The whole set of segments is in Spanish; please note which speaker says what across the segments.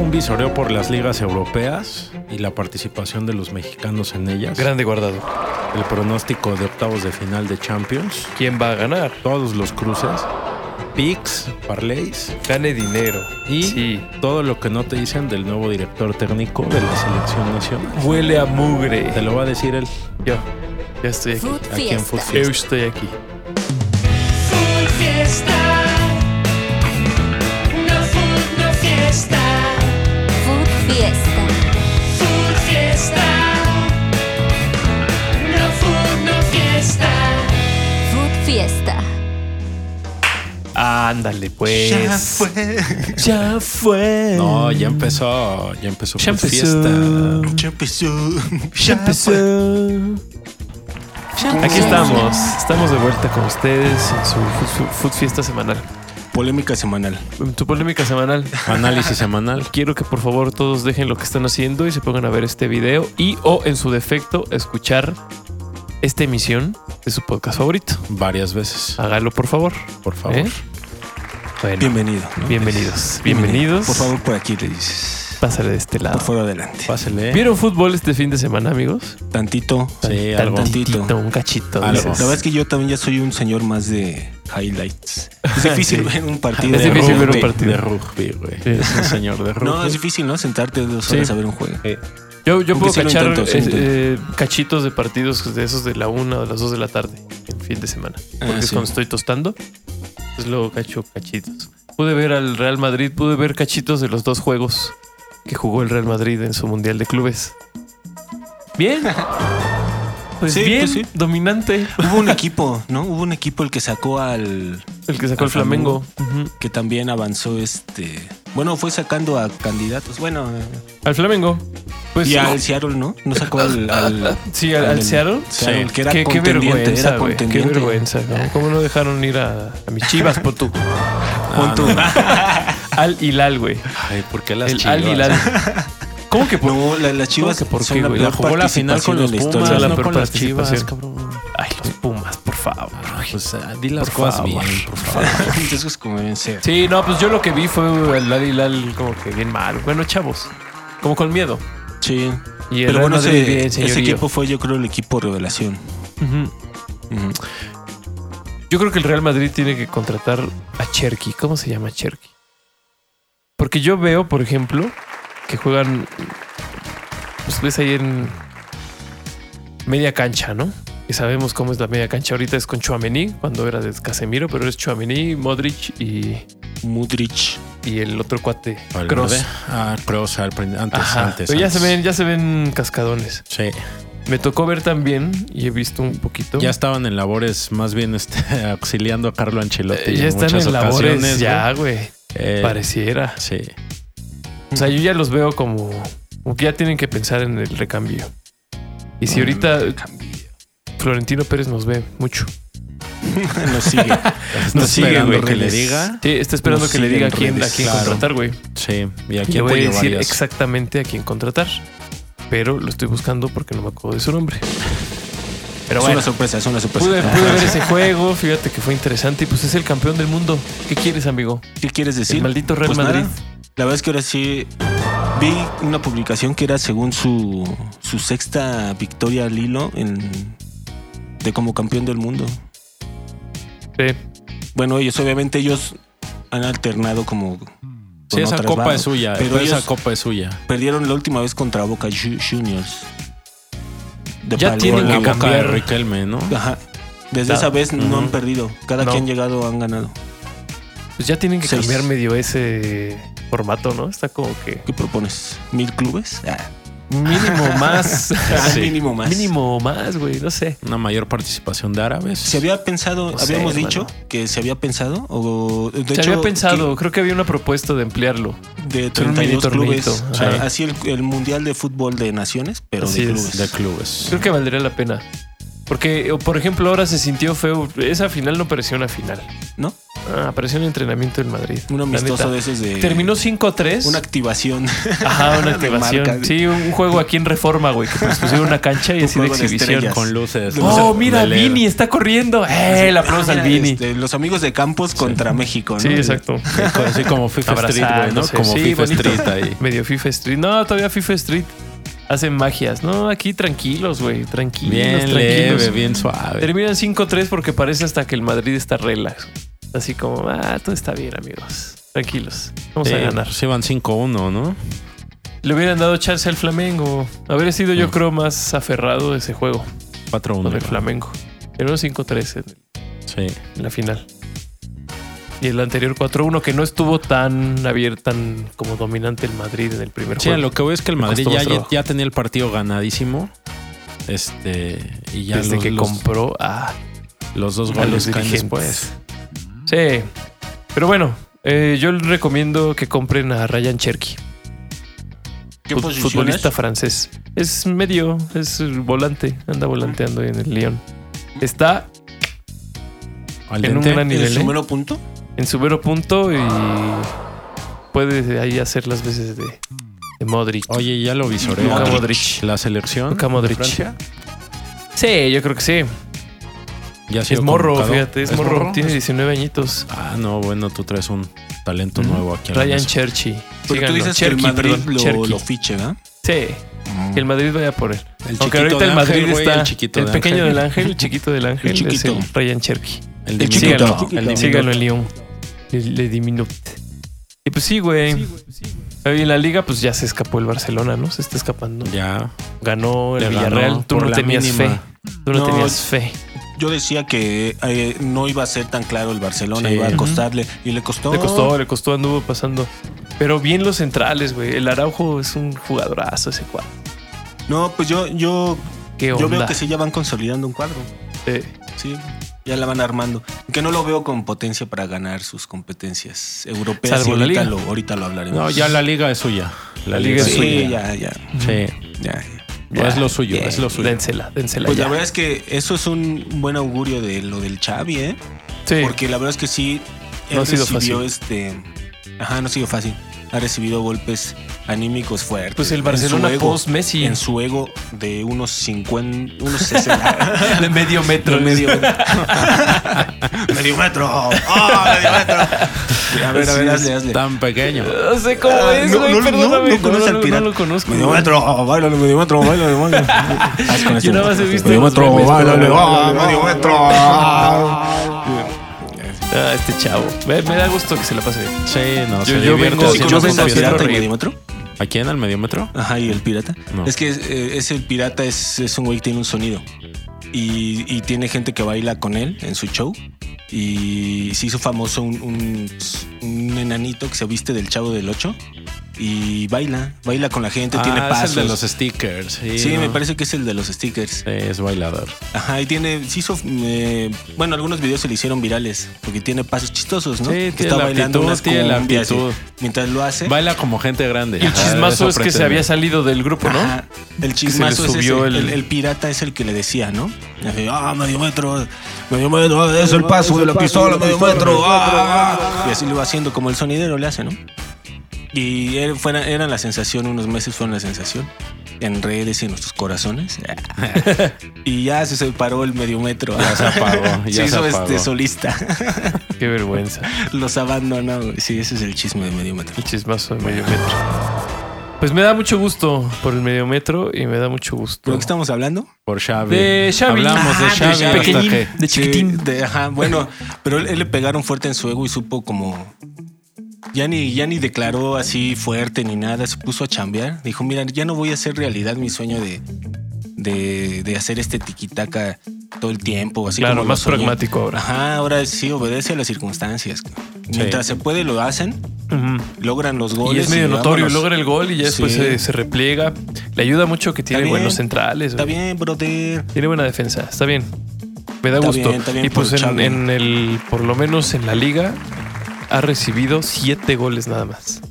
Speaker 1: un visoreo por las ligas europeas y la participación de los mexicanos en ellas.
Speaker 2: Grande guardado.
Speaker 1: El pronóstico de octavos de final de Champions.
Speaker 2: ¿Quién va a ganar?
Speaker 1: Todos los cruces. Picks, parlays
Speaker 2: Gane dinero.
Speaker 1: y
Speaker 2: Sí.
Speaker 1: todo lo que no te dicen del nuevo director técnico de la selección nacional.
Speaker 2: Huele a mugre.
Speaker 1: Te lo va a decir él
Speaker 2: Yo. Ya estoy aquí.
Speaker 3: Food
Speaker 1: aquí en Food
Speaker 3: Fiesta.
Speaker 2: Yo
Speaker 1: Fiesta.
Speaker 2: estoy aquí.
Speaker 4: Full fiesta, no food, no fiesta,
Speaker 3: Food Fiesta.
Speaker 4: full fiesta, no food, no fiesta,
Speaker 3: Food Fiesta.
Speaker 2: Ándale, pues. Ya fue. Ya fue.
Speaker 1: No, ya empezó, ya empezó
Speaker 2: Ya
Speaker 1: Food
Speaker 2: empezó.
Speaker 1: Fiesta.
Speaker 5: Ya empezó.
Speaker 2: Ya empezó. Aquí estamos. Estamos de vuelta con ustedes en su Food, Food Fiesta semanal.
Speaker 5: Polémica semanal.
Speaker 2: En tu polémica semanal.
Speaker 1: Análisis semanal.
Speaker 2: Quiero que por favor todos dejen lo que están haciendo y se pongan a ver este video y o en su defecto escuchar esta emisión de su podcast favorito.
Speaker 1: Varias veces,
Speaker 2: Hágalo por favor.
Speaker 1: por favor.
Speaker 2: ¿Eh? Bueno,
Speaker 5: Bienvenido. ¿no?
Speaker 2: bienvenidos.
Speaker 5: Bienvenido.
Speaker 2: Bienvenidos.
Speaker 5: Por favor, por aquí le dices.
Speaker 2: pásale de este lado.
Speaker 5: Por favor, adelante.
Speaker 1: Pásele.
Speaker 2: ¿Vieron fútbol este fin de semana, amigos?
Speaker 5: Tantito.
Speaker 1: Sí,
Speaker 2: Tan-
Speaker 1: algo.
Speaker 2: tantito, un cachito.
Speaker 1: Algo.
Speaker 5: La
Speaker 2: dices.
Speaker 5: verdad es que yo también ya soy un señor más de highlights. Es difícil ver un partido.
Speaker 2: Es
Speaker 5: de
Speaker 2: difícil ver un
Speaker 5: rugby.
Speaker 2: partido.
Speaker 1: De rugby, güey.
Speaker 2: Sí.
Speaker 1: Es un señor de rugby.
Speaker 5: No, es difícil, ¿no? Sentarte dos
Speaker 2: Sí.
Speaker 5: horas a ver un juego.
Speaker 2: Yo, yo
Speaker 5: Aunque
Speaker 2: puedo
Speaker 5: sí lo
Speaker 2: cachar
Speaker 5: intento, sí
Speaker 2: eh,
Speaker 5: lo intento.
Speaker 2: eh, cachitos de partidos de esos de la una o de las dos de la tarde en fin de semana.
Speaker 5: Ah,
Speaker 2: Porque es
Speaker 5: sí.
Speaker 2: cuando estoy tostando. Entonces luego cacho cachitos. Pude ver al Real Madrid, pude ver cachitos de los dos juegos que jugó el Real Madrid en su Mundial de Clubes. Bien. Pues
Speaker 5: Sí,
Speaker 2: bien,
Speaker 5: pues sí.
Speaker 2: dominante.
Speaker 5: Hubo un equipo, ¿no? Hubo un equipo el que sacó al
Speaker 2: El que sacó el
Speaker 5: Al
Speaker 2: Flamengo. Ujú.
Speaker 5: que también avanzó este. Bueno, fue sacando a candidatos. Bueno, eh,
Speaker 2: Al Flamengo. Pues
Speaker 5: y al Seattle, ¿no? No sacó al. al
Speaker 2: sí, al, al
Speaker 5: del-
Speaker 2: Seattle.
Speaker 5: Seattle,
Speaker 1: Sí.
Speaker 5: que era
Speaker 2: qué, qué
Speaker 5: contendiente,
Speaker 2: vergüenza,
Speaker 5: era
Speaker 2: güey. Qué
Speaker 5: contendiente.
Speaker 2: vergüenza. ¿no? ¿Cómo no dejaron ir a, a mis chivas por tu
Speaker 1: Ah, no.
Speaker 2: Al Hilal, güey.
Speaker 1: Ay, ¿por qué las
Speaker 2: El
Speaker 1: chivas?
Speaker 2: Al Hilal. ¿Cómo que por
Speaker 5: No, la- las chivas
Speaker 2: que por
Speaker 5: son
Speaker 2: qué,
Speaker 5: la
Speaker 2: güey?
Speaker 5: peor
Speaker 2: La
Speaker 1: Jugó la final con los
Speaker 5: participación en la
Speaker 1: Pumas,
Speaker 5: historia.
Speaker 2: la
Speaker 1: no
Speaker 2: peor
Speaker 1: con las chivas,
Speaker 2: participación.
Speaker 1: cabrón.
Speaker 2: Ay, los Pumas, por favor.
Speaker 1: Pues ah, di las
Speaker 2: Por
Speaker 1: cosas
Speaker 2: favor.
Speaker 1: bien, por favor.
Speaker 5: Entonces, como en serio.
Speaker 2: Sí, no, pues yo lo que vi fue al Al Hilal como que bien mal. Bueno, chavos, como con miedo.
Speaker 5: Sí.
Speaker 2: Y el
Speaker 5: Pero
Speaker 2: Real
Speaker 5: bueno,
Speaker 2: Madrid
Speaker 5: ese,
Speaker 2: bien,
Speaker 5: ese
Speaker 2: señorío.
Speaker 5: equipo fue, yo creo, el equipo revelación.
Speaker 2: Ujú.
Speaker 5: Ujú.
Speaker 2: Yo creo que el Real Madrid tiene que contratar a Cherky. ¿Cómo se llama Cherky? Porque yo veo, por ejemplo, que juegan. Pues ves ahí en media cancha, ¿no? Y sabemos cómo es la media cancha. Ahorita es con Chuamení, cuando era de Casemiro, pero es Chuamení, Modric y,
Speaker 5: Mudrich.
Speaker 2: y el otro cuate,
Speaker 1: Al
Speaker 2: Cross.
Speaker 1: nueve. Ah, Cross, al prin- antes,
Speaker 2: Ajá.
Speaker 1: antes.
Speaker 2: pero ya se
Speaker 1: antes.
Speaker 2: ven, ya se ven cascadones.
Speaker 1: Sí,
Speaker 2: Me tocó ver también y he visto un poquito.
Speaker 1: ya estaban en labores, más bien este, auxiliando a Carlo Ancelotti.
Speaker 2: Eh, ya están
Speaker 1: muchas
Speaker 2: en labores,
Speaker 1: ocasiones,
Speaker 2: ya, güey.
Speaker 1: güey. Eh,
Speaker 2: Pareciera.
Speaker 1: Sí.
Speaker 2: O sea, yo ya los veo como, como que ya tienen que pensar en el recambio. Y si ahorita Florentino Pérez nos ve mucho.
Speaker 5: Nos sigue.
Speaker 1: Está
Speaker 2: sigue,
Speaker 1: esperando
Speaker 2: güey,
Speaker 1: que le
Speaker 5: redes.
Speaker 1: diga.
Speaker 2: Sí, está esperando
Speaker 5: Nos
Speaker 2: que le
Speaker 5: siguen
Speaker 2: diga a quién, a
Speaker 5: redes,
Speaker 2: quién
Speaker 1: claro.
Speaker 2: contratar, güey.
Speaker 1: Sí, y aquí
Speaker 2: Le voy a decir
Speaker 1: apoyo varias.
Speaker 2: exactamente a quién contratar. Pero lo estoy buscando porque no me acuerdo de su nombre. Pero
Speaker 5: es
Speaker 2: bueno,
Speaker 5: una sorpresa, es una sorpresa.
Speaker 2: pude, pude ver ese juego. Fíjate que fue interesante. Y pues es el campeón del mundo. ¿Qué quieres, amigo?
Speaker 5: ¿Qué quieres decir?
Speaker 2: El maldito Real
Speaker 5: Pues
Speaker 2: Madrid.
Speaker 5: nada. La verdad es que ahora sí vi una publicación que era según su, su sexta victoria al hilo en- de como campeón del mundo.
Speaker 2: Sí.
Speaker 5: Bueno, ellos obviamente ellos han alternado como...
Speaker 1: Sí,
Speaker 5: con
Speaker 1: esa
Speaker 5: otras
Speaker 1: copa
Speaker 5: barras.
Speaker 1: es suya.
Speaker 5: Pero
Speaker 1: Pero esa
Speaker 5: ellos-
Speaker 1: copa es suya.
Speaker 5: Perdieron la última vez contra Boca Ju- Juniors. De
Speaker 2: Ya
Speaker 5: palo.
Speaker 2: tienen
Speaker 1: Con
Speaker 2: que
Speaker 1: la boca de
Speaker 2: cambiar.
Speaker 1: Riquelme, ¿no?
Speaker 5: Ajá. Desde
Speaker 2: Claro.
Speaker 5: esa vez
Speaker 1: Ujú.
Speaker 5: no han perdido. Cada
Speaker 2: No.
Speaker 5: que han llegado han ganado.
Speaker 2: Pues ya tienen que
Speaker 5: Seis.
Speaker 2: cambiar medio ese formato, ¿no? Está como que
Speaker 5: ¿Qué propones? ¿Mil clubes? Ah,
Speaker 2: mínimo más.
Speaker 1: Sí.
Speaker 5: Mínimo más.
Speaker 2: Ah, Mínimo más, güey, no sé.
Speaker 1: Una mayor participación de árabes.
Speaker 5: Se había pensado,
Speaker 2: No sé,
Speaker 5: habíamos
Speaker 2: hermano.
Speaker 5: dicho que se había pensado, o de
Speaker 2: Se
Speaker 5: hecho,
Speaker 2: había pensado, creo que había una propuesta de ampliarlo.
Speaker 5: que de
Speaker 2: hacer un mini
Speaker 5: 32 clubes,
Speaker 2: torneito,
Speaker 5: o sea,
Speaker 2: ajá.
Speaker 5: así el, el mundial de fútbol de naciones, pero
Speaker 2: Así es.
Speaker 5: de clubes.
Speaker 1: de clubes.
Speaker 2: Creo que valdría la pena. Porque, o, por ejemplo, ahora se sintió feo. Esa final no pareció una final.
Speaker 5: ¿no?
Speaker 2: Ah, pareció un entrenamiento del Madrid.
Speaker 5: Un
Speaker 2: La
Speaker 5: amistoso
Speaker 2: neta.
Speaker 5: de esos de.
Speaker 2: Terminó 5-3.
Speaker 5: Una activación.
Speaker 2: Ajá, una
Speaker 5: de marca.
Speaker 2: activación. Sí, un juego aquí en Reforma, güey, que pues pusieron una cancha y
Speaker 5: Un
Speaker 2: así de
Speaker 5: juego de
Speaker 2: exhibición.
Speaker 5: estrellas.
Speaker 1: Con luces.
Speaker 2: Oh,
Speaker 1: luces
Speaker 2: mira,
Speaker 1: de LED.
Speaker 2: Vini está corriendo. ¡Eh! El aplauso
Speaker 5: Ah,
Speaker 2: al
Speaker 5: mira,
Speaker 2: Vini.
Speaker 5: este, los amigos de Campos contra México, ¿no?
Speaker 2: Sí, exacto.
Speaker 1: Así como FIFA Street, güey, ¿no?
Speaker 2: Abrazándose.
Speaker 1: Como
Speaker 2: Sí,
Speaker 1: FIFA
Speaker 2: bonito.
Speaker 1: Street ahí.
Speaker 2: Medio FIFA Street. No, todavía FIFA Street. Hacen magias. No, aquí tranquilos, güey. Tranquilos,
Speaker 1: Bien
Speaker 2: tranquilos.
Speaker 1: leve, bien suave.
Speaker 2: Terminan 5-3 porque parece hasta que el Madrid está relax. Así como, ah, todo está bien, amigos. Tranquilos. Vamos a
Speaker 1: Sí,
Speaker 2: ganar.
Speaker 1: Sí, van 5-1, ¿no?
Speaker 2: Le hubieran dado chance al Flamengo. Habría sido, yo
Speaker 1: Mm.
Speaker 2: creo, más aferrado de ese juego con
Speaker 1: 4-1.
Speaker 2: el Flamengo. Pero 5-3 en,
Speaker 1: Sí.
Speaker 2: en la final. Y el anterior 4-1, que no estuvo tan abierto, tan como dominante el Madrid en el primer
Speaker 1: Sí, a
Speaker 2: juego.
Speaker 1: lo que veo es que el
Speaker 2: Me
Speaker 1: Madrid
Speaker 2: costó
Speaker 1: ya,
Speaker 2: más trabajo.
Speaker 1: ya tenía el partido ganadísimo. Este, y ya
Speaker 2: Desde
Speaker 1: los,
Speaker 2: que
Speaker 1: los-
Speaker 2: compró ah, a,
Speaker 1: los dos
Speaker 2: a los
Speaker 1: goles caen
Speaker 2: dirigentes.
Speaker 1: después.
Speaker 2: Sí. Pero bueno, eh, yo les recomiendo que compren a Ryan Cherky.
Speaker 5: ¿Qué
Speaker 2: fut-
Speaker 5: posición
Speaker 2: futbolista
Speaker 5: es?
Speaker 2: francés. Es medio, es volante, anda volanteando en el Lyon. Está
Speaker 1: Al
Speaker 2: en un
Speaker 1: dente.
Speaker 2: gran
Speaker 5: ¿En
Speaker 2: nivel,
Speaker 5: su
Speaker 2: ¿eh?
Speaker 5: mero punto?
Speaker 2: en su mero punto y puede ahí hacer las veces de, de Modric.
Speaker 1: Oye, ya lo visoreo.
Speaker 5: Luka
Speaker 2: Modric.
Speaker 1: La selección.
Speaker 2: Luka Modric.
Speaker 1: de Francia.
Speaker 2: Sí, yo creo que sí.
Speaker 1: Ya ha sido
Speaker 2: Es morro,
Speaker 1: convocado.
Speaker 2: fíjate, es, morro. Tiene
Speaker 1: Es-
Speaker 2: 19 añitos.
Speaker 1: Ah, no, bueno, tú traes un talento
Speaker 2: Ujú.
Speaker 1: nuevo aquí. en la
Speaker 2: Ryan
Speaker 1: mesa.
Speaker 2: Cherchi.
Speaker 5: Pero
Speaker 2: Síganlo.
Speaker 5: tú dices
Speaker 2: Cherky,
Speaker 5: que el
Speaker 2: perdón,
Speaker 5: Madrid lo,
Speaker 2: Cherky.
Speaker 5: lo fiche, ¿verdad?
Speaker 2: Sí, que el Madrid vaya por él.
Speaker 1: El
Speaker 2: Aunque
Speaker 1: chiquito
Speaker 2: ahorita
Speaker 1: de
Speaker 2: el Madrid
Speaker 1: Ángel, güey,
Speaker 2: está.
Speaker 1: El, chiquito
Speaker 2: el
Speaker 1: de
Speaker 2: pequeño
Speaker 1: Ángel.
Speaker 2: del ángel, el chiquito del ángel, es
Speaker 5: chiquito.
Speaker 2: el Ryan Cherky.
Speaker 1: El, de
Speaker 5: el
Speaker 1: Miguel,
Speaker 5: chiquito.
Speaker 1: no, el de
Speaker 2: Síganlo
Speaker 1: Miguel.
Speaker 2: en Lyon. Le, le diminute. Y pues sí, güey. Ahí en la liga, pues ya se escapó el Barcelona, ¿no? Se está escapando.
Speaker 1: Ya.
Speaker 2: Ganó el
Speaker 1: Le ganó
Speaker 2: Villarreal. Tú
Speaker 1: por
Speaker 2: no
Speaker 1: la
Speaker 2: tenías
Speaker 1: mínima.
Speaker 2: fe. Tú no,
Speaker 5: No,
Speaker 2: tenías fe.
Speaker 5: Yo decía que eh, no iba a ser tan claro el Barcelona,
Speaker 1: Sí.
Speaker 5: iba a
Speaker 1: Ujú.
Speaker 5: costarle. Y le costó.
Speaker 2: Le costó, le costó, anduvo pasando. Pero bien los centrales, güey. El Araujo es un jugadorazo ese cuadro.
Speaker 5: No, pues yo, yo,
Speaker 2: Qué onda.
Speaker 5: yo veo que sí ya van consolidando un cuadro.
Speaker 2: Eh,
Speaker 5: Sí, ya la van armando. Que no lo veo con potencia para ganar sus competencias europeas.
Speaker 2: Salvo
Speaker 5: y
Speaker 2: la
Speaker 5: ahorita,
Speaker 2: liga.
Speaker 5: lo, ahorita lo hablaremos.
Speaker 1: No, ya la liga es suya.
Speaker 2: La liga es
Speaker 5: sí,
Speaker 2: suya.
Speaker 5: ya, ya,
Speaker 1: Sí.
Speaker 5: ya.
Speaker 1: No, es lo suyo,
Speaker 5: ya.
Speaker 1: es lo suyo.
Speaker 2: Dénsela, dénsela.
Speaker 5: Pues
Speaker 2: ya.
Speaker 5: la verdad es que eso es un buen augurio de lo del Xavi, ¿eh?
Speaker 2: Sí.
Speaker 5: Porque la verdad es que sí, él
Speaker 2: No ha sido
Speaker 5: recibió
Speaker 2: fácil.
Speaker 5: este... Ajá, no ha sido fácil. Ha recibido golpes anímicos fuertes.
Speaker 2: Pues el
Speaker 5: En
Speaker 2: Barcelona
Speaker 5: su ego-
Speaker 2: post-Messi.
Speaker 5: En su ego de unos 50, unos 60.
Speaker 2: de medio metro.
Speaker 5: medio medio metro. ¡Ah, medio metro! A ver, a ver, hazle, hazle.
Speaker 1: Tan pequeño.
Speaker 2: No sé cómo
Speaker 5: Ah,
Speaker 2: es, güey. perdóname. No,
Speaker 5: conoce
Speaker 2: no,
Speaker 5: al
Speaker 2: no,
Speaker 5: pirata.
Speaker 2: no lo conozco.
Speaker 5: Medio
Speaker 2: güey.
Speaker 5: metro, báilale, medio metro, báilale, báilale. Haz con
Speaker 2: Yo
Speaker 5: eso.
Speaker 2: nada más he visto
Speaker 5: Medio
Speaker 2: los
Speaker 5: metro,
Speaker 2: memes,
Speaker 5: báilale,
Speaker 2: pero-
Speaker 5: ah, medio metro.
Speaker 2: Ah, este chavo. Me, me da gusto que se la pase bien.
Speaker 1: Sí, no,
Speaker 2: Yo-
Speaker 1: se
Speaker 2: yo
Speaker 1: divierte
Speaker 2: vengo-
Speaker 5: ¿Sí
Speaker 1: haciendo
Speaker 2: yo vengo
Speaker 5: conoces
Speaker 1: fiesta.
Speaker 5: al
Speaker 2: haciendo
Speaker 5: pirata y
Speaker 2: reír.
Speaker 5: medio metro?
Speaker 1: ¿A quién? ¿Al mediómetro?
Speaker 5: Ajá, y el pirata.
Speaker 1: No.
Speaker 5: Es que eh, es el pirata, es, es un güey que tiene un sonido. Y, y tiene gente que baila con él en su show. Y se hizo famoso un, un- un enanito que se viste del chavo del 8 y baila, baila con la gente,
Speaker 2: Este
Speaker 5: tiene
Speaker 1: Ah,
Speaker 5: pasos.
Speaker 1: es el de los stickers. Sí,
Speaker 5: sí,
Speaker 1: ¿no?
Speaker 5: me parece que es el de los stickers.
Speaker 1: Sí, es bailador.
Speaker 5: Ajá, y tiene, se hizo, eh, bueno, algunos videos se le hicieron virales porque tiene pasos chistosos, ¿no?
Speaker 1: Sí,
Speaker 5: Que
Speaker 1: tiene la actitud, tiene la
Speaker 5: cumbias y-
Speaker 1: actitud.
Speaker 5: Mientras lo hace,
Speaker 1: Baila como gente grande.
Speaker 2: Y el
Speaker 1: Ah, eso
Speaker 2: chismazo es que se
Speaker 1: pretende.
Speaker 2: había salido del grupo, ¿no?
Speaker 5: Ajá. El
Speaker 2: se
Speaker 5: chismazo
Speaker 2: le
Speaker 5: es
Speaker 2: subió
Speaker 5: ese.
Speaker 2: el-
Speaker 5: El... el pirata es el que le decía, ¿no? Y así, Ah, medio metro, medio metro, ah, es el paso de la pistola, medio metro. ah". Y así lo iba haciendo como el sonidero le hace, ¿no? Y era, fuera- era la sensación, unos meses fueron la sensación. En redes y en nuestros corazones. y ya se separó el medio metro. ah.
Speaker 1: Ya se apagó.
Speaker 5: se
Speaker 1: Ya se
Speaker 5: hizo
Speaker 1: apagó.
Speaker 5: este solista.
Speaker 2: Qué vergüenza.
Speaker 5: Los abandonó. güey. Sí, ese es el chisme de medio metro.
Speaker 2: El chismazo de medio metro. Pues me da mucho gusto por el medio metro y me da mucho
Speaker 5: ¿Pero
Speaker 2: gusto.
Speaker 5: de qué estamos hablando?
Speaker 1: Por Xavi.
Speaker 2: De Xavi.
Speaker 1: Hablamos de
Speaker 5: Ah, de
Speaker 1: Xavi. hasta
Speaker 2: pequeñín.
Speaker 1: que-
Speaker 2: De
Speaker 5: Sí,
Speaker 2: chiquitín.
Speaker 5: de- ajá, bueno, pero él, él le pegaron fuerte en su ego y supo como... Ya ni, ya ni declaró así fuerte ni nada, se puso a chambear. Dijo, mira, ya no voy a hacer realidad mi sueño de, de, de hacer este tiquitaca todo el tiempo. Así
Speaker 2: Claro,
Speaker 5: como lo
Speaker 2: más
Speaker 5: soñé".
Speaker 2: pragmático ahora.
Speaker 5: Ajá, ahora sí, obedece a las circunstancias. Mientras se puede, lo hacen,
Speaker 2: Ujú.
Speaker 5: logran los
Speaker 2: Y
Speaker 5: goles.
Speaker 2: es medio notorio,
Speaker 5: vámonos.
Speaker 2: logra el gol y ya después
Speaker 5: Sí.
Speaker 2: se, se repliega. Le ayuda mucho que tiene
Speaker 5: bien.
Speaker 2: buenos centrales.
Speaker 5: Está
Speaker 2: güey.
Speaker 5: bien, brother.
Speaker 2: Tiene buena defensa, está bien. Me da
Speaker 5: Está
Speaker 2: gusto.
Speaker 5: bien, está bien
Speaker 2: y pues
Speaker 5: por
Speaker 2: en,
Speaker 5: Xavi.
Speaker 2: en el, por lo menos en la liga, ha recibido siete goles nada más.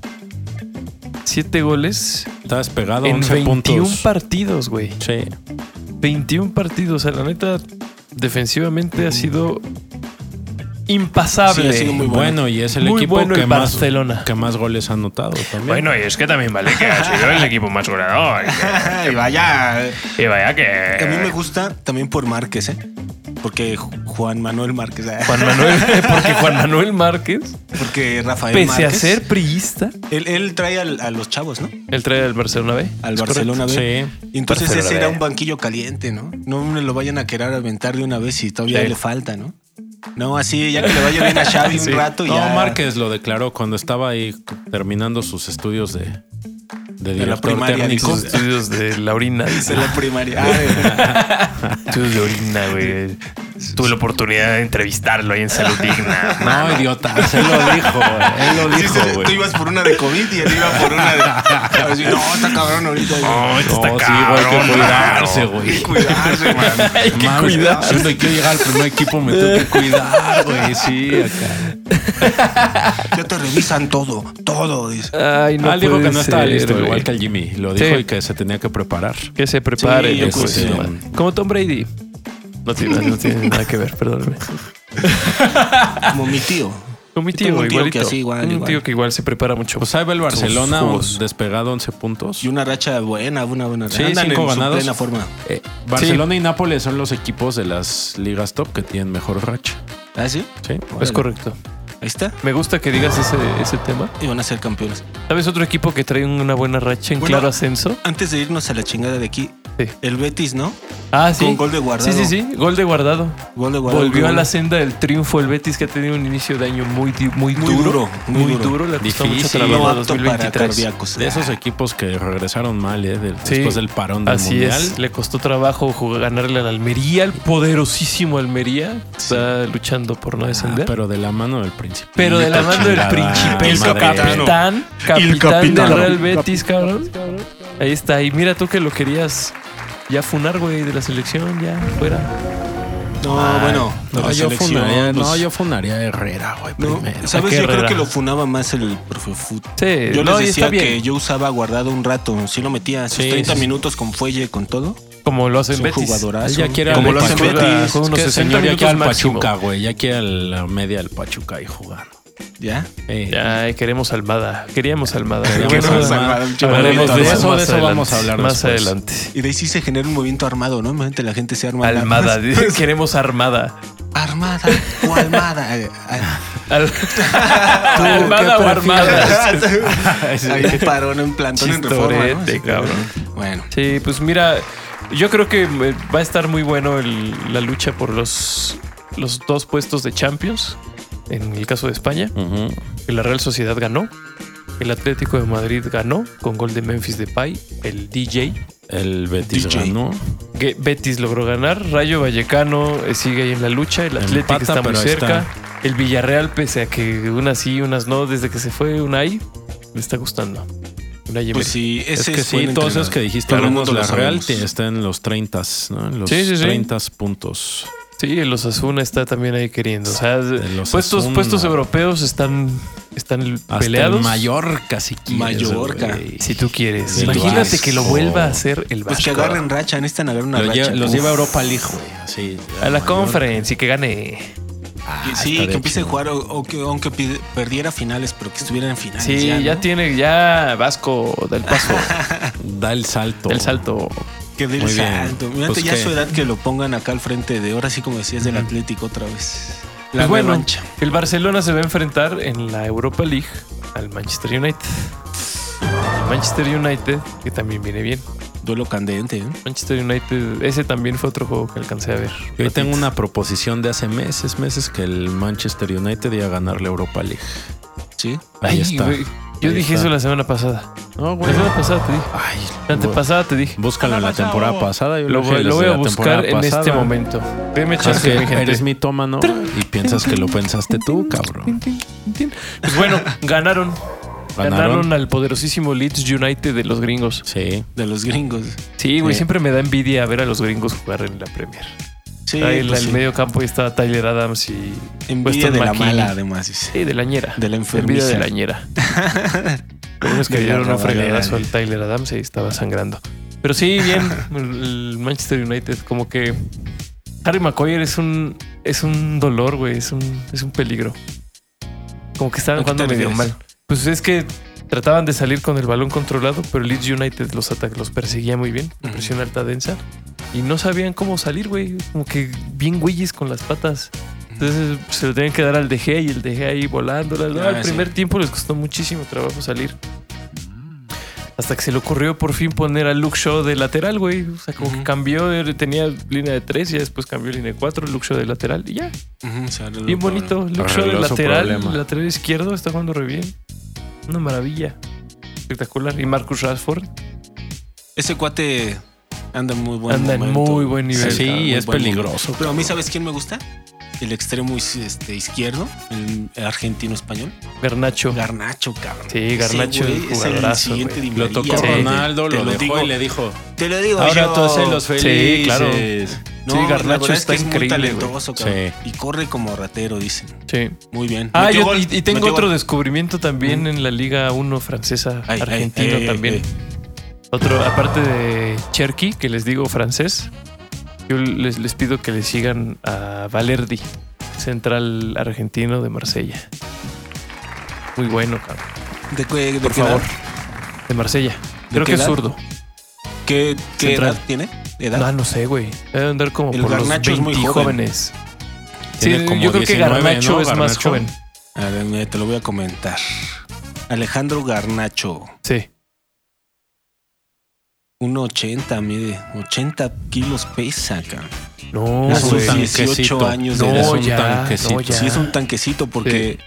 Speaker 2: Siete goles
Speaker 1: Estabas pegado a
Speaker 2: en
Speaker 1: 11
Speaker 2: 21
Speaker 1: puntos.
Speaker 2: partidos, güey.
Speaker 1: Sí.
Speaker 2: 21 partidos. O sea, la neta, defensivamente ha sido impasable.
Speaker 5: Sí, ha sido muy
Speaker 1: Muy bueno, y es el
Speaker 2: Muy
Speaker 1: equipo
Speaker 2: bueno
Speaker 1: que,
Speaker 2: el
Speaker 1: más,
Speaker 2: Barcelona.
Speaker 1: que más goles ha anotado también.
Speaker 6: Bueno, y es que también vale que ha sido el equipo más goleador.
Speaker 5: Ay, vaya.
Speaker 6: Y vaya
Speaker 5: A mí me
Speaker 6: que.
Speaker 5: gusta también por Márquez, ¿eh? Porque Ju- Juan Manuel Márquez. ¿eh?
Speaker 2: Juan Manuel, porque Juan Manuel Márquez,
Speaker 5: Porque Rafael
Speaker 2: pese
Speaker 5: Márquez.
Speaker 2: a ser priista,
Speaker 5: Él, él trae al- a los chavos, ¿no?
Speaker 2: él trae al Barcelona B.
Speaker 5: Al Barcelona B.
Speaker 1: Sí.
Speaker 5: Y Entonces
Speaker 6: Barcelona
Speaker 5: ese era
Speaker 6: B.
Speaker 5: un banquillo caliente, ¿no? No me lo vayan a querer aventar de una vez y todavía
Speaker 2: Sí.
Speaker 5: le falta, ¿no? No, así ya que le vaya bien a Xavi
Speaker 2: Sí.
Speaker 5: un rato y
Speaker 1: No,
Speaker 5: ya.
Speaker 1: Márquez lo declaró cuando estaba ahí terminando sus estudios de, de
Speaker 5: la
Speaker 1: director
Speaker 5: primaria,
Speaker 1: técnico.
Speaker 2: Sus estudios de la orina.
Speaker 5: De la primaria. Ah,
Speaker 6: Estudios de orina, güey. Tuve la oportunidad de entrevistarlo ahí en Salud Digna.
Speaker 1: No, idiota, se lo dijo. Él lo
Speaker 5: sí, sí,
Speaker 1: dijo,
Speaker 5: tú
Speaker 1: güey.
Speaker 5: ibas por una de COVID y él iba por una de. Así, no, está cabrón ahorita. güey.
Speaker 1: Oh,
Speaker 6: No, Oh, esto está
Speaker 1: No, sí,
Speaker 6: cabrón,
Speaker 1: güey, hay que cuidarse,
Speaker 6: mano.
Speaker 1: güey.
Speaker 5: Cuidarse, man.
Speaker 2: Hay que
Speaker 1: Mames,
Speaker 2: cuidar.
Speaker 5: ah,
Speaker 1: Siendo que yo llegar al primer equipo me tuve que cuidar, güey. Sí, acá.
Speaker 5: Ya te revisan todo, todo. dice.
Speaker 2: Ay, no
Speaker 1: ah, él dijo
Speaker 2: puede
Speaker 1: que no estaba
Speaker 2: ser,
Speaker 1: listo,
Speaker 2: güey.
Speaker 1: igual que el Jimmy. Lo dijo
Speaker 2: Sí.
Speaker 1: y que se tenía que preparar.
Speaker 2: Que se prepare.
Speaker 5: Sí, yo
Speaker 2: loco,
Speaker 5: creo que
Speaker 2: sí,
Speaker 5: sí.
Speaker 2: man. Como Tom Brady. No tiene, no tiene nada que ver, perdóname.
Speaker 5: Como mi tío.
Speaker 2: Con mi
Speaker 5: Yo
Speaker 2: tío,
Speaker 5: tengo un tío
Speaker 2: igualito.
Speaker 5: que así, igual,
Speaker 2: un
Speaker 5: igual.
Speaker 2: tío que igual se prepara mucho.
Speaker 1: Pues ahí va el Barcelona,
Speaker 2: jugos.
Speaker 1: despegado 11 puntos.
Speaker 5: Y una racha buena, una buena racha.
Speaker 1: Sí,
Speaker 5: Andan
Speaker 1: cinco
Speaker 5: en su
Speaker 1: ganados.
Speaker 5: plena forma.
Speaker 1: Eh, Barcelona y Nápoles son los equipos de las ligas top que tienen mejor racha.
Speaker 5: ¿Ah, sí?
Speaker 1: Sí.
Speaker 2: es
Speaker 5: Órale.
Speaker 2: correcto.
Speaker 5: Ahí está.
Speaker 2: Me gusta que digas ese, ese tema.
Speaker 5: Y van a ser campeones.
Speaker 2: ¿Sabes otro equipo que trae una buena racha en
Speaker 5: Bueno.
Speaker 2: claro ascenso?
Speaker 5: Antes de irnos a la chingada de aquí,
Speaker 2: Sí.
Speaker 5: el Betis, ¿no?
Speaker 2: Ah, sí.
Speaker 5: Con gol de Guardado.
Speaker 2: Sí, sí, sí. Gol de guardado.
Speaker 5: Gol de Guardado.
Speaker 2: Volvió a la
Speaker 5: las
Speaker 2: senda del triunfo el Betis que ha tenido un inicio de año muy, di- muy,
Speaker 5: Muy
Speaker 2: duro,
Speaker 5: duro, muy
Speaker 2: Muy,
Speaker 5: duro.
Speaker 2: duro. Le costó mucho
Speaker 1: Difícil.
Speaker 2: trabajo
Speaker 5: No
Speaker 2: a
Speaker 5: apto para
Speaker 2: 2023.
Speaker 5: cardíacos.
Speaker 1: De esos equipos que regresaron mal, ¿eh? Del-
Speaker 2: Sí.
Speaker 1: después del parón del
Speaker 2: Así
Speaker 1: mundial.
Speaker 2: es, le costó trabajo jugar- ganarle al Almería, al poderosísimo Almería. Está luchando por no
Speaker 1: Ah,
Speaker 2: descender. pero,
Speaker 1: pero de la mano del príncipe.
Speaker 2: de la mano del
Speaker 1: Chingada
Speaker 2: príncipe, el
Speaker 1: madre.
Speaker 2: capitán,
Speaker 5: El
Speaker 2: capitán
Speaker 5: capitano.
Speaker 2: del Real Betis, cabrón. Ahí está, y mira tú que lo querías ya funar, güey, de la selección, ya fuera.
Speaker 5: No, bueno.
Speaker 1: No,
Speaker 5: la
Speaker 1: yo
Speaker 5: selección,
Speaker 1: funaría,
Speaker 5: pues,
Speaker 1: no, yo funaría a Herrera, güey,
Speaker 5: no.
Speaker 1: primero.
Speaker 5: ¿Sabes?
Speaker 2: Qué
Speaker 5: Yo creo
Speaker 2: rara.
Speaker 5: que lo funaba más el profe Fut.
Speaker 2: Sí,
Speaker 5: Yo
Speaker 2: Eh, no, y
Speaker 5: les
Speaker 2: está
Speaker 5: decía
Speaker 2: bien.
Speaker 5: que yo usaba guardado un rato. Sí lo metía sus
Speaker 1: Sí,
Speaker 5: 30
Speaker 1: sí.
Speaker 5: minutos con fuelle, con todo.
Speaker 2: Como lo hacen
Speaker 5: Es un
Speaker 2: Betis.
Speaker 5: jugadorazo.
Speaker 1: Él ya quiere
Speaker 5: Como
Speaker 1: al
Speaker 5: lo hace
Speaker 1: Pachuca,
Speaker 5: Betis.
Speaker 2: con unos
Speaker 1: que
Speaker 2: 60
Speaker 1: señor ya quiere al
Speaker 2: minutos máximo.
Speaker 1: Pachuca, güey. Ya quiere a la media del Pachuca ahí jugando.
Speaker 5: ¿Ya?
Speaker 1: Eh,
Speaker 2: Ay, queremos Almada. Queríamos Almada.
Speaker 1: Queremos
Speaker 2: Bueno,
Speaker 1: Almada.
Speaker 2: Hablaremos de
Speaker 1: Ahorita
Speaker 2: eso,
Speaker 1: vamos.
Speaker 2: más
Speaker 1: De eso vamos
Speaker 2: adelante.
Speaker 1: a hablar
Speaker 2: más
Speaker 1: después.
Speaker 2: adelante.
Speaker 5: Y de ahí sí se genera un movimiento armado, ¿no? Imagínate, la gente se arma.
Speaker 2: Almada,
Speaker 5: alarmas.
Speaker 2: queremos Armada.
Speaker 5: Armada o almada. Ay, ay.
Speaker 2: Al- armada o Armada.
Speaker 5: Hay un parón en plantón en reforma. ¿no?
Speaker 2: Chistorete, cabrón.
Speaker 5: Bueno,
Speaker 2: Sí, pues mira, yo creo que eh, va a estar muy bueno el- la lucha por los, los dos puestos de Champions. En el caso de España,
Speaker 1: ujú.
Speaker 2: que la Real Sociedad ganó. El Atlético de Madrid ganó con gol de Memphis Depay, el DJ.
Speaker 1: El Betis
Speaker 5: DJ.
Speaker 1: ganó.
Speaker 2: que Betis logró ganar, Rayo Vallecano eh, sigue ahí en la lucha, el Atlético
Speaker 1: Empata,
Speaker 2: está muy
Speaker 1: pero ahí
Speaker 2: cerca, el Villarreal pese a que unas sí, unas no, desde que se fue Unai, le está gustando. Unai Emery.
Speaker 5: pues sí,
Speaker 1: Es
Speaker 5: ese
Speaker 1: que sí,
Speaker 5: buen
Speaker 1: todos esos
Speaker 5: entrenador.
Speaker 1: que dijiste,
Speaker 5: Todo el
Speaker 1: menos
Speaker 5: mundo lo
Speaker 1: la Real
Speaker 5: sabemos.
Speaker 1: te- está en los 30, ¿no? En los
Speaker 2: Sí, sí, sí.
Speaker 1: 30 puntos.
Speaker 2: Sí, el Osasuna está también ahí queriendo, o sea,
Speaker 1: Osasuna.
Speaker 2: puestos, puestos europeos están, están
Speaker 1: Hasta
Speaker 2: peleados.
Speaker 1: el Mallorca, si quieres.
Speaker 5: Mallorca.
Speaker 1: güey.
Speaker 2: Si tú quieres.
Speaker 1: El
Speaker 2: Imagínate
Speaker 1: Vasco.
Speaker 2: que lo vuelva a hacer el Vasco.
Speaker 5: Pues que agarren racha, necesitan agarrar una
Speaker 1: Lo
Speaker 5: racha.
Speaker 1: lle- los
Speaker 5: Uf.
Speaker 1: lleva a Europa League, güey. Así,
Speaker 2: a la
Speaker 1: Mallorca.
Speaker 2: conference y que gane.
Speaker 5: Que
Speaker 1: estaría
Speaker 5: Sí, que empiece a
Speaker 1: chido.
Speaker 5: jugar, o, o que, aunque pide- perdiera finales, pero que estuvieran en finales.
Speaker 2: Sí, ya,
Speaker 5: ¿no?
Speaker 2: tiene, ya Vasco del paso,
Speaker 1: Da el salto.
Speaker 2: del salto.
Speaker 5: Que del
Speaker 1: Muy bien.
Speaker 5: salto. Mírate
Speaker 1: Pues
Speaker 5: ya
Speaker 1: que-
Speaker 5: su edad que lo pongan acá al frente de ahora sí, como decías, del Atlético otra vez. La
Speaker 2: Pues bueno,
Speaker 5: revancha.
Speaker 2: el Barcelona se va a enfrentar en la Europa League al Manchester United. El Manchester United, que también viene bien.
Speaker 5: Duelo candente, ¿eh?
Speaker 2: Manchester United, ese también fue otro juego que alcancé a ver.
Speaker 1: Yo tengo una proposición de hace meses, meses que el Manchester United iba a ganar la Europa League.
Speaker 5: Sí.
Speaker 1: Ahí
Speaker 2: Ay,
Speaker 1: está.
Speaker 2: güey, Yo
Speaker 1: Ahí
Speaker 2: dije
Speaker 1: está.
Speaker 2: eso la semana pasada.
Speaker 1: No,
Speaker 2: La
Speaker 1: güey.
Speaker 2: semana pasada te dije.
Speaker 1: Ay,
Speaker 2: La antepasada te dije.
Speaker 1: búscalo en la temporada pasada. Yo
Speaker 2: Lo,
Speaker 1: dije
Speaker 2: voy- lo
Speaker 1: desde
Speaker 2: voy a
Speaker 1: la temporada
Speaker 2: buscar en
Speaker 1: pasada.
Speaker 2: este momento. Deme
Speaker 1: Es
Speaker 2: chance,
Speaker 1: que
Speaker 2: mi
Speaker 1: eres
Speaker 2: gente.
Speaker 1: mitómano y piensas que lo pensaste tú, cabrón.
Speaker 2: Pues bueno, ganaron.
Speaker 1: Ganaron.
Speaker 2: Ganaron al poderosísimo Leeds United de los gringos.
Speaker 1: Sí.
Speaker 5: De los gringos.
Speaker 2: Sí, güey,
Speaker 1: Sí.
Speaker 2: siempre me da envidia ver a los gringos jugar en la Premier.
Speaker 5: Sí,
Speaker 2: Ahí en
Speaker 5: pues
Speaker 2: el
Speaker 5: sí.
Speaker 2: medio campo está Tyler Adams y
Speaker 5: Envidia
Speaker 2: Weston
Speaker 5: de la
Speaker 2: McKennie.
Speaker 5: mala, además. dice.
Speaker 2: Sí, de la ñera.
Speaker 5: De la
Speaker 2: Envidia
Speaker 5: enfermiza.
Speaker 2: de la ñera. Lo bueno es que
Speaker 5: De
Speaker 2: le
Speaker 5: la
Speaker 2: dieron un
Speaker 5: rabalera.
Speaker 2: fregadazo al Tyler Adams y estaba sangrando. Pero sí, bien, el el Manchester United, como que Harry McCoyer es un, es un dolor, güey, es un, es un peligro. Como que
Speaker 5: ¿A
Speaker 2: estaban
Speaker 5: qué te
Speaker 2: jugando medio
Speaker 5: refieres?
Speaker 2: mal. Pues es que trataban de salir con el balón controlado, pero el Leeds United los, ata- los perseguía muy bien, con presión alta densa, y no sabían cómo salir, güey, como que bien güeyes con las patas. Entonces pues, se lo tenían que dar al DG y el DG ahí volando.
Speaker 5: Ah,
Speaker 2: al
Speaker 5: sí.
Speaker 2: primer tiempo les costó muchísimo trabajo salir. Hasta que se le ocurrió por fin poner a Luke Shaw de lateral, güey. O sea, como que
Speaker 5: Ujú.
Speaker 2: cambió, eh, tenía línea de 3 y después cambió línea de 4, Luke Shaw de lateral y ya.
Speaker 5: Ujú, se arregló
Speaker 2: Bien
Speaker 5: todo.
Speaker 2: bonito. Luke Shaw de
Speaker 1: Arregló su
Speaker 2: lateral,
Speaker 1: problema.
Speaker 2: lateral izquierdo, está jugando re bien. Una maravilla. Espectacular. Y Marcus Rashford
Speaker 5: Ese cuate anda en muy buen
Speaker 2: anda en
Speaker 5: momento.
Speaker 2: muy buen nivel.
Speaker 1: Sí,
Speaker 5: Muy
Speaker 1: es
Speaker 5: buen
Speaker 1: peligroso.
Speaker 5: Pero a mí, ¿sabes quién me gusta? El extremo is- este, izquierdo, el argentino-español.
Speaker 2: Garnacho.
Speaker 5: Garnacho, cabrón.
Speaker 2: Sí, Garnacho
Speaker 5: Ese güey
Speaker 2: es
Speaker 5: es el
Speaker 2: jugadorazo,
Speaker 5: siguiente
Speaker 2: güey.
Speaker 5: Di
Speaker 1: Lo
Speaker 5: María,
Speaker 1: tocó
Speaker 2: Sí.
Speaker 5: güey.
Speaker 1: Ronaldo,
Speaker 5: Te
Speaker 1: lo dejó
Speaker 5: digo,
Speaker 1: y le dijo.
Speaker 5: Te lo digo
Speaker 1: Ahora
Speaker 5: yo.
Speaker 1: tú haces los felices.
Speaker 2: Sí, claro.
Speaker 5: No,
Speaker 2: Sí,
Speaker 5: la
Speaker 2: Garnacho
Speaker 5: verdad es
Speaker 2: está
Speaker 5: que es muy
Speaker 2: increíble,
Speaker 5: talentoso,
Speaker 1: güey.
Speaker 5: cabrón. Y corre como ratero, dicen.
Speaker 2: Sí.
Speaker 5: Muy bien.
Speaker 2: Ah,
Speaker 5: Metió
Speaker 2: yo-
Speaker 5: gol,
Speaker 2: y, y tengo
Speaker 5: metió
Speaker 2: otro
Speaker 5: gol.
Speaker 2: descubrimiento también en la Liga 1 francesa,
Speaker 5: Ay, eh, ay,
Speaker 2: argentino
Speaker 5: ay, ay,
Speaker 2: también.
Speaker 5: ay.
Speaker 2: Otro, aparte de Cherky, que les digo francés, yo les, les pido que le sigan a Valerdi, central argentino de Marsella. Muy bueno, cabrón.
Speaker 5: ¿De qué- de
Speaker 2: Por
Speaker 5: qué
Speaker 2: favor.
Speaker 5: edad?
Speaker 2: De Marsella. Creo
Speaker 5: qué
Speaker 2: que es
Speaker 5: edad?
Speaker 2: zurdo.
Speaker 5: ¿Qué, qué
Speaker 2: Central.
Speaker 5: edad tiene? ¿Edad?
Speaker 2: No, no sé, güey. Debe andar como
Speaker 5: El
Speaker 2: por los
Speaker 5: Garnacho
Speaker 2: 20
Speaker 5: es muy joven.
Speaker 2: jóvenes. Sí,
Speaker 1: Tiene como
Speaker 2: yo creo que
Speaker 1: 19,
Speaker 2: Garnacho
Speaker 1: ¿no?
Speaker 2: es más
Speaker 1: Garnacho.
Speaker 2: joven.
Speaker 5: A ver, mira, te lo voy a comentar. Alejandro Garnacho,
Speaker 2: Sí.
Speaker 5: 1.80, mide, 80 kilos pesa, cabrón.
Speaker 2: No,
Speaker 5: Es un
Speaker 2: güey.
Speaker 5: tanque. 18 años de
Speaker 1: no,
Speaker 5: edad.
Speaker 1: es un
Speaker 2: Ya,
Speaker 1: tanquecito.
Speaker 2: no, ya.
Speaker 5: Sí, es un tanquecito porque.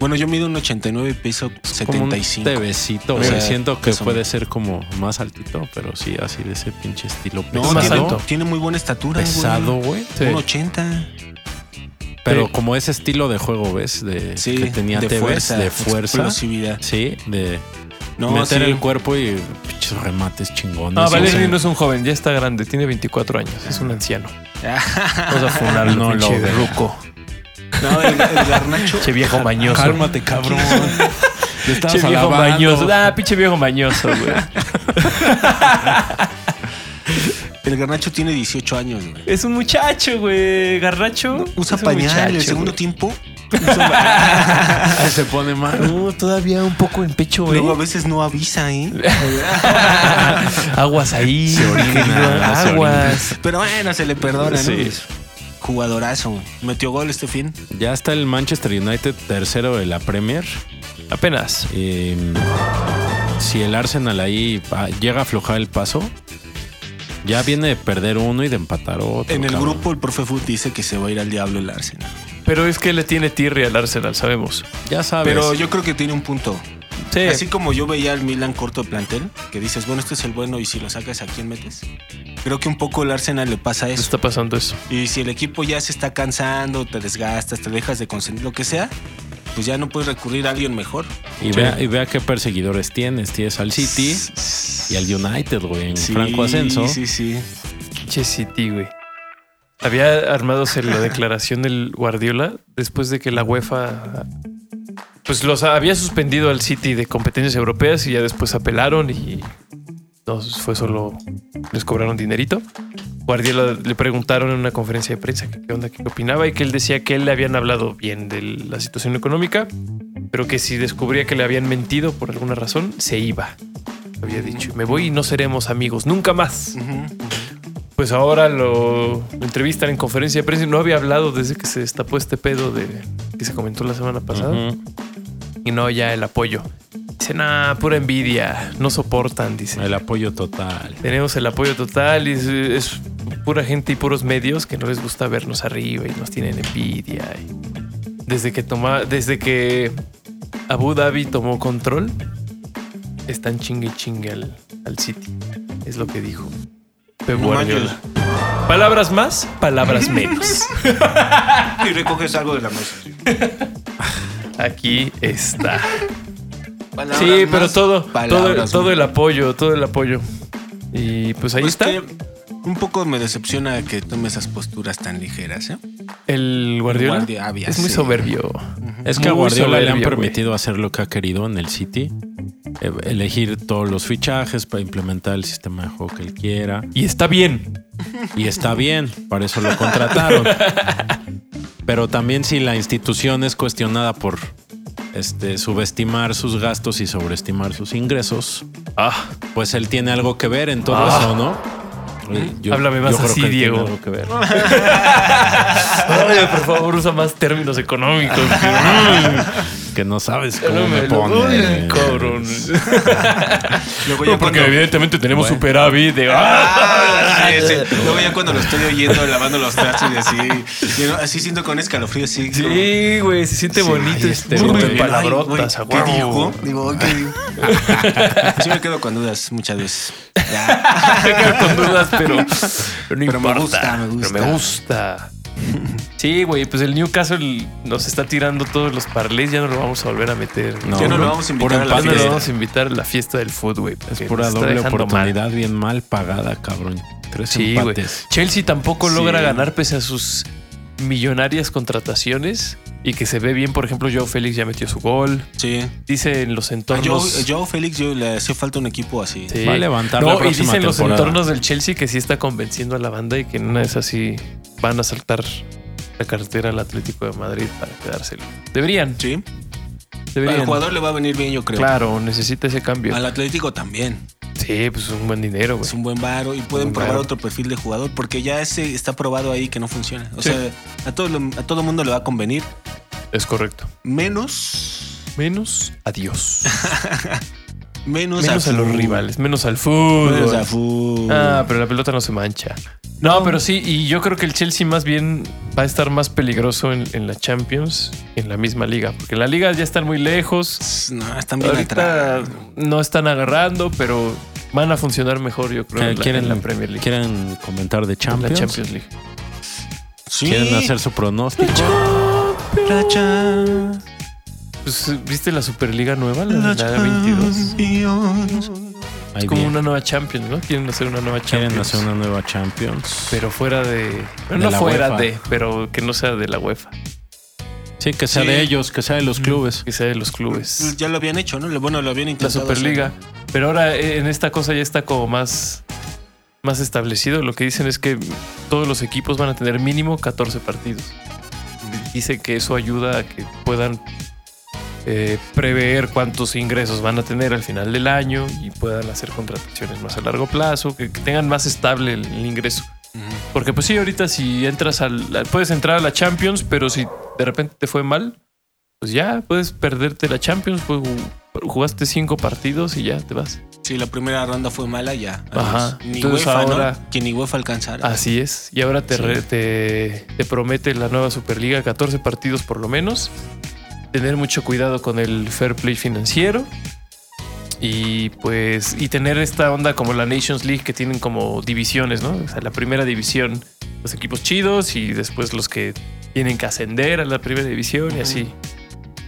Speaker 5: Bueno, yo mido un 89 y peso
Speaker 1: Como un
Speaker 5: 75.
Speaker 1: tebecito.
Speaker 5: O
Speaker 1: güey.
Speaker 5: sea,
Speaker 1: siento que
Speaker 5: eso.
Speaker 1: puede ser como más altito, pero sí, así de ese pinche estilo
Speaker 5: no,
Speaker 1: pesado.
Speaker 2: más
Speaker 5: tiene,
Speaker 2: alto.
Speaker 5: tiene muy buena estatura, güey.
Speaker 1: Pesado, güey.
Speaker 2: Sí.
Speaker 5: 1.80.
Speaker 1: Pero
Speaker 2: Sí.
Speaker 1: como ese estilo de juego, ¿ves? De,
Speaker 5: Sí,
Speaker 1: que tenía
Speaker 5: de
Speaker 1: Tevez,
Speaker 5: fuerza.
Speaker 1: de fuerza.
Speaker 5: Explosividad.
Speaker 1: Sí, de
Speaker 5: No,
Speaker 1: meter
Speaker 5: sí.
Speaker 1: el cuerpo y pinches remates chingones.
Speaker 2: No,
Speaker 1: O sea,
Speaker 2: Valerdi no es un joven, ya está grande, tiene 24 años, es un anciano.
Speaker 5: Ah,
Speaker 2: Vamos a funarlo,
Speaker 1: No lo
Speaker 2: pinche
Speaker 1: veo.
Speaker 2: ruco.
Speaker 5: No, el, el Garnacho.
Speaker 2: Che viejo mañoso.
Speaker 1: Cálmate, cabrón. Le estabas
Speaker 2: Che viejo
Speaker 1: alabando.
Speaker 2: mañoso. Ah, pinche viejo mañoso, güey.
Speaker 5: El Garnacho tiene 18 años, güey.
Speaker 2: Es un muchacho, güey. Garracho.
Speaker 5: Usa
Speaker 2: es un
Speaker 5: pañal. El
Speaker 2: muchacho,
Speaker 5: segundo
Speaker 2: güey.
Speaker 5: tiempo.
Speaker 1: Ah, Se pone mal.
Speaker 2: No, todavía un poco en pecho, güey.
Speaker 5: Luego a veces no avisa, ¿eh?
Speaker 2: Aguas ahí.
Speaker 1: Se orina,
Speaker 2: querido,
Speaker 1: se orina.
Speaker 2: Aguas.
Speaker 5: Pero bueno, se le perdona, ¿no?
Speaker 1: Sí.
Speaker 5: Jugadorazo. Metió gol este fin.
Speaker 1: Ya está el Manchester United tercero de la Premier.
Speaker 2: Apenas.
Speaker 1: Eh, si el Arsenal ahí ah, llega a aflojar el paso, ya viene de perder uno y de empatar otro.
Speaker 5: En el
Speaker 1: cabrón.
Speaker 5: grupo, el profe Foot dice que se va a ir al diablo el Arsenal.
Speaker 2: Pero es que le tiene tirri al Arsenal, sabemos.
Speaker 1: Ya sabes.
Speaker 5: Pero yo creo que tiene un punto.
Speaker 2: Sí.
Speaker 5: Así como yo veía al Milan corto de plantel, que dices, bueno, este es el bueno y si lo sacas, ¿a quién metes? Creo que un poco el Arsenal le pasa
Speaker 2: le
Speaker 5: eso.
Speaker 2: está pasando eso.
Speaker 5: Y si el equipo ya se está cansando, te desgastas, te dejas de concentrar, lo que sea, pues ya no puedes recurrir a alguien mejor.
Speaker 1: y, vea, y vea qué perseguidores tienes. Tienes al City y al United, güey, en
Speaker 5: Sí,
Speaker 1: franco ascenso.
Speaker 5: Sí, sí.
Speaker 2: Che City, güey. Había armado se- la declaración del Guardiola después de que la UEFA pues los había suspendido al City de competencias europeas y ya después apelaron y no fue solo les cobraron dinerito. Guardiola le preguntaron en una conferencia de prensa que qué onda, qué opinaba y que él decía que él le habían hablado bien de la situación económica, pero que si descubría que le habían mentido por alguna razón, se iba. Había dicho, me voy y no seremos amigos nunca más
Speaker 5: Ujú.
Speaker 2: pues ahora lo, lo entrevistan en conferencia de prensa. y No había hablado desde que se destapó este pedo de que se comentó la semana pasada.
Speaker 1: Ujú.
Speaker 2: Y no, ya el apoyo. Dice, nah, pura envidia. No soportan, dice.
Speaker 1: El apoyo total.
Speaker 2: Tenemos el apoyo total y es, es pura gente y puros medios que no les gusta vernos arriba y nos tienen envidia. y- Desde que toma, desde que Abu Dhabi tomó control, están chingue y chingue al, al City. Es lo que dijo. Pep
Speaker 5: No manches.
Speaker 2: Guardiola. Palabras más, palabras menos.
Speaker 5: Y recoges algo de la mesa. sí.
Speaker 2: Aquí está.
Speaker 5: Palabras
Speaker 2: Sí,
Speaker 5: más,
Speaker 2: pero todo, todo,
Speaker 5: palabras
Speaker 2: todo el
Speaker 5: menos.
Speaker 2: apoyo, todo el apoyo. Y pues ahí
Speaker 5: Pues
Speaker 2: está.
Speaker 5: que un poco me decepciona que tome esas posturas tan ligeras, ¿eh?
Speaker 2: El Guardiola
Speaker 5: Guardiavia,
Speaker 2: es muy
Speaker 5: sí.
Speaker 2: soberbio.
Speaker 1: Es que a
Speaker 2: Muy
Speaker 1: Guardiola le han
Speaker 2: soberbio, güey.
Speaker 1: permitido hacer lo que ha querido en el City. eh, elegir todos los fichajes para implementar el sistema de juego que él quiera.
Speaker 2: Y está bien.
Speaker 1: Y está bien, para eso lo contrataron. Pero también si la institución es cuestionada por este, subestimar sus gastos y sobreestimar sus ingresos,
Speaker 2: Ah,
Speaker 1: pues él tiene algo que ver en todo
Speaker 2: Ah.
Speaker 1: eso, ¿no?
Speaker 2: Háblame más así,
Speaker 1: él tiene
Speaker 2: Diego.
Speaker 1: algo que ver.
Speaker 2: Ay, por favor, usa más términos económicos.
Speaker 1: Que no sabes
Speaker 2: Ya
Speaker 1: cómo
Speaker 2: no
Speaker 1: me,
Speaker 2: me lo-
Speaker 1: pone.
Speaker 2: Ay, cabrón.
Speaker 5: Luego ya
Speaker 2: No, porque
Speaker 5: cuando-
Speaker 2: evidentemente tenemos superávit de-
Speaker 5: Ah, ese. Luego ya cuando lo estoy oyendo, lavando los trastos y así. yo no- así siento con escalofrío, así. como-
Speaker 2: Sí, güey, se siente bonito.
Speaker 1: ay, este,
Speaker 2: Muy
Speaker 1: güey.
Speaker 5: Ay,
Speaker 2: bien.
Speaker 6: palabrotas,
Speaker 5: güey,
Speaker 6: a
Speaker 5: ¿Qué
Speaker 6: huevo.
Speaker 5: dijo? Digo, ¿qué dijo? Sí me quedo con dudas muchas veces. Ya.
Speaker 2: Me quedo con dudas, pero, pero no
Speaker 5: Pero me
Speaker 2: importa.
Speaker 5: gusta, me gusta.
Speaker 2: Pero me gusta. Sí, güey, pues el Newcastle nos está tirando todos los parlays, ya no lo vamos a volver a meter.
Speaker 1: No,
Speaker 5: Ya no lo vamos a invitar
Speaker 1: por
Speaker 5: a la
Speaker 2: Ya no
Speaker 1: empate,
Speaker 2: lo
Speaker 5: fiesta.
Speaker 2: vamos a invitar a la fiesta del fútbol, güey.
Speaker 1: Es
Speaker 2: porque
Speaker 1: pura
Speaker 2: nos está
Speaker 1: doble
Speaker 2: dejando mal.
Speaker 1: oportunidad, bien mal pagada, cabrón. Tres
Speaker 2: Sí, güey.
Speaker 1: empates.
Speaker 2: Chelsea tampoco
Speaker 5: Sí.
Speaker 2: logra ganar pese a sus millonarias contrataciones y que se ve bien. Por ejemplo, Joe Félix ya metió su gol.
Speaker 5: Sí.
Speaker 2: Dice en los
Speaker 5: A Joe,
Speaker 2: entornos.
Speaker 5: a Joe Félix, yo le hacía falta un equipo así.
Speaker 2: Sí.
Speaker 1: Ah, Va a levantar la
Speaker 2: No, y
Speaker 1: próxima
Speaker 2: dicen los
Speaker 1: temporada.
Speaker 2: entornos del Chelsea que sí está convenciendo a la banda y que en una es así van a saltar la cartera al Atlético de Madrid para quedárselo. Deberían,
Speaker 5: Sí.
Speaker 2: deberían.
Speaker 5: Al jugador le va a venir bien, yo creo.
Speaker 2: Claro, necesita ese cambio.
Speaker 5: Al Atlético también.
Speaker 2: Sí, pues un buen dinero, güey.
Speaker 5: Es un buen varo y pueden
Speaker 2: Buen
Speaker 5: probar
Speaker 2: varo.
Speaker 5: otro perfil de jugador porque ya ese está probado ahí que no funciona. O
Speaker 2: Sí.
Speaker 5: sea, a todo, lo- a todo mundo le va a convenir,
Speaker 2: Es correcto.
Speaker 5: menos,
Speaker 2: Menos adiós.
Speaker 5: menos,
Speaker 2: Menos a los
Speaker 5: fútbol.
Speaker 2: rivales, menos al
Speaker 5: Menos
Speaker 2: fútbol.
Speaker 5: a fútbol.
Speaker 2: Ah, pero la pelota no se mancha. No, pero sí, y yo creo que el Chelsea más bien va a estar más peligroso en, en la Champions, en la misma liga, porque en la liga ya están muy lejos.
Speaker 5: No, están bien
Speaker 2: Ahorita
Speaker 5: atrás.
Speaker 2: no están agarrando, pero van a funcionar mejor, yo creo,
Speaker 1: Eh,
Speaker 2: en, la,
Speaker 1: ¿quieren,
Speaker 2: en la Premier League.
Speaker 1: ¿Quieren comentar de
Speaker 2: En la
Speaker 1: Champions?
Speaker 2: Champions League.
Speaker 5: Sí.
Speaker 1: ¿Quieren hacer su pronóstico?
Speaker 5: La Champions.
Speaker 2: Pues, ¿Viste la Superliga nueva? La, de la 22.
Speaker 1: Ahí
Speaker 2: Es como
Speaker 1: viene.
Speaker 2: una nueva Champions, ¿no? Quieren hacer una nueva Champions.
Speaker 1: Quieren hacer una nueva Champions.
Speaker 2: Pero fuera de...
Speaker 1: De
Speaker 2: no
Speaker 1: la
Speaker 2: fuera
Speaker 1: UEFA.
Speaker 2: de, pero que no sea de la UEFA.
Speaker 1: sí, que sea
Speaker 5: Sí.
Speaker 1: de ellos, que sea de los clubes.
Speaker 2: Que sea de los clubes.
Speaker 5: Ya lo habían hecho, ¿no? Lo- Bueno, lo habían
Speaker 2: la
Speaker 5: intentado.
Speaker 2: Superliga. Pero ahora eh, en esta cosa ya está como más, más establecido. Lo que dicen es que todos los equipos van a tener mínimo 14 partidos. Dice que eso ayuda a que puedan eh, prever cuántos ingresos van a tener al final del año y puedan hacer contrataciones más a largo plazo, que, que tengan más estable el, el ingreso. Porque pues sí, ahorita si entras al... la- Puedes entrar a la Champions, pero si de repente te fue mal, pues ya puedes perderte la Champions, pues ju- jugaste cinco partidos y ya te vas.
Speaker 5: Si la primera ronda fue mala, ya.
Speaker 2: Ajá.
Speaker 5: adiós. Ni
Speaker 2: Entonces
Speaker 5: UEFA,
Speaker 2: ahora-
Speaker 5: ¿no? Que ni UEFA alcanzara.
Speaker 2: Así es. Y ahora te, re- te, te promete la nueva Superliga 14 partidos por lo menos. Tener mucho cuidado con el fair play financiero. Y pues, y tener esta onda como la Nations League que tienen como divisiones, ¿no? O sea, la primera división, los equipos chidos y después los que tienen que ascender a la primera división y así.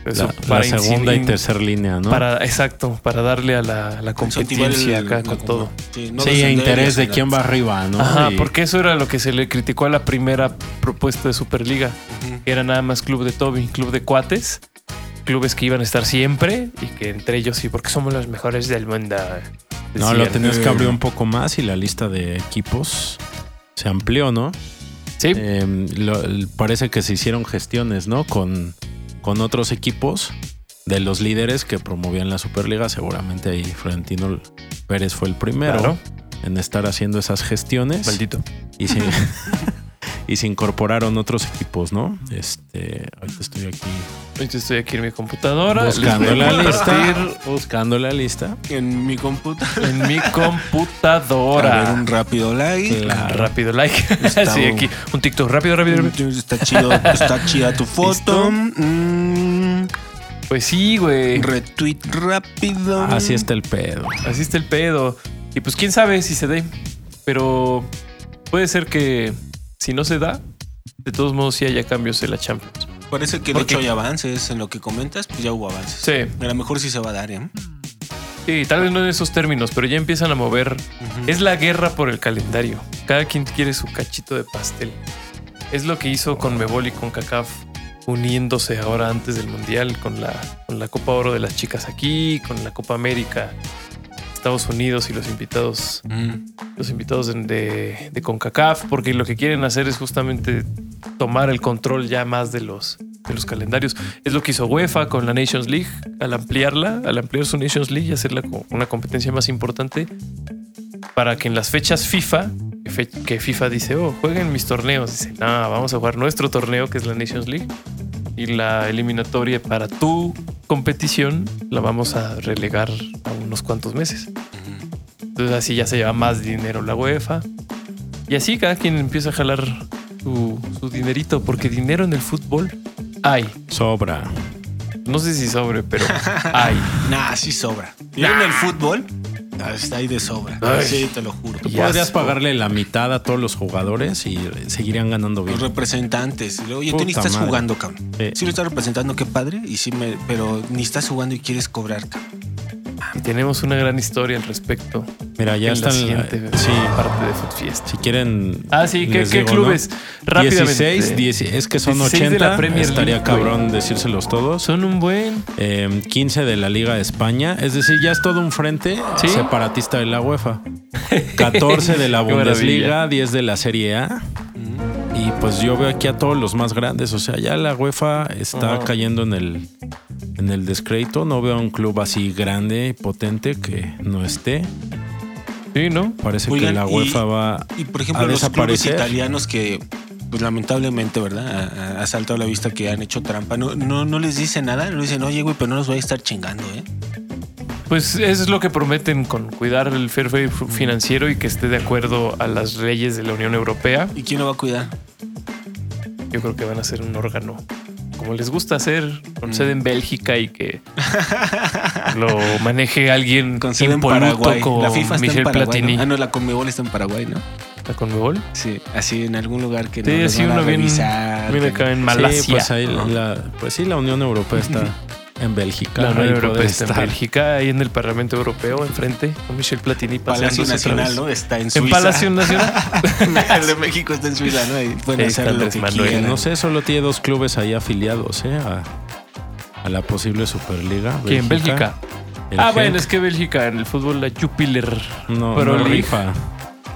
Speaker 2: Eso
Speaker 1: La, la
Speaker 2: para incin-
Speaker 1: segunda y
Speaker 2: in-
Speaker 1: tercera línea, ¿no?
Speaker 2: Para, exacto, para darle a la, a la
Speaker 5: Incentivar el-
Speaker 2: competencia acá
Speaker 5: la-
Speaker 2: con todo.
Speaker 5: Sí, no
Speaker 1: sí,
Speaker 5: descender
Speaker 1: interés
Speaker 5: y
Speaker 1: de quién va arriba, ¿no?
Speaker 2: Ajá,
Speaker 1: Y-
Speaker 2: porque eso era lo que se le criticó a la primera propuesta de Superliga,
Speaker 5: Ujú.
Speaker 2: que era nada más club de Toby, club de cuates, clubes que iban a estar siempre y que entre ellos sí, porque somos los mejores del mundo.
Speaker 1: No, lo
Speaker 2: decían.
Speaker 1: tenías que abrir un poco más y la lista de equipos se amplió, ¿no?
Speaker 2: Sí,
Speaker 1: Eh, lo- el- parece que se hicieron gestiones, ¿no? Con, con otros equipos de los líderes que promovían la Superliga. Seguramente ahí Florentino Pérez fue el primero
Speaker 2: claro.
Speaker 1: en estar haciendo esas gestiones.
Speaker 2: Maldito.
Speaker 1: Y se, y se incorporaron otros equipos, ¿no? Este, ahorita estoy aquí
Speaker 2: Ahorita estoy aquí en mi computadora. les
Speaker 1: buscando
Speaker 2: voy a
Speaker 1: la lista.
Speaker 2: compartir
Speaker 1: Buscando la lista.
Speaker 5: En mi computadora.
Speaker 2: En mi
Speaker 5: A ver,
Speaker 2: computadora.
Speaker 5: un rápido like.
Speaker 1: Claro.
Speaker 2: Rápido like. sí,
Speaker 5: Gustavo.
Speaker 2: aquí. Un TikTok rápido, rápido, rápido.
Speaker 5: Está chido, está chida tu
Speaker 2: ¿Listo?
Speaker 5: foto. Mm,
Speaker 2: Pues sí, güey.
Speaker 5: retweet rápido.
Speaker 2: Mm.
Speaker 1: Así está el pedo.
Speaker 2: Así está el pedo. Y pues quién sabe si se dé. Pero puede ser que si no se da, de todos modos sí haya cambios en la Champions.
Speaker 5: Parece que de
Speaker 2: Porque-
Speaker 5: hecho hay avances en lo que comentas, pues ya hubo avances.
Speaker 2: Sí,
Speaker 5: A lo mejor sí se va a dar, ¿eh?
Speaker 2: sí, tal vez no en esos términos, pero ya empiezan a mover.
Speaker 5: Ujú.
Speaker 2: Es la guerra por el calendario. Cada quien quiere su cachito de pastel. Es lo que hizo con Mebol y con CACAF uniéndose ahora antes del Mundial con la, con la Copa Oro de las chicas aquí, con la Copa América, Estados Unidos y los invitados,
Speaker 5: Mm.
Speaker 2: los invitados de, de- de CONCACAF, porque lo que quieren hacer es justamente tomar el control ya más de los, de los calendarios. Es lo que hizo UEFA con la Nations League, al ampliarla, al ampliar su Nations League y hacerla co- una competencia más importante, para que en las fechas FIFA, que fe- que FIFA dice, oh, jueguen mis torneos, dice, no, vamos a jugar nuestro torneo, que es la Nations League, y la eliminatoria para tu competición la vamos a relegar a unos cuantos meses. Entonces así ya se lleva más dinero la UEFA. Y así cada quien empieza a jalar su, su dinerito, porque dinero en el fútbol hay.
Speaker 1: Sobra.
Speaker 2: No sé si sobre, pero hay.
Speaker 5: Nah, sí sobra. Y en el fútbol, ah, está ahí de sobra.
Speaker 2: Ay.
Speaker 5: Sí, te lo juro.
Speaker 2: Y
Speaker 1: Podrías
Speaker 2: asco.
Speaker 1: pagarle la mitad a todos los jugadores y eh, seguirían ganando bien.
Speaker 5: Los representantes. y luego, Oye, tú ni
Speaker 1: Puta
Speaker 5: estás
Speaker 1: madre.
Speaker 5: jugando, cabrón.
Speaker 2: Eh.
Speaker 1: Sí.
Speaker 5: Sí lo estás representando, qué padre. Y sí me, pero ni estás jugando y quieres cobrar, cabrón.
Speaker 2: Y tenemos una gran historia al respecto.
Speaker 1: Mira, ya
Speaker 2: en
Speaker 1: están.
Speaker 2: la siguiente
Speaker 1: sí,
Speaker 2: parte de Food Fiesta.
Speaker 1: si quieren.
Speaker 2: Ah, sí, ¿qué,
Speaker 1: les
Speaker 2: qué
Speaker 1: digo, ¿no?
Speaker 2: clubes? Rápidamente.
Speaker 1: 16, 10 es que son
Speaker 2: 16 de
Speaker 1: 80.
Speaker 2: la Premier
Speaker 1: estaría
Speaker 2: League, güey.
Speaker 1: cabrón decírselos todos.
Speaker 2: Son un buen.
Speaker 1: Eh, 15 de la Liga de España. Es decir, ya es todo un frente
Speaker 2: Sí.
Speaker 1: separatista de la UEFA. 14 de la
Speaker 2: Qué
Speaker 1: Bundesliga, 10 de la Serie A. Y pues yo veo aquí a todos los más grandes. O sea, ya la UEFA está
Speaker 2: Ajá.
Speaker 1: cayendo en el, en el descrédito. No veo a un club así grande, potente, que no esté.
Speaker 2: Sí, ¿no?
Speaker 1: Parece
Speaker 5: Oigan,
Speaker 1: que la
Speaker 5: y-
Speaker 1: UEFA va
Speaker 5: Y por ejemplo,
Speaker 1: a
Speaker 5: los clubes
Speaker 1: desaparecer.
Speaker 5: italianos que, pues lamentablemente, ¿verdad? Ha, ha- ha saltado a la vista que han hecho trampa. No, no, no les dice nada. No dicen, oye, güey, pero no los voy a estar chingando, ¿eh?
Speaker 2: Pues eso es lo que prometen con cuidar el fair play
Speaker 1: Mm.
Speaker 2: fu- financiero y que esté de acuerdo a las leyes de la Unión Europea.
Speaker 5: ¿Y quién lo va a cuidar?
Speaker 2: Yo creo que van a ser un órgano, como les gusta hacer, con sede
Speaker 5: Mm.
Speaker 2: en Bélgica y que lo maneje alguien
Speaker 5: Con sede en
Speaker 2: impoluto
Speaker 5: Paraguay.
Speaker 2: como
Speaker 5: la FIFA está
Speaker 2: Michel
Speaker 5: en Paraguay.
Speaker 2: Platini.
Speaker 5: ¿no? Ah, no, la Conmebol está en Paraguay, ¿no?
Speaker 2: ¿La Conmebol?
Speaker 5: Sí, así en algún lugar que
Speaker 2: Sí,
Speaker 5: no
Speaker 2: así
Speaker 5: les van a
Speaker 2: uno bien,
Speaker 5: revisar,
Speaker 2: bien
Speaker 5: que-
Speaker 2: acá en Malasia.
Speaker 1: Sí, pues, ahí la, pues sí, la Unión Europea está en Bélgica.
Speaker 2: La
Speaker 1: Ahí
Speaker 2: Unión Europea
Speaker 1: puede
Speaker 2: está en
Speaker 1: estar.
Speaker 2: Bélgica, ahí en el Parlamento Europeo, enfrente, con Michel Platini
Speaker 5: Palacio
Speaker 2: paseándose otra
Speaker 5: Nacional,
Speaker 2: vez.
Speaker 5: ¿no? Está en Suiza.
Speaker 2: En Palacio Nacional.
Speaker 5: El de México está en Suiza, ¿no? Y pueden
Speaker 2: Está
Speaker 5: hacer lo
Speaker 2: Andrés
Speaker 5: que
Speaker 2: Manuel.
Speaker 5: quieran.
Speaker 1: No sé, solo tiene dos clubes ahí afiliados, ¿eh? A, a la posible Superliga.
Speaker 2: Que en Bélgica.
Speaker 1: El
Speaker 2: Ah,
Speaker 1: Genk.
Speaker 2: bueno, es que Bélgica en el fútbol la Jupiler
Speaker 1: No,
Speaker 2: Pro
Speaker 1: no
Speaker 2: League.
Speaker 1: rifa.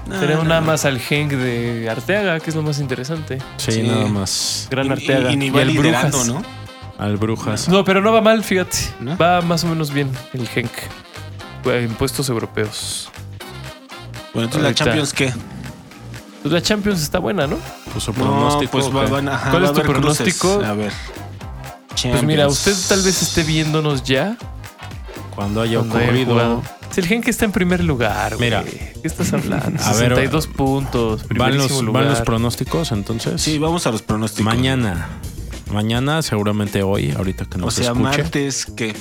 Speaker 5: No,
Speaker 2: Tenemos
Speaker 5: Ah, no,
Speaker 2: nada
Speaker 5: no.
Speaker 2: más al Genk de Arteaga, que es lo más interesante.
Speaker 1: Sí,
Speaker 5: Sí.
Speaker 1: nada más.
Speaker 2: Gran
Speaker 5: Y- y-
Speaker 2: Arteaga.
Speaker 5: Y, ni va
Speaker 2: al
Speaker 5: liderando,
Speaker 2: Brujas.
Speaker 5: ¿no?
Speaker 1: Al Brujas.
Speaker 2: No, pero no va mal, fíjate.
Speaker 5: ¿No?
Speaker 2: Va más o menos bien el Genk. En puestos europeos.
Speaker 5: Bueno, entonces la
Speaker 2: Ahorita.
Speaker 5: Champions, ¿qué?
Speaker 2: Pues la Champions está buena, ¿no? Pues
Speaker 1: Puso
Speaker 5: No,
Speaker 1: pronóstico.
Speaker 5: pues
Speaker 1: ¿o
Speaker 5: va-
Speaker 1: qué?
Speaker 5: van ajá,
Speaker 2: ¿Cuál
Speaker 5: va
Speaker 2: es
Speaker 5: a
Speaker 2: tu
Speaker 5: haber cruces.
Speaker 2: pronóstico?
Speaker 5: A ver.
Speaker 2: Pues
Speaker 5: Champions.
Speaker 2: mira, usted tal vez esté viéndonos ya.
Speaker 1: Cuando haya
Speaker 2: cuando haya
Speaker 1: ocurrido.
Speaker 2: jugado. Si El Genk está en primer lugar, güey.
Speaker 1: Mira.
Speaker 2: ¿Qué estás hablando?
Speaker 1: A ver,
Speaker 2: 62
Speaker 1: ¿Van
Speaker 2: puntos.
Speaker 1: los,
Speaker 2: primerísimo
Speaker 1: ¿Van
Speaker 2: lugar.
Speaker 1: los pronósticos entonces?
Speaker 5: Sí, vamos a los pronósticos.
Speaker 1: Mañana. Mañana, seguramente hoy, ahorita que
Speaker 5: O
Speaker 1: nos
Speaker 5: sea,
Speaker 1: escuche.
Speaker 5: martes, ¿qué?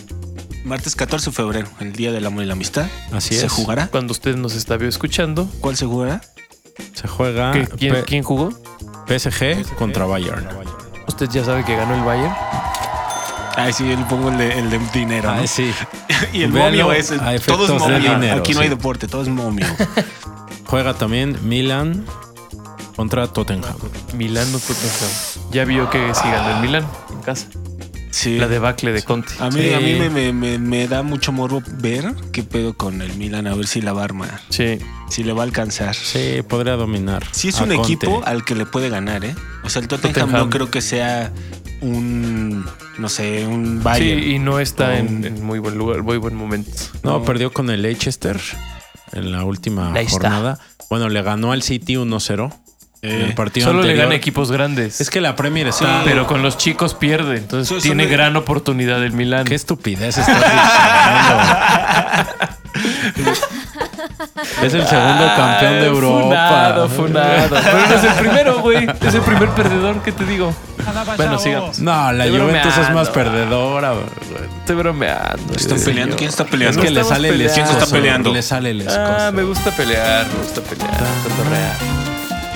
Speaker 5: Martes 14 de febrero, el Día del Amor y la Amistad.
Speaker 1: Así
Speaker 5: ¿Se
Speaker 1: es.
Speaker 5: jugará?
Speaker 2: Cuando usted nos está vio escuchando,
Speaker 5: ¿Cuál se jugará?
Speaker 1: Se juega
Speaker 2: ¿qué- quién-
Speaker 1: P-
Speaker 2: ¿quién jugó?
Speaker 1: PSG contra Bayern.
Speaker 2: Usted ya sabe que ganó el Bayern.
Speaker 5: Ay, sí, yo le pongo el de, el de dinero. ¿no?
Speaker 1: Ah, sí.
Speaker 5: Y el
Speaker 1: Velo
Speaker 5: momio es.
Speaker 1: a
Speaker 5: Todo
Speaker 1: efectos
Speaker 5: es
Speaker 1: de
Speaker 5: momio.
Speaker 1: dinero,
Speaker 5: Aquí no
Speaker 1: sí.
Speaker 5: hay deporte, todo es momio.
Speaker 1: Juega también Milan contra Tottenham.
Speaker 2: Milán no Tottenham. Ya vio que sí ganó el Milán en casa.
Speaker 5: Sí.
Speaker 2: La debacle de Conte.
Speaker 5: A mí,
Speaker 1: Sí.
Speaker 5: a mí me, me- me- me da mucho morbo ver qué pedo con el Milan, a ver si la va a armar,
Speaker 2: Sí.
Speaker 5: si le va a alcanzar.
Speaker 1: Sí, podría dominar.
Speaker 5: Si es
Speaker 1: a
Speaker 5: un
Speaker 1: Conte.
Speaker 5: equipo ah, al que le puede ganar, ¿eh? O sea, el Tottenham,
Speaker 2: Tottenham.
Speaker 5: no creo que sea un, no sé, un
Speaker 2: Sí,
Speaker 5: Bayern.
Speaker 2: y no está en,
Speaker 5: Con-
Speaker 2: en muy buen lugar, muy buen momento.
Speaker 1: No, perdió con el Leicester en la última
Speaker 2: Leicester.
Speaker 1: jornada. Bueno, le ganó al City 1-0 en
Speaker 5: Eh,
Speaker 1: el partido
Speaker 2: Solo le
Speaker 1: anterior.
Speaker 2: gana equipos grandes.
Speaker 1: Es que la Premier está...
Speaker 2: pero con los chicos pierde. Entonces
Speaker 5: Eso- eso
Speaker 2: tiene
Speaker 5: me-
Speaker 2: gran oportunidad el Milán.
Speaker 1: Qué estupidez estás diciendo. es el segundo campeón de
Speaker 2: Ay,
Speaker 1: Europa.
Speaker 2: Ah, Funado, funado. Pero no es el primero, güey. Es el primer perdedor, ¿qué te digo? Bueno, sigamos.
Speaker 1: No, la
Speaker 2: Estoy
Speaker 1: Juventus es más
Speaker 2: bromeando.
Speaker 1: perdedora. güey.
Speaker 2: Estoy bromeando.
Speaker 5: ¿Están
Speaker 2: sí,
Speaker 5: peleando?
Speaker 2: señor.
Speaker 5: ¿Quién está
Speaker 1: Es
Speaker 5: peleando? Pues, eh,
Speaker 1: que
Speaker 2: No
Speaker 1: le
Speaker 2: estamos
Speaker 1: sale el
Speaker 2: peleando.
Speaker 1: escozo.
Speaker 5: ¿Quién está peleando?
Speaker 1: Le sale el
Speaker 2: Ah,
Speaker 1: escozo.
Speaker 2: me gusta pelear, me gusta pelear, cotorrear.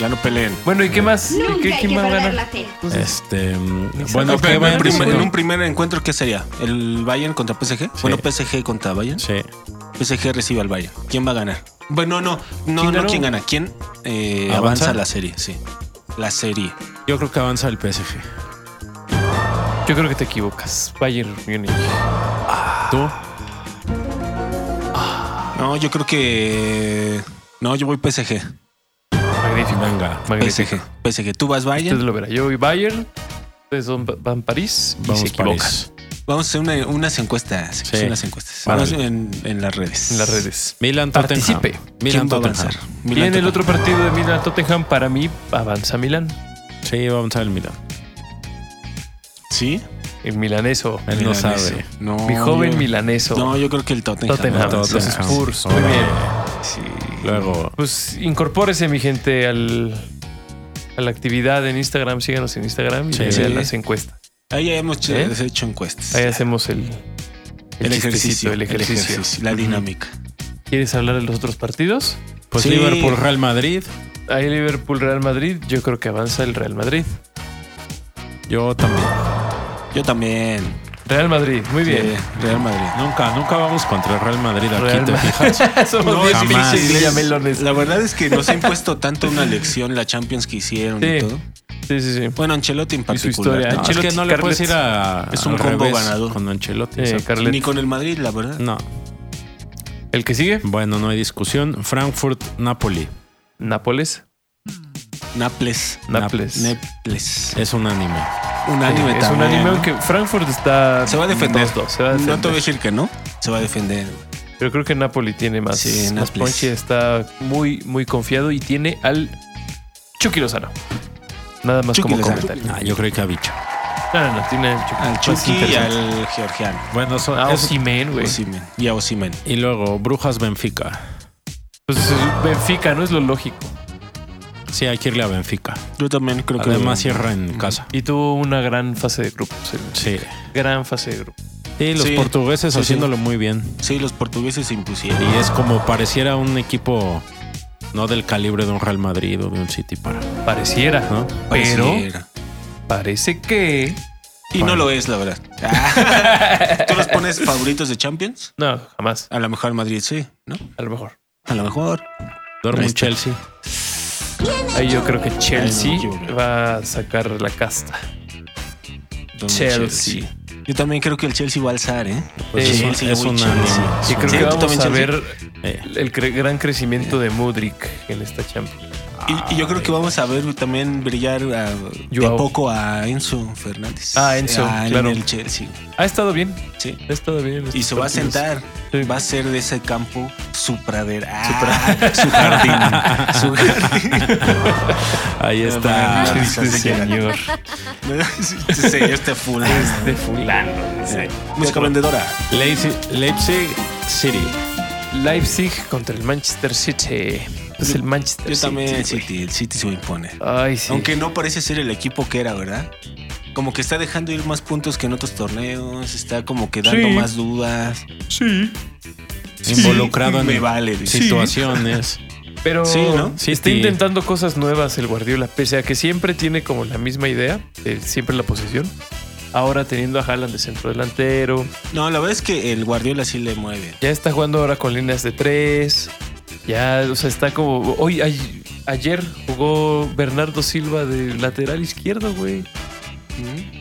Speaker 5: Ya no peleen.
Speaker 2: Bueno, ¿y qué más? ¿Y
Speaker 3: Nunca
Speaker 2: ¿Qué,
Speaker 3: hay
Speaker 2: quién
Speaker 3: que
Speaker 2: va a
Speaker 3: perder
Speaker 2: ganar?
Speaker 3: la fe.
Speaker 1: Este, mm,
Speaker 2: Ni
Speaker 1: bueno,
Speaker 2: sabe
Speaker 1: ¿qué
Speaker 2: qué
Speaker 1: va
Speaker 5: En,
Speaker 1: en
Speaker 5: prim-
Speaker 2: Bueno.
Speaker 5: en un primer encuentro, ¿qué sería? ¿El Bayern contra PSG? Bueno, PSG contra Bayern.
Speaker 1: Sí.
Speaker 5: PSG recibe al Bayern. ¿Quién va a ganar? Bueno, no, no,
Speaker 2: ¿Quién
Speaker 5: no,
Speaker 2: ganó?
Speaker 5: ¿quién gana? ¿Quién eh,
Speaker 1: ¿Avanza?
Speaker 5: avanza la serie? Sí, la serie.
Speaker 1: Yo creo que avanza el PSG.
Speaker 2: Yo creo que te equivocas. Bayern Múnich.
Speaker 5: Ah.
Speaker 1: ¿Tú?
Speaker 5: No, yo creo que. No, yo voy PSG.
Speaker 2: Magnífico.
Speaker 1: Venga.
Speaker 2: Magnífico.
Speaker 5: PSG. PSG. ¿Tú vas
Speaker 2: Ustedes
Speaker 5: Bayern?
Speaker 2: lo verán. Yo voy Bayern. Ustedes son- van París y se
Speaker 1: Vamos para
Speaker 2: equivocan
Speaker 1: París.
Speaker 5: Vamos a hacer una- unas encuestas.
Speaker 1: Sí.
Speaker 5: Unas encuestas.
Speaker 1: Vale.
Speaker 5: Vamos en, en las redes.
Speaker 2: en las redes.
Speaker 1: Milan Tottenham.
Speaker 2: Participe.
Speaker 1: Milan
Speaker 5: ¿Quién va a
Speaker 1: Tottenham.
Speaker 5: avanzar?
Speaker 2: Y en el otro partido de Milan Tottenham, para mí avanza Milan.
Speaker 1: Sí, va a avanzar el Milan.
Speaker 5: Sí.
Speaker 2: El milaneso.
Speaker 1: Él no
Speaker 5: Milan,
Speaker 1: sabe.
Speaker 5: eso. No,
Speaker 2: Mi joven
Speaker 5: yo-
Speaker 2: milaneso.
Speaker 5: No, yo creo que el Tottenham.
Speaker 2: Tottenham.
Speaker 5: Tot-
Speaker 2: los Spurs, muy
Speaker 1: Órale.
Speaker 2: bien.
Speaker 5: Sí.
Speaker 1: Luego,
Speaker 2: Pues incorpórese, mi gente, al, a la actividad en Instagram. Síganos en Instagram y
Speaker 1: Sí.
Speaker 2: vean
Speaker 5: Sí.
Speaker 2: las encuestas.
Speaker 5: Ahí hemos hecho,
Speaker 2: ¿Eh?
Speaker 5: hecho encuestas.
Speaker 2: Ahí hacemos el,
Speaker 5: el,
Speaker 2: chistecito,
Speaker 5: ejercicio,
Speaker 2: el ejercicio.
Speaker 5: La
Speaker 2: Ujú.
Speaker 5: dinámica.
Speaker 2: ¿Quieres hablar de los otros partidos?
Speaker 1: pues
Speaker 5: Sí.
Speaker 1: Liverpool, Real Madrid.
Speaker 2: Ahí Liverpool, Real Madrid. Yo creo que avanza el Real Madrid.
Speaker 1: Yo también.
Speaker 5: Yo también.
Speaker 2: Real Madrid, muy bien.
Speaker 5: Sí, Real Madrid.
Speaker 1: Nunca, nunca vamos contra el Real Madrid aquí,
Speaker 2: Real
Speaker 1: ¿te
Speaker 2: Madrid.
Speaker 1: fijas?
Speaker 2: Somos
Speaker 1: No,
Speaker 2: bien
Speaker 1: jamás.
Speaker 2: pinches
Speaker 1: Sí,
Speaker 2: villamelones.
Speaker 5: La verdad es que nos ha impuesto tanto una lección la Champions que hicieron y
Speaker 2: Sí.
Speaker 5: todo.
Speaker 2: Sí, sí, sí.
Speaker 5: Bueno, Ancelotti en particular.
Speaker 2: historia.
Speaker 5: ¿no?
Speaker 1: No, es que no le puedes
Speaker 2: Carletti.
Speaker 1: ir a.
Speaker 5: Es un
Speaker 1: al
Speaker 5: combo
Speaker 1: revés
Speaker 5: ganador.
Speaker 1: Con Ancelotti.
Speaker 2: Eh,
Speaker 1: exacto.
Speaker 2: Carlet.
Speaker 5: Ni con el Madrid, la verdad.
Speaker 1: No.
Speaker 2: ¿El que sigue?
Speaker 1: Bueno, no hay discusión. Frankfurt, Napoli.
Speaker 2: Nápoles.
Speaker 5: Naples.
Speaker 2: Nápoles.
Speaker 5: Naples.
Speaker 1: Es unánime.
Speaker 5: Un anime
Speaker 2: es un
Speaker 5: también,
Speaker 2: anime,
Speaker 5: ¿no?
Speaker 2: aunque Frankfurt está.
Speaker 5: Se va a defender.
Speaker 2: dos, dos, se va a defender.
Speaker 5: No te voy a decir que no. Se va a defender.
Speaker 2: Pero creo que Napoli tiene más,
Speaker 5: Sí,
Speaker 2: más
Speaker 5: Nápoles.
Speaker 2: punch y está muy, muy confiado y tiene al Chucky Lozano. Nada más
Speaker 5: Chucky
Speaker 2: como
Speaker 5: Lozano.
Speaker 2: comentario.
Speaker 1: Ah, yo creo que a bicho.
Speaker 2: No, no, no, tiene al Chucky.
Speaker 5: Al
Speaker 2: Más
Speaker 5: Chucky y
Speaker 2: Pues interesante.
Speaker 5: al georgiano.
Speaker 1: Bueno, son.
Speaker 2: A
Speaker 5: Ah,
Speaker 1: es-
Speaker 2: Osimhen, güey.
Speaker 5: Osimhen. Y a Osimen.
Speaker 1: y luego, Brujas, Benfica.
Speaker 2: Pues es Benfica, no es lo lógico.
Speaker 1: Sí, hay que irle a Benfica.
Speaker 5: Yo también creo que.
Speaker 1: Además, cierra en casa.
Speaker 2: Y tuvo una gran fase de grupo. sí,
Speaker 1: Sí.
Speaker 2: Gran fase de grupo.
Speaker 1: Y los
Speaker 5: Sí.
Speaker 1: portugueses
Speaker 5: Sí, sí.
Speaker 1: haciéndolo muy bien.
Speaker 5: Sí, los portugueses se impusieron.
Speaker 1: Y es como pareciera un equipo no del calibre de un Real Madrid o de un City para,
Speaker 2: Pareciera,
Speaker 1: ¿no?
Speaker 2: pero
Speaker 5: Pareciera.
Speaker 2: parece que.
Speaker 5: Y no lo es, la verdad. ¿Tú los pones favoritos de Champions?
Speaker 2: No, jamás.
Speaker 5: A lo mejor Madrid sí, ¿no?
Speaker 2: A lo mejor.
Speaker 5: A lo mejor. Ahí
Speaker 1: Dortmund,
Speaker 5: está.
Speaker 1: Chelsea.
Speaker 2: Ahí yo creo que Chelsea
Speaker 5: Ay, no, qué horror.
Speaker 2: va a sacar la casta.
Speaker 5: Dortmund,
Speaker 2: Chelsea.
Speaker 5: Yo también creo que el Chelsea va a alzar, ¿eh?
Speaker 1: Pues
Speaker 2: Sí,
Speaker 1: es un-
Speaker 5: sí,
Speaker 1: es
Speaker 5: muy
Speaker 1: unánime.
Speaker 5: Chelsea.
Speaker 1: Es
Speaker 2: Y creo
Speaker 5: Sí,
Speaker 2: que
Speaker 1: unánime.
Speaker 5: tú
Speaker 2: vamos a
Speaker 5: también,
Speaker 2: ver
Speaker 1: Eh.
Speaker 2: el cre- gran crecimiento de Mudrik en esta Champions.
Speaker 5: Y, y yo creo que vamos a ver también brillar a- de
Speaker 2: Joao.
Speaker 5: poco a Enzo Fernández.
Speaker 2: Ah, Enzo,
Speaker 5: Ah, en
Speaker 2: claro.
Speaker 5: el Chelsea.
Speaker 2: Ha estado bien,
Speaker 5: Sí.
Speaker 2: ha estado bien. en
Speaker 5: Y
Speaker 2: estos
Speaker 5: se va a
Speaker 2: partidos.
Speaker 5: sentar.
Speaker 2: Sí.
Speaker 5: Va a ser de ese campo su pradera. Ah, su jardín. su jardín.
Speaker 1: Ahí
Speaker 5: Ah,
Speaker 1: está.
Speaker 5: sí,
Speaker 2: Este
Speaker 5: sí, sí.
Speaker 2: señor
Speaker 5: Sí, este fulano.
Speaker 2: de fulano. dice.
Speaker 5: Música vendedora.
Speaker 1: Leipzig, Leipzig City.
Speaker 2: Leipzig contra el Manchester City. Pues el Manchester
Speaker 5: Yo
Speaker 2: City.
Speaker 5: también el
Speaker 2: güey.
Speaker 5: City. El City se impone.
Speaker 2: Ay, sí.
Speaker 5: Aunque no parece ser el equipo que era, ¿verdad? Como que está dejando ir más puntos que en otros torneos. Está como que dando
Speaker 2: Sí.
Speaker 5: más dudas.
Speaker 2: sí.
Speaker 1: Involucrado
Speaker 5: Me
Speaker 1: en
Speaker 5: vale. dice.
Speaker 1: situaciones.
Speaker 2: Pero
Speaker 5: Sí, ¿no?
Speaker 2: está
Speaker 1: City.
Speaker 2: intentando cosas nuevas el Guardiola, pese a que siempre tiene como la misma idea, de siempre la posesión. Ahora teniendo a Haaland de centro delantero,
Speaker 5: No, la verdad es que el Guardiola sí le mueve.
Speaker 2: ya está jugando ahora con líneas de tres. Ya, o sea, está como. Hoy, ay- ayer jugó Bernardo Silva de lateral izquierdo, güey.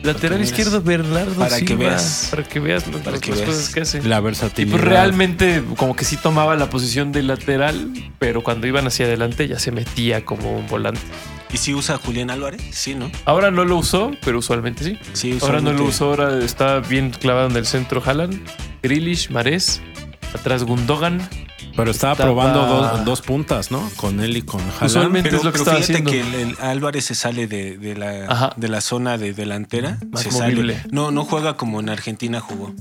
Speaker 2: Lateral
Speaker 5: Para que
Speaker 2: izquierdo, Bernardo
Speaker 5: para que
Speaker 2: Silva.
Speaker 5: veas.
Speaker 2: Para que veas lo-
Speaker 5: Para que
Speaker 2: las
Speaker 5: veas.
Speaker 2: cosas que hace.
Speaker 1: La
Speaker 2: Y
Speaker 1: versatilidad.
Speaker 2: pues realmente como que sí tomaba la posición de lateral, pero cuando iban hacia adelante ya se metía como un volante.
Speaker 5: ¿Y si usa a Julián Álvarez? Sí, ¿no?
Speaker 2: Ahora no lo usó, pero usualmente sí.
Speaker 5: Sí,
Speaker 2: Ahora no
Speaker 5: usualmente.
Speaker 2: lo usó, ahora está bien clavado en el centro Haaland, Grealish, Marés, atrás Gundogan.
Speaker 1: Pero estaba
Speaker 2: Estaba-
Speaker 1: probando dos, dos puntas, ¿no? Con él y con Haaland.
Speaker 2: Usualmente-
Speaker 5: Pero,
Speaker 2: es lo que estaba
Speaker 5: pero fíjate
Speaker 2: haciendo.
Speaker 5: que el, el Álvarez se sale de, de la,
Speaker 2: Ajá.
Speaker 5: de la zona de delantera.
Speaker 2: Más
Speaker 5: se
Speaker 2: movible.
Speaker 5: sale. No, no juega como en Argentina jugó.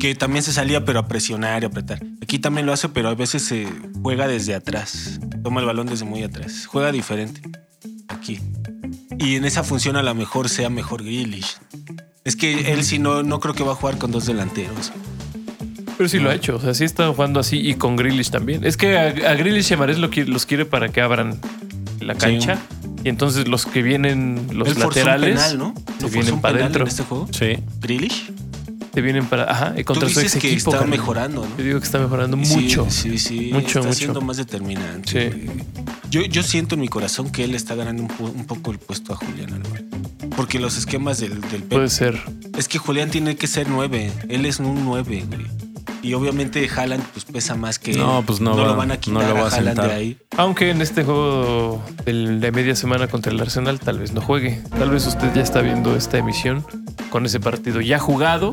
Speaker 5: Que también se salía, pero a presionar y apretar. Aquí también lo hace, pero a veces se juega desde atrás. Toma el balón desde muy atrás. Juega diferente. Aquí. Y en esa función a lo mejor sea mejor Grealish. Es que él sí no, no creo que va a jugar con dos delanteros.
Speaker 2: Pero sí lo ha hecho, o sea, sí está jugando así y con Grealish también. Es que a, a Grealish y a Marés lo qui- los quiere para que abran la cancha. Y entonces los que vienen, los
Speaker 5: él forzó
Speaker 2: laterales,
Speaker 5: un penal, ¿no?
Speaker 2: se
Speaker 5: ¿No
Speaker 2: vienen
Speaker 5: forzó un
Speaker 2: para
Speaker 5: penal
Speaker 2: adentro.
Speaker 5: en este juego?
Speaker 1: Sí.
Speaker 5: ¿Grealish?
Speaker 2: te vienen para... Ajá, y
Speaker 5: Tú
Speaker 2: contra su
Speaker 5: dices
Speaker 2: ex
Speaker 5: que
Speaker 2: equipo.
Speaker 5: está
Speaker 2: carnal.
Speaker 5: mejorando, ¿no?
Speaker 2: Yo digo que está mejorando
Speaker 5: Sí,
Speaker 2: mucho.
Speaker 5: Sí, sí,
Speaker 2: Mucho,
Speaker 5: está
Speaker 2: mucho.
Speaker 5: siendo más determinante.
Speaker 2: Sí.
Speaker 5: güey. Yo, yo siento en mi corazón
Speaker 2: Pues
Speaker 5: que él está ganando un, po- un poco el puesto a Julián Álvarez. Porque los esquemas del, del Pep
Speaker 2: Puede ser.
Speaker 5: Es que Julián tiene que ser nueve. Él es un nueve, güey. Y obviamente Haaland pues pesa más que
Speaker 1: No,
Speaker 5: él.
Speaker 1: pues no
Speaker 5: no
Speaker 1: va-
Speaker 5: lo van a
Speaker 1: no
Speaker 5: quitar
Speaker 1: lo va a
Speaker 5: a Haaland de
Speaker 1: sentar.
Speaker 5: ahí.
Speaker 2: Aunque en este juego del- de media semana contra el Arsenal tal vez no juegue. Tal vez usted ya está viendo esta emisión con ese partido ya jugado,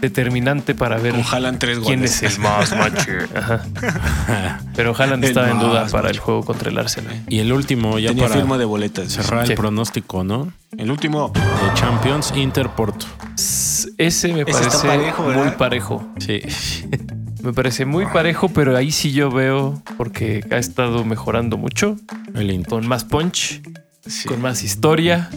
Speaker 2: determinante para ver
Speaker 5: Con Haaland tres goles.
Speaker 2: quién
Speaker 6: Es el más macho.
Speaker 2: Ajá. Pero Haaland
Speaker 5: El
Speaker 2: estaba en duda
Speaker 5: más,
Speaker 2: para
Speaker 5: más.
Speaker 2: el juego contra el Arsenal.
Speaker 1: Y el último, ya
Speaker 5: Tenía
Speaker 1: para
Speaker 5: firma de boletas.
Speaker 1: cerrar
Speaker 2: Sí.
Speaker 1: el pronóstico, ¿no?
Speaker 5: El último.
Speaker 1: De Champions Inter Porto.
Speaker 2: S- Ese me
Speaker 5: Ese está
Speaker 2: parece
Speaker 5: parejo, ¿verdad?
Speaker 2: muy parejo.
Speaker 1: Sí.
Speaker 2: Me parece muy parejo, pero ahí sí yo veo, porque ha estado mejorando mucho,
Speaker 1: El Inter.
Speaker 2: con más punch,
Speaker 5: Sí.
Speaker 2: con más historia.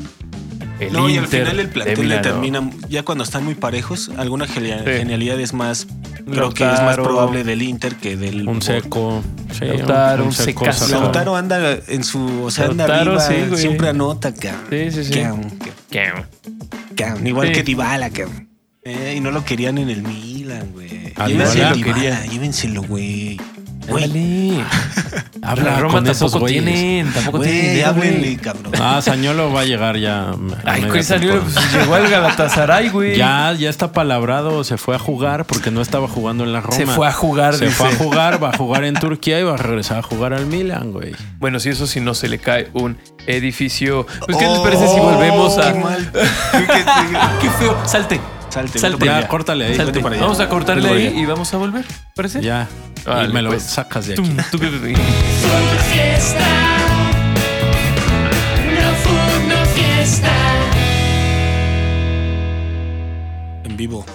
Speaker 2: El
Speaker 5: no, y al
Speaker 2: Inter
Speaker 5: final el
Speaker 2: de
Speaker 5: plantel
Speaker 2: Milano.
Speaker 5: determina, ya cuando están muy parejos, alguna genia-
Speaker 2: Sí.
Speaker 5: genialidad es más, creo que es más
Speaker 2: Lautaro.
Speaker 5: probable del Inter que del
Speaker 1: Un seco. Sí, un-
Speaker 2: Lautaro, un
Speaker 1: seco
Speaker 2: secazo.
Speaker 1: sacado.
Speaker 5: Lautaro anda en su, o sea, anda
Speaker 2: Lautaro,
Speaker 5: arriba,
Speaker 2: sí, güey.
Speaker 5: siempre anota, cabrón.
Speaker 2: Sí, sí, sí.
Speaker 5: Cabrón, cabrón, cabrón. Igual
Speaker 2: Sí.
Speaker 5: que Dybala, cabrón. Eh, y no lo querían en el Milan, güey.
Speaker 1: A
Speaker 5: Llévenselo,
Speaker 1: Dybala lo
Speaker 5: Dybala,
Speaker 2: quería.
Speaker 5: llévenselo, güey. Güey,
Speaker 2: Ándale.
Speaker 1: Habla
Speaker 2: La Roma
Speaker 1: con esos
Speaker 2: tampoco
Speaker 1: güeyes.
Speaker 2: tienen, tampoco
Speaker 5: güey,
Speaker 2: tienen idea, güey.
Speaker 5: háblenle, cabrón.
Speaker 1: Ah, Sañolo va a llegar ya. a
Speaker 2: Ay,
Speaker 1: media
Speaker 2: güey, salió,
Speaker 1: temporada.
Speaker 2: pues, llegó al Galatasaray, güey.
Speaker 1: Ya, ya está palabrado, se fue a jugar porque no estaba jugando en la Roma.
Speaker 2: se fue a jugar.
Speaker 1: Se
Speaker 2: dice.
Speaker 1: fue a jugar, va a jugar en Turquía y va a regresar a jugar al Milan, güey.
Speaker 2: Bueno, si eso si no se le cae un edificio. Pues, ¿qué les parece si volvemos a.
Speaker 5: Oh, Qué mal. Qué-
Speaker 2: Qué feo. Salte.
Speaker 5: Salte,
Speaker 2: Salte.
Speaker 5: vete para
Speaker 1: Ya,
Speaker 5: allá.
Speaker 1: córtale ahí.
Speaker 2: Salte.
Speaker 5: vente para allá.
Speaker 2: Vamos a cortarle
Speaker 1: Vente para
Speaker 2: ahí y vamos a volver. ¿Parece?
Speaker 1: Ya.
Speaker 2: Vale,
Speaker 1: y me lo
Speaker 2: pues.
Speaker 1: sacas de aquí.
Speaker 2: Tum, tu, tu, tu, tu.
Speaker 4: Food fiesta. No food, no fiesta.
Speaker 5: En vivo.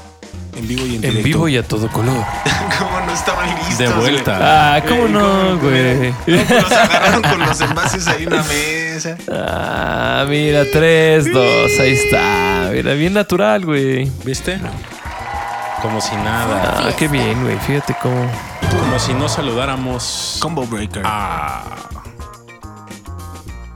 Speaker 5: En vivo y en,
Speaker 2: En
Speaker 5: directo.
Speaker 2: vivo y a todo color.
Speaker 5: Como no estaban listos.
Speaker 1: De vuelta.
Speaker 2: Ah, ¿cómo no, güey?
Speaker 5: güey. Los agarraron con los envases ahí en la mesa.
Speaker 2: Ah, mira, tres, dos, ahí está. Mira, bien natural, güey.
Speaker 1: ¿Viste? Como si nada.
Speaker 2: Ah, qué bien, güey. Fíjate cómo.
Speaker 1: Como si no saludáramos.
Speaker 5: Combo Breaker.
Speaker 2: Ah.
Speaker 1: Ah.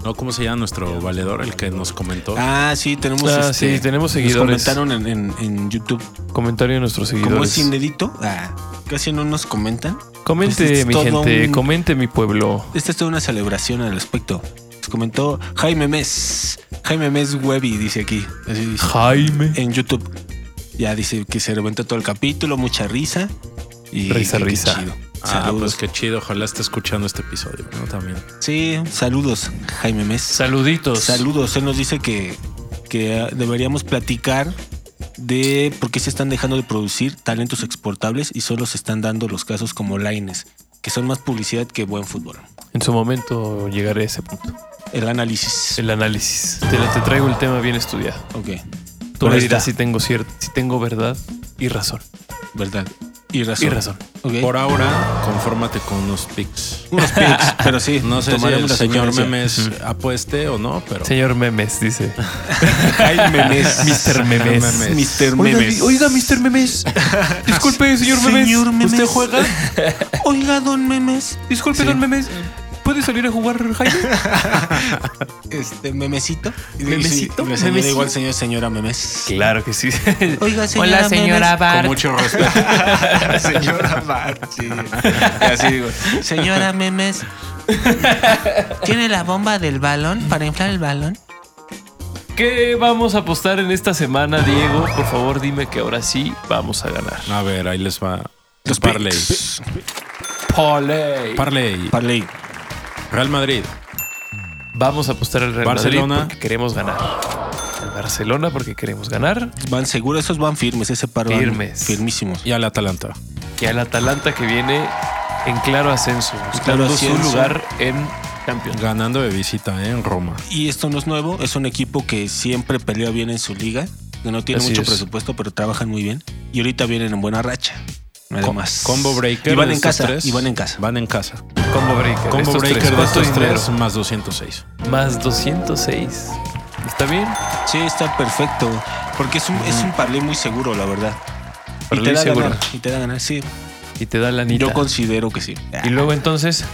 Speaker 1: No, ¿cómo se llama nuestro valedor? El que nos comentó.
Speaker 5: Ah, sí, tenemos.
Speaker 2: Ah,
Speaker 5: este,
Speaker 2: sí, tenemos
Speaker 5: nos
Speaker 2: seguidores.
Speaker 5: comentaron en, en- en YouTube.
Speaker 2: Comentario de nuestros
Speaker 5: Como es
Speaker 2: seguidores.
Speaker 5: inédito, ah, casi no nos comentan.
Speaker 2: Comente,
Speaker 5: Pues es
Speaker 2: mi
Speaker 5: todo
Speaker 2: gente,
Speaker 5: un-
Speaker 2: comente, mi pueblo.
Speaker 5: Esta es toda una celebración al respecto. Nos comentó Jaime Mes. Jaime Mes Webby dice aquí. Así dice,
Speaker 2: Jaime.
Speaker 5: en YouTube. Ya dice que se reventó todo el capítulo, mucha risa. Y
Speaker 2: Risa,
Speaker 5: que qué
Speaker 2: risa.
Speaker 5: chido.
Speaker 1: Ah, pues
Speaker 5: Saludos.
Speaker 1: qué chido. Ojalá esté escuchando este episodio, ¿no? También.
Speaker 5: Sí, saludos, Jaime Mes.
Speaker 2: Saluditos.
Speaker 5: Saludos, él nos dice que, que ah, deberíamos platicar de por qué se están dejando de producir talentos exportables y solo se están dando los casos como Laines, que son más publicidad que buen fútbol.
Speaker 2: En su momento llegaré a ese punto.
Speaker 5: El análisis.
Speaker 2: El análisis. Te, te traigo el tema bien estudiado.
Speaker 5: Ok,
Speaker 2: Tú
Speaker 5: Ahí
Speaker 2: me dirás si
Speaker 5: está.
Speaker 2: tengo cierto, si tengo verdad y razón.
Speaker 5: verdad. Y razón.
Speaker 2: Y razón.
Speaker 5: Ok.
Speaker 1: Por ahora, confórmate con unos pics.
Speaker 5: unos pics, pero sí.
Speaker 1: No sé si
Speaker 5: tomaremos
Speaker 1: el
Speaker 5: la
Speaker 1: señor
Speaker 5: sugerencia.
Speaker 1: Memes apueste o no, pero.
Speaker 2: Señor Memes, dice.
Speaker 5: Jaime Mes.
Speaker 2: Mr. Memes.
Speaker 5: Mr.
Speaker 2: Oiga,
Speaker 5: Memes.
Speaker 2: di- oiga, Mr. Memes. Disculpe, señor Memes.
Speaker 5: Señor Memes.
Speaker 2: ¿Usted juega?
Speaker 5: Oiga, don Memes.
Speaker 2: Disculpe,
Speaker 5: Sí.
Speaker 2: don Memes. ¿Puede salir a jugar, Jaime?
Speaker 5: Este, Memesito. Y- y-
Speaker 2: Memesito,
Speaker 5: y la señora
Speaker 2: Memesito.
Speaker 5: Igual señor, señora Memes.
Speaker 2: Claro que sí.
Speaker 5: Oiga, señora Memes.
Speaker 1: Con mucho respeto.
Speaker 5: Señora Bart, sí. Así digo. Señora Memes, ¿tiene la bomba del balón para inflar el balón?
Speaker 2: ¿Qué vamos a apostar en esta semana, Diego? Por favor, dime que ahora sí vamos a ganar.
Speaker 1: A ver, ahí les va.
Speaker 5: Los
Speaker 1: Parley.
Speaker 5: picks.
Speaker 2: Pole.
Speaker 1: Parley.
Speaker 5: Parley.
Speaker 1: Real Madrid.
Speaker 2: Vamos a apostar al Real
Speaker 1: Barcelona.
Speaker 2: Madrid porque queremos ganar. Al Barcelona porque queremos ganar.
Speaker 5: Van seguros, esos van firmes, ese par van
Speaker 2: Firmes.
Speaker 5: firmísimos.
Speaker 1: Y al Atalanta.
Speaker 2: Y al Atalanta que viene en claro ascenso, buscando su
Speaker 5: ascenso.
Speaker 2: lugar en Champions.
Speaker 1: Ganando de visita, ¿eh? En Roma.
Speaker 5: Y esto no es nuevo, es un equipo que siempre pelea bien en su liga, que no tiene
Speaker 2: Así
Speaker 5: mucho
Speaker 2: es.
Speaker 5: presupuesto, pero trabajan muy bien. Y ahorita vienen en buena racha. Además.
Speaker 1: Combo Breaker.
Speaker 5: Y van en
Speaker 1: estos
Speaker 5: casa.
Speaker 1: tres.
Speaker 5: Y van en casa.
Speaker 1: Van en casa.
Speaker 2: Combo Breaker.
Speaker 1: Combo
Speaker 2: estos
Speaker 1: Breaker
Speaker 2: tres.
Speaker 1: de este
Speaker 2: ¿Cuánto
Speaker 1: estos
Speaker 2: dinero?
Speaker 1: tres más 206.
Speaker 2: Más 206. ¿Está bien?
Speaker 5: Sí, está perfecto. Porque es un, es un parley muy seguro, la verdad.
Speaker 2: Parley
Speaker 5: y te da a
Speaker 2: seguro.
Speaker 5: ganar. Y te da a ganar, sí.
Speaker 2: Y te da la anita.
Speaker 5: Yo considero que sí. Ah,
Speaker 2: Y luego entonces,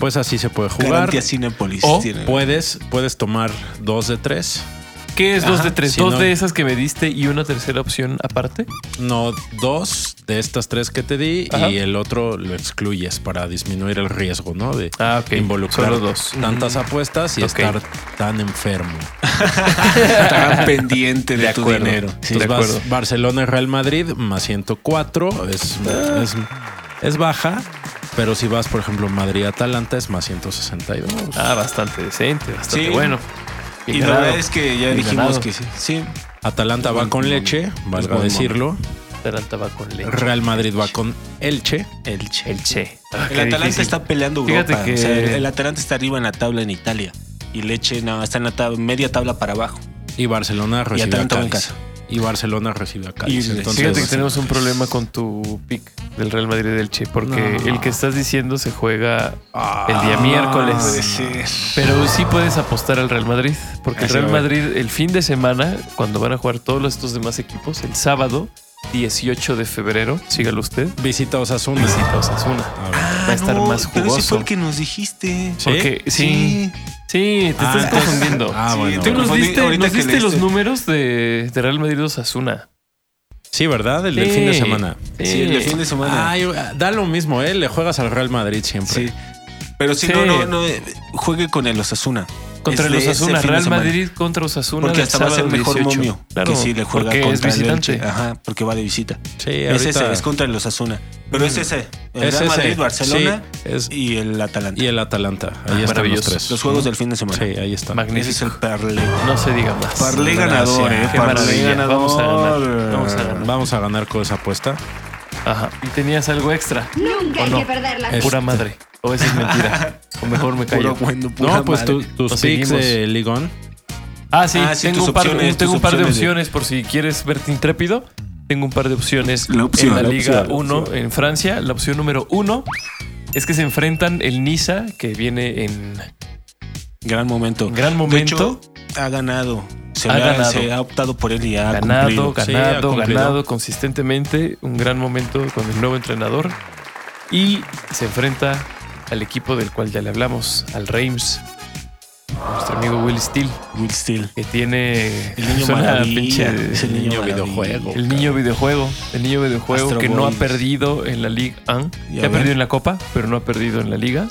Speaker 1: Pues así se puede jugar.
Speaker 5: Garantía Cinépolis.
Speaker 2: O
Speaker 5: tiene.
Speaker 1: Puedes, puedes tomar dos de tres
Speaker 2: ¿Qué es dos
Speaker 1: Ajá,
Speaker 2: de tres?
Speaker 1: si
Speaker 2: ¿Dos
Speaker 1: no-
Speaker 2: de esas que me diste y una tercera opción aparte?
Speaker 1: No, dos de estas tres que te di
Speaker 2: Ajá.
Speaker 1: y el otro lo excluyes para disminuir el riesgo, ¿no? De
Speaker 2: Ah, ok.
Speaker 1: involucrar
Speaker 2: Solo dos.
Speaker 1: tantas apuestas y
Speaker 2: Ok.
Speaker 1: estar tan enfermo.
Speaker 5: Estarán pendiente de,
Speaker 6: De
Speaker 5: tu
Speaker 6: acuerdo.
Speaker 5: dinero.
Speaker 6: Sí,
Speaker 1: Entonces
Speaker 6: de
Speaker 1: vas
Speaker 6: acuerdo.
Speaker 1: Barcelona y Real Madrid más 104 es, es, es baja, pero si vas, por ejemplo, Madrid-Atalanta es más 162.
Speaker 2: Ah, bastante decente, bastante
Speaker 5: Sí.
Speaker 2: bueno.
Speaker 5: Y la
Speaker 2: ganado.
Speaker 5: verdad es que ya
Speaker 2: Bien
Speaker 5: dijimos
Speaker 2: ganado.
Speaker 5: que sí. Sí.
Speaker 1: Atalanta va con leche, valga
Speaker 5: buen
Speaker 1: decirlo.
Speaker 2: Atalanta va con leche.
Speaker 1: Real Madrid va con Elche.
Speaker 5: El Che.
Speaker 2: El Che. Ah,
Speaker 5: El
Speaker 2: qué
Speaker 5: Atalanta
Speaker 2: difícil.
Speaker 5: está peleando Europa.
Speaker 2: Fíjate que-
Speaker 5: O sea, el, el Atalanta está arriba en la tabla en Italia. Y Leche no, está en la tab- media tabla para abajo.
Speaker 1: Y Barcelona recibe a
Speaker 5: Atalanta va en
Speaker 1: Cádiz.
Speaker 5: casa.
Speaker 1: Y Barcelona recibe a Cádiz.
Speaker 5: Y-
Speaker 1: Entonces,
Speaker 2: Fíjate que
Speaker 5: sí.
Speaker 2: tenemos un problema con tu pick del Real Madrid del Che, porque
Speaker 1: No.
Speaker 2: el que estás diciendo se juega
Speaker 1: Ah,
Speaker 2: el día miércoles. Pero sí puedes apostar al Real Madrid, porque el
Speaker 5: Así
Speaker 2: Real
Speaker 5: va a
Speaker 2: Madrid el fin de semana, cuando van a jugar todos estos demás equipos, el sábado 18 de febrero, sígalo usted,
Speaker 1: visita a Osasuna.
Speaker 2: visita a Osasuna.
Speaker 1: A ver.
Speaker 5: Ah,
Speaker 2: Va a estar más
Speaker 5: Pero ese
Speaker 2: jugoso.
Speaker 5: fue el que nos dijiste.
Speaker 1: ¿Sí?
Speaker 2: Porque sí, sí, te
Speaker 1: Ah,
Speaker 2: estás
Speaker 1: entonces-
Speaker 2: confundiendo.
Speaker 1: Ah,
Speaker 5: Sí,
Speaker 1: bueno.
Speaker 5: te
Speaker 2: Tú nos
Speaker 5: confundí
Speaker 2: diste,
Speaker 5: ahorita
Speaker 2: nos
Speaker 5: que
Speaker 2: diste
Speaker 5: leíste.
Speaker 2: los números de, de Real Madrid Osasuna.
Speaker 1: Sí, ¿verdad? El del
Speaker 2: Sí.
Speaker 1: fin de semana.
Speaker 5: Sí, el
Speaker 2: eh,
Speaker 5: del fin de
Speaker 2: ah,
Speaker 5: semana.
Speaker 1: Ay, da lo mismo, ¿eh? Le juegas al Real Madrid siempre.
Speaker 5: Sí. Pero si
Speaker 2: Sí.
Speaker 5: no, no, no, eh, juegue con el Osasuna.
Speaker 2: Contra
Speaker 5: Es de
Speaker 2: los
Speaker 5: ese
Speaker 2: Asuna,
Speaker 5: fin de
Speaker 2: Real
Speaker 5: semana.
Speaker 2: Madrid contra Osasuna.
Speaker 5: Porque
Speaker 2: del
Speaker 5: hasta va a ser
Speaker 2: sábado
Speaker 5: mejor
Speaker 2: 18.
Speaker 5: momio
Speaker 2: Claro,
Speaker 5: que si le juega
Speaker 2: porque
Speaker 5: contra
Speaker 2: es visitante.
Speaker 5: el Elche. Ajá, porque va de visita.
Speaker 1: Sí,
Speaker 5: Es ese,
Speaker 1: ahorita-
Speaker 5: es contra el Osasuna. Pero
Speaker 2: Mm.
Speaker 5: es ese. El
Speaker 1: es
Speaker 5: Real
Speaker 1: ese.
Speaker 5: Madrid, Barcelona
Speaker 1: Sí, es- y,
Speaker 5: y el Atalanta.
Speaker 1: el Atalanta. Ahí están los
Speaker 2: maravilloso.
Speaker 1: tres.
Speaker 5: Los juegos del fin de semana.
Speaker 1: Sí, ahí están.
Speaker 5: Ah, Ese es
Speaker 2: Magnífico.
Speaker 5: el parlé.
Speaker 2: No se diga más.
Speaker 5: Parlé
Speaker 1: Gracias.
Speaker 5: ganador, eh.
Speaker 1: Qué
Speaker 5: Parlé
Speaker 2: maravilla.
Speaker 5: ganador.
Speaker 2: Vamos a ganar, vamos a ganar.
Speaker 1: Vamos a ganar con esa apuesta.
Speaker 2: Ajá. Y tenías algo extra.
Speaker 7: Nunca
Speaker 2: ¿O
Speaker 7: hay
Speaker 2: no?
Speaker 7: que perderla.
Speaker 1: Es-
Speaker 2: Pura madre. O eso es mentira. o mejor me callo.
Speaker 5: Este. Puro bueno, pura
Speaker 1: No, pues
Speaker 5: madre.
Speaker 1: tu- tus
Speaker 2: Nos
Speaker 1: picks
Speaker 2: seguimos.
Speaker 1: de Ligón.
Speaker 2: Ah, sí.
Speaker 5: Ah, sí,
Speaker 2: tengo
Speaker 5: tus
Speaker 2: un par, de-
Speaker 5: opciones,
Speaker 2: tengo
Speaker 5: tus
Speaker 2: un par de
Speaker 5: opciones de-
Speaker 2: opciones por si quieres verte intrépido. Tengo un par de opciones
Speaker 5: La opción,
Speaker 2: en la,
Speaker 5: la
Speaker 2: Liga
Speaker 5: opción, la
Speaker 2: 1
Speaker 5: opción.
Speaker 2: en Francia. La opción número 1 es que se enfrentan el Niza, que viene en
Speaker 5: Gran momento.
Speaker 2: en gran
Speaker 5: De
Speaker 2: momento.
Speaker 5: hecho, ha ganado. Se,
Speaker 2: Ha
Speaker 5: le ha,
Speaker 2: ganado.
Speaker 5: se ha optado por él y ha
Speaker 2: ganado,
Speaker 5: cumplido.
Speaker 1: Sí,
Speaker 2: ganado,
Speaker 1: ha cumplido.
Speaker 2: ganado consistentemente. Un gran momento con el nuevo entrenador. Y se enfrenta al equipo del cual ya le hablamos, al Reims. Nuestro amigo Will Steele,
Speaker 5: Will Steele.
Speaker 2: que tiene.
Speaker 5: El niño
Speaker 2: suena a
Speaker 5: maravilla.
Speaker 2: pinche-
Speaker 5: Es el niño,
Speaker 1: niño
Speaker 5: maravilla.
Speaker 1: videojuego.
Speaker 2: el niño videojuego. El niño videojuego
Speaker 5: Astro
Speaker 2: que no ha
Speaker 5: Boy.
Speaker 2: perdido en la Liga.
Speaker 5: Y
Speaker 2: Ya
Speaker 5: a
Speaker 2: ha
Speaker 5: ver.
Speaker 2: perdido en la Copa, pero no ha perdido en la Liga.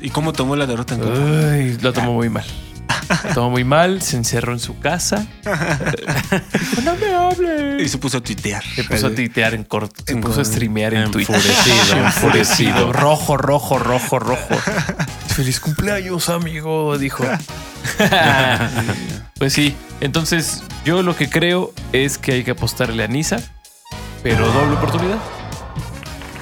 Speaker 5: ¿Y cómo tomó la derrota en Copa?
Speaker 2: Ay, lo tomó muy mal. Lo tomó muy mal, se encerró en su casa. Dijo, no me hables.
Speaker 5: Y se puso a tuitear.
Speaker 2: Se puso a tuitear en corto, se
Speaker 5: En
Speaker 2: puso a
Speaker 5: corto.
Speaker 2: streamear en Twitch.
Speaker 1: Enfurecido, enfurecido.
Speaker 2: Rojo, rojo, rojo, rojo. Feliz cumpleaños, amigo, dijo. pues sí, entonces yo lo que creo es que hay que apostarle a Nisa, pero doble oportunidad.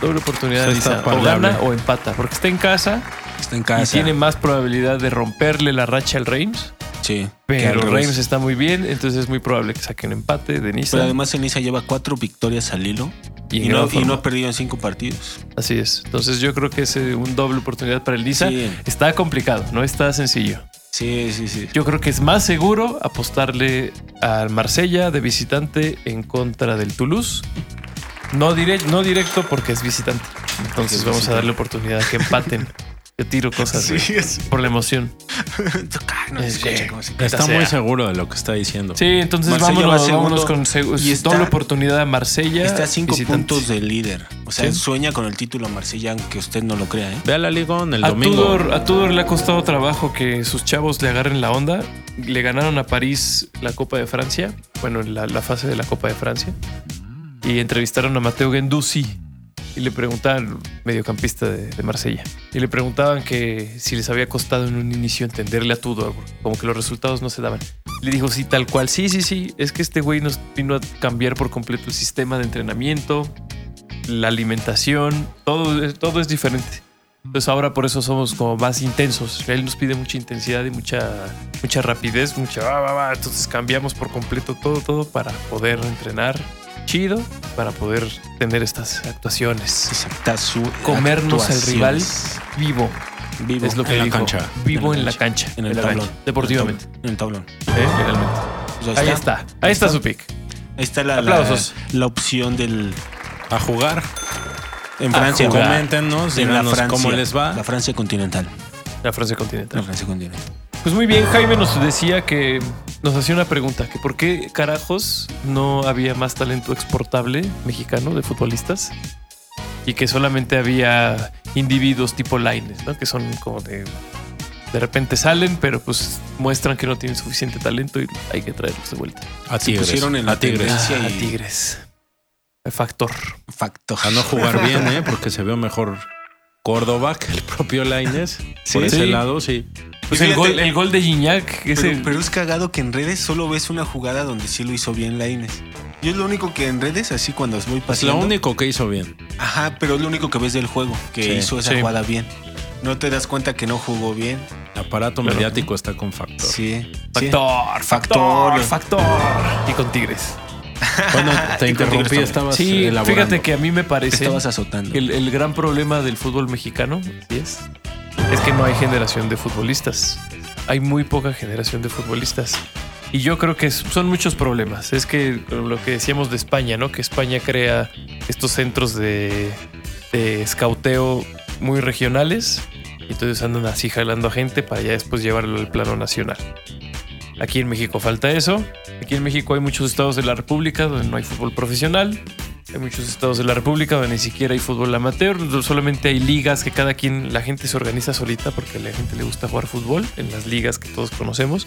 Speaker 2: Doble oportunidad a
Speaker 1: Eso está
Speaker 2: Nisa. O
Speaker 1: palable.
Speaker 2: gana o empata, porque está en casa
Speaker 5: Está en
Speaker 2: y
Speaker 5: casa.
Speaker 2: tiene más probabilidad de romperle la racha al Reims.
Speaker 5: Sí.
Speaker 2: Pero
Speaker 5: Que al
Speaker 2: Reims
Speaker 5: revés.
Speaker 2: está muy bien, entonces es muy probable que saquen empate de Nisa.
Speaker 5: Pero además el Niza lleva cuatro victorias al hilo
Speaker 2: y
Speaker 5: y,
Speaker 2: en
Speaker 5: no,
Speaker 2: gran
Speaker 5: y no
Speaker 2: forma.
Speaker 5: ha perdido en cinco partidos.
Speaker 2: Así es. Entonces yo creo que es eh, un doble oportunidad para el Niza.
Speaker 5: Sí.
Speaker 2: Está complicado, no está sencillo.
Speaker 5: Sí, sí, sí.
Speaker 2: Yo creo que es más seguro apostarle al Marsella de visitante en contra del Toulouse. No, direct, no directo porque es visitante. Entonces
Speaker 5: es
Speaker 2: vamos
Speaker 5: visitante.
Speaker 2: a darle oportunidad a que empaten. Yo tiro cosas güey,
Speaker 5: es.
Speaker 2: por la emoción.
Speaker 5: Ah, no se
Speaker 2: Sí.
Speaker 5: escucha cómo se-
Speaker 1: Está
Speaker 2: sea.
Speaker 1: muy seguro de lo que está diciendo.
Speaker 2: Sí, entonces
Speaker 5: Marsella va
Speaker 2: vámonos,
Speaker 5: segundo
Speaker 2: vámonos con seg-
Speaker 5: y está-
Speaker 2: doble oportunidad a Marsella.
Speaker 5: Está a cinco
Speaker 2: visitante.
Speaker 5: puntos de líder. O sea,
Speaker 2: Sí.
Speaker 5: sueña con el título Marsella, aunque usted no lo crea, ¿eh?
Speaker 1: Ve a la Ligón el
Speaker 2: a
Speaker 1: domingo.
Speaker 2: Tudor, a Tudor le ha costado trabajo que sus chavos le agarren la onda. Le ganaron a París la Copa de Francia, bueno, la, la fase de la Copa de Francia. Y entrevistaron a Mateo Genduzzi y le preguntaban, mediocampista de, de Marsella, y le preguntaban que si les había costado en un inicio entenderle a Tudor, como que los resultados no se daban. Le dijo, sí, tal cual, sí, sí, sí, es que este güey nos vino a cambiar por completo el sistema de entrenamiento, la alimentación, todo, eh, todo es diferente. Entonces ahora por eso somos como más intensos. Él nos pide mucha intensidad y mucha, mucha rapidez, mucha... va, va, va. Entonces cambiamos por completo todo, todo para poder entrenar chido, para poder tener estas actuaciones.
Speaker 5: Está su
Speaker 2: Comernos al rival
Speaker 5: actuaciones.
Speaker 2: vivo,
Speaker 5: Vivo.
Speaker 2: es lo que
Speaker 1: En la
Speaker 2: dijo.
Speaker 1: cancha.
Speaker 2: Vivo en la cancha.
Speaker 5: En el
Speaker 2: la
Speaker 5: tablón.
Speaker 2: cancha, Deportivamente.
Speaker 5: En el tablón.
Speaker 2: ¿eh? Legalmente.
Speaker 5: Pues ahí,
Speaker 2: Ahí
Speaker 5: está.
Speaker 2: está. Ahí está su pick.
Speaker 5: Ahí está la, la-
Speaker 2: Aplausos.
Speaker 5: la opción del.
Speaker 1: A jugar.
Speaker 5: En Francia.
Speaker 2: jugar.
Speaker 1: Coméntenos,
Speaker 5: En la
Speaker 1: díganos
Speaker 5: Francia.
Speaker 1: cómo les
Speaker 5: La
Speaker 1: va.
Speaker 5: Francia continental.
Speaker 2: La Francia
Speaker 5: La
Speaker 2: continental.
Speaker 5: Francia continental.
Speaker 2: Pues muy bien, Jaime nos decía que nos hacía una pregunta, que por qué carajos no había más talento exportable mexicano de futbolistas y que solamente había individuos tipo Lines, ¿no? Que son como de... De repente salen, pero pues muestran que no tienen suficiente talento y hay que traerlos de vuelta.
Speaker 1: A
Speaker 5: Se pusieron en
Speaker 1: a
Speaker 5: la
Speaker 1: Tigres.
Speaker 5: tendencia
Speaker 2: Ah,
Speaker 5: y-
Speaker 2: Tigres. El factor.
Speaker 5: Facto.
Speaker 1: A no jugar bien, ¿eh? Porque se vio mejor Córdoba que el propio Laines. Por
Speaker 5: Sí.
Speaker 1: ese
Speaker 5: Sí.
Speaker 1: lado, sí.
Speaker 2: Pues
Speaker 5: Y
Speaker 2: el
Speaker 5: fíjate-
Speaker 2: gol, el gol de Gignac, que es
Speaker 5: Pero,
Speaker 2: el-
Speaker 5: pero es cagado que en redes solo ves una jugada donde sí lo hizo bien la Inés. Yo es lo único que en redes, así cuando os voy
Speaker 1: Es lo
Speaker 5: pasando.
Speaker 1: único que hizo bien.
Speaker 5: Ajá, pero es lo único que ves del juego, que
Speaker 1: Sí,
Speaker 5: hizo esa
Speaker 2: sí.
Speaker 5: jugada bien. No te das cuenta que no jugó bien.
Speaker 1: El aparato mediático está con factor.
Speaker 5: Sí. sí.
Speaker 2: Factor, factor,
Speaker 5: Factor.
Speaker 2: factor. Y con Tigres.
Speaker 1: Bueno, te
Speaker 5: Y con Tigres
Speaker 1: interrumpí,
Speaker 5: también.
Speaker 1: estabas
Speaker 2: Sí,
Speaker 1: elaborando.
Speaker 2: fíjate que a mí me
Speaker 5: Te
Speaker 2: parece
Speaker 5: estabas azotando.
Speaker 2: que el, el gran problema del fútbol mexicano así es, es que no hay generación de futbolistas. Hay muy poca generación de futbolistas. Y yo creo que es- son muchos problemas. Es que lo que decíamos de España, ¿no? Que España crea estos centros de, de escauteo muy regionales. Y entonces andan así jalando a gente para ya después llevarlo al plano nacional. Aquí en México falta eso. Aquí en México hay muchos estados de la República donde no hay fútbol profesional. Hay muchos estados de la República donde ni siquiera hay fútbol amateur, solamente hay ligas que cada quien, la gente se organiza solita porque a la gente le gusta jugar fútbol en las ligas que todos conocemos,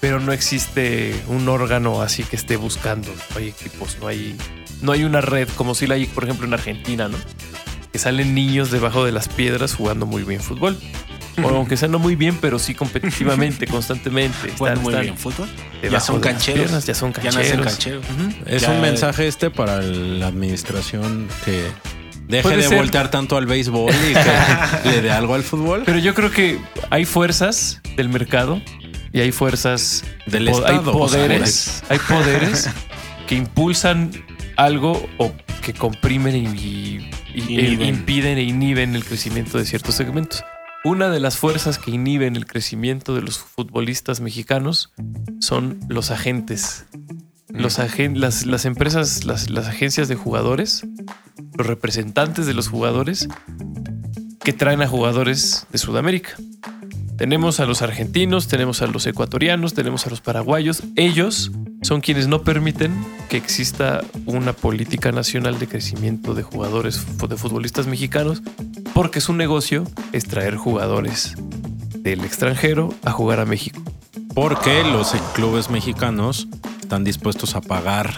Speaker 2: pero no existe un órgano así que esté buscando, no hay equipos, no hay, no hay una red como si la hay, por ejemplo, en Argentina, ¿no? Que salen niños debajo de las piedras jugando muy bien fútbol. O aunque sea no muy bien, pero sí competitivamente, constantemente.
Speaker 5: Bueno,
Speaker 2: Están-
Speaker 5: muy
Speaker 2: están
Speaker 5: bien, fútbol. Ya
Speaker 2: debajo
Speaker 5: son
Speaker 2: de las
Speaker 5: cancheros.
Speaker 2: piernas, ya son
Speaker 5: Ya
Speaker 2: cancheros.
Speaker 5: nacen cancheros.
Speaker 2: Ujú.
Speaker 1: Es
Speaker 5: Ya-
Speaker 1: un mensaje este para la administración que deje
Speaker 2: Puede
Speaker 1: de
Speaker 2: ser.
Speaker 1: voltear tanto al béisbol y que le dé algo al fútbol.
Speaker 2: Pero yo creo que hay fuerzas del mercado y hay fuerzas
Speaker 1: Del
Speaker 2: po- hay
Speaker 1: Estado, o sea,
Speaker 2: poderes, hay poderes que impulsan algo o que comprimen y, y- y-
Speaker 5: Inhiben.
Speaker 2: e impiden e inhiben el crecimiento de ciertos segmentos. Una de las fuerzas que inhiben el crecimiento de los futbolistas mexicanos son los agentes. Los agen- las, las empresas, las, las agencias de jugadores, los representantes de los jugadores que traen a jugadores de Sudamérica. Tenemos a los argentinos, tenemos a los ecuatorianos, tenemos a los paraguayos. Ellos son quienes no permiten que exista una política nacional de crecimiento de jugadores, fu- de futbolistas mexicanos, porque su negocio es traer jugadores del extranjero a jugar a México.
Speaker 1: Porque los clubes mexicanos están dispuestos a pagar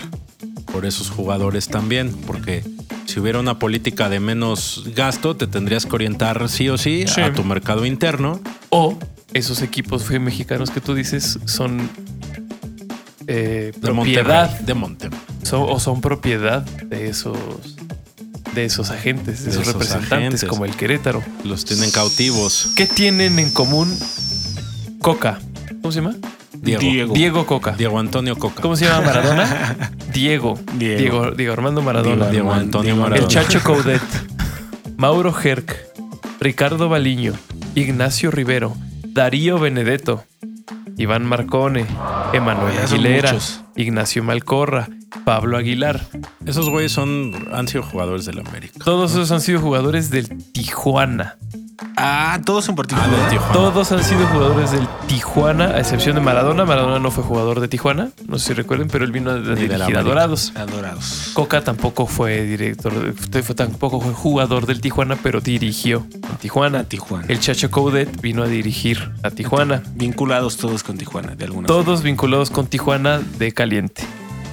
Speaker 1: por esos jugadores también. Porque si hubiera una política de menos gasto, te tendrías que orientar sí o sí,
Speaker 2: Sí.
Speaker 1: a tu mercado interno.
Speaker 2: O esos equipos fe- mexicanos que tú dices son
Speaker 1: De
Speaker 2: eh, propiedad
Speaker 1: Monterrey. De Monterrey.
Speaker 2: son- o son propiedad de esos de esos agentes, de,
Speaker 1: De
Speaker 2: esos
Speaker 1: esos
Speaker 2: representantes
Speaker 1: agentes.
Speaker 2: como el Querétaro.
Speaker 1: Los tienen cautivos.
Speaker 2: ¿Qué tienen en común Coca? ¿Cómo se llama?
Speaker 1: Diego. Uh. Diego,
Speaker 5: Diego.
Speaker 2: Diego Coca.
Speaker 1: Antonio Coca.
Speaker 2: ¿Cómo se llama Maradona? Diego. Diego.
Speaker 5: Diego.
Speaker 2: Diego, Armando Maradona.
Speaker 1: Diego Antonio
Speaker 5: Diego
Speaker 1: Maradona.
Speaker 2: El Chacho Coudet, Mauro Gerk, Ricardo Baliño, Ignacio Rivero, Darío Benedetto, Iván Marcone, Emanuel
Speaker 5: Ya son
Speaker 2: Aguilera,
Speaker 5: muchos.
Speaker 2: Ignacio Malcorra, Pablo Aguilar.
Speaker 1: Esos güeyes son, han sido jugadores del América.
Speaker 2: Todos esos han sido jugadores del Tijuana.
Speaker 5: Ah, todos en
Speaker 1: Ah, de
Speaker 5: particular.
Speaker 1: Tijuana.
Speaker 2: Todos han sido jugadores del Tijuana, a excepción de Maradona. Maradona no fue jugador de Tijuana, no sé si recuerden, pero él vino a
Speaker 1: del
Speaker 2: dirigir a
Speaker 1: América.
Speaker 2: Dorados.
Speaker 5: Adorados.
Speaker 2: Coca tampoco fue director, de- fue- tampoco fue jugador del Tijuana, pero dirigió a Tijuana.
Speaker 5: A Tijuana.
Speaker 2: El Chacho Coudet vino a dirigir a Tijuana.
Speaker 5: Vinculados todos con Tijuana, de alguna
Speaker 2: Todos vinculados con Tijuana de caliente.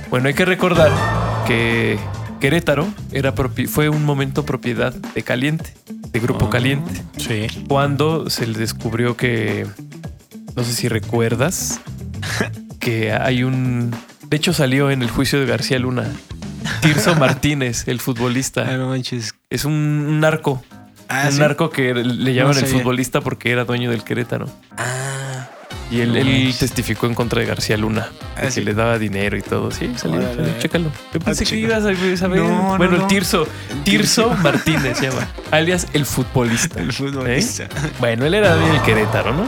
Speaker 2: Bueno, hay que recordar que Querétaro era propi- fue un momento propiedad de caliente, de Grupo
Speaker 5: Ah.
Speaker 2: Caliente,
Speaker 1: Sí.
Speaker 2: cuando se le descubrió que, no sé si recuerdas, que hay un... De hecho salió en el juicio de García Luna. Tirso Martínez, el
Speaker 5: forma. Ah,
Speaker 2: futbolista,
Speaker 5: no manches.
Speaker 2: es un narco.
Speaker 5: Ah,
Speaker 2: un
Speaker 5: sí.
Speaker 2: narco que le llaman el
Speaker 5: sabía.
Speaker 2: futbolista porque era dueño del Querétaro.
Speaker 5: Ah.
Speaker 2: Y él,
Speaker 5: No
Speaker 2: él
Speaker 5: manches.
Speaker 2: testificó en contra de García Luna,
Speaker 5: Ah,
Speaker 2: de que
Speaker 5: sí.
Speaker 2: le daba dinero y todo. Sí, salió,
Speaker 5: Órale.
Speaker 2: salió, chécalo. Yo pensé que
Speaker 5: chica.
Speaker 2: ibas a saber.
Speaker 5: No, no,
Speaker 2: bueno, el
Speaker 5: no.
Speaker 2: Tirso,
Speaker 5: El
Speaker 2: Tirso
Speaker 5: Tirso.
Speaker 2: Martínez se llama, alias el futbolista.
Speaker 5: El
Speaker 2: ¿Eh?
Speaker 5: futbolista.
Speaker 2: Bueno, él era del Querétaro, ¿no?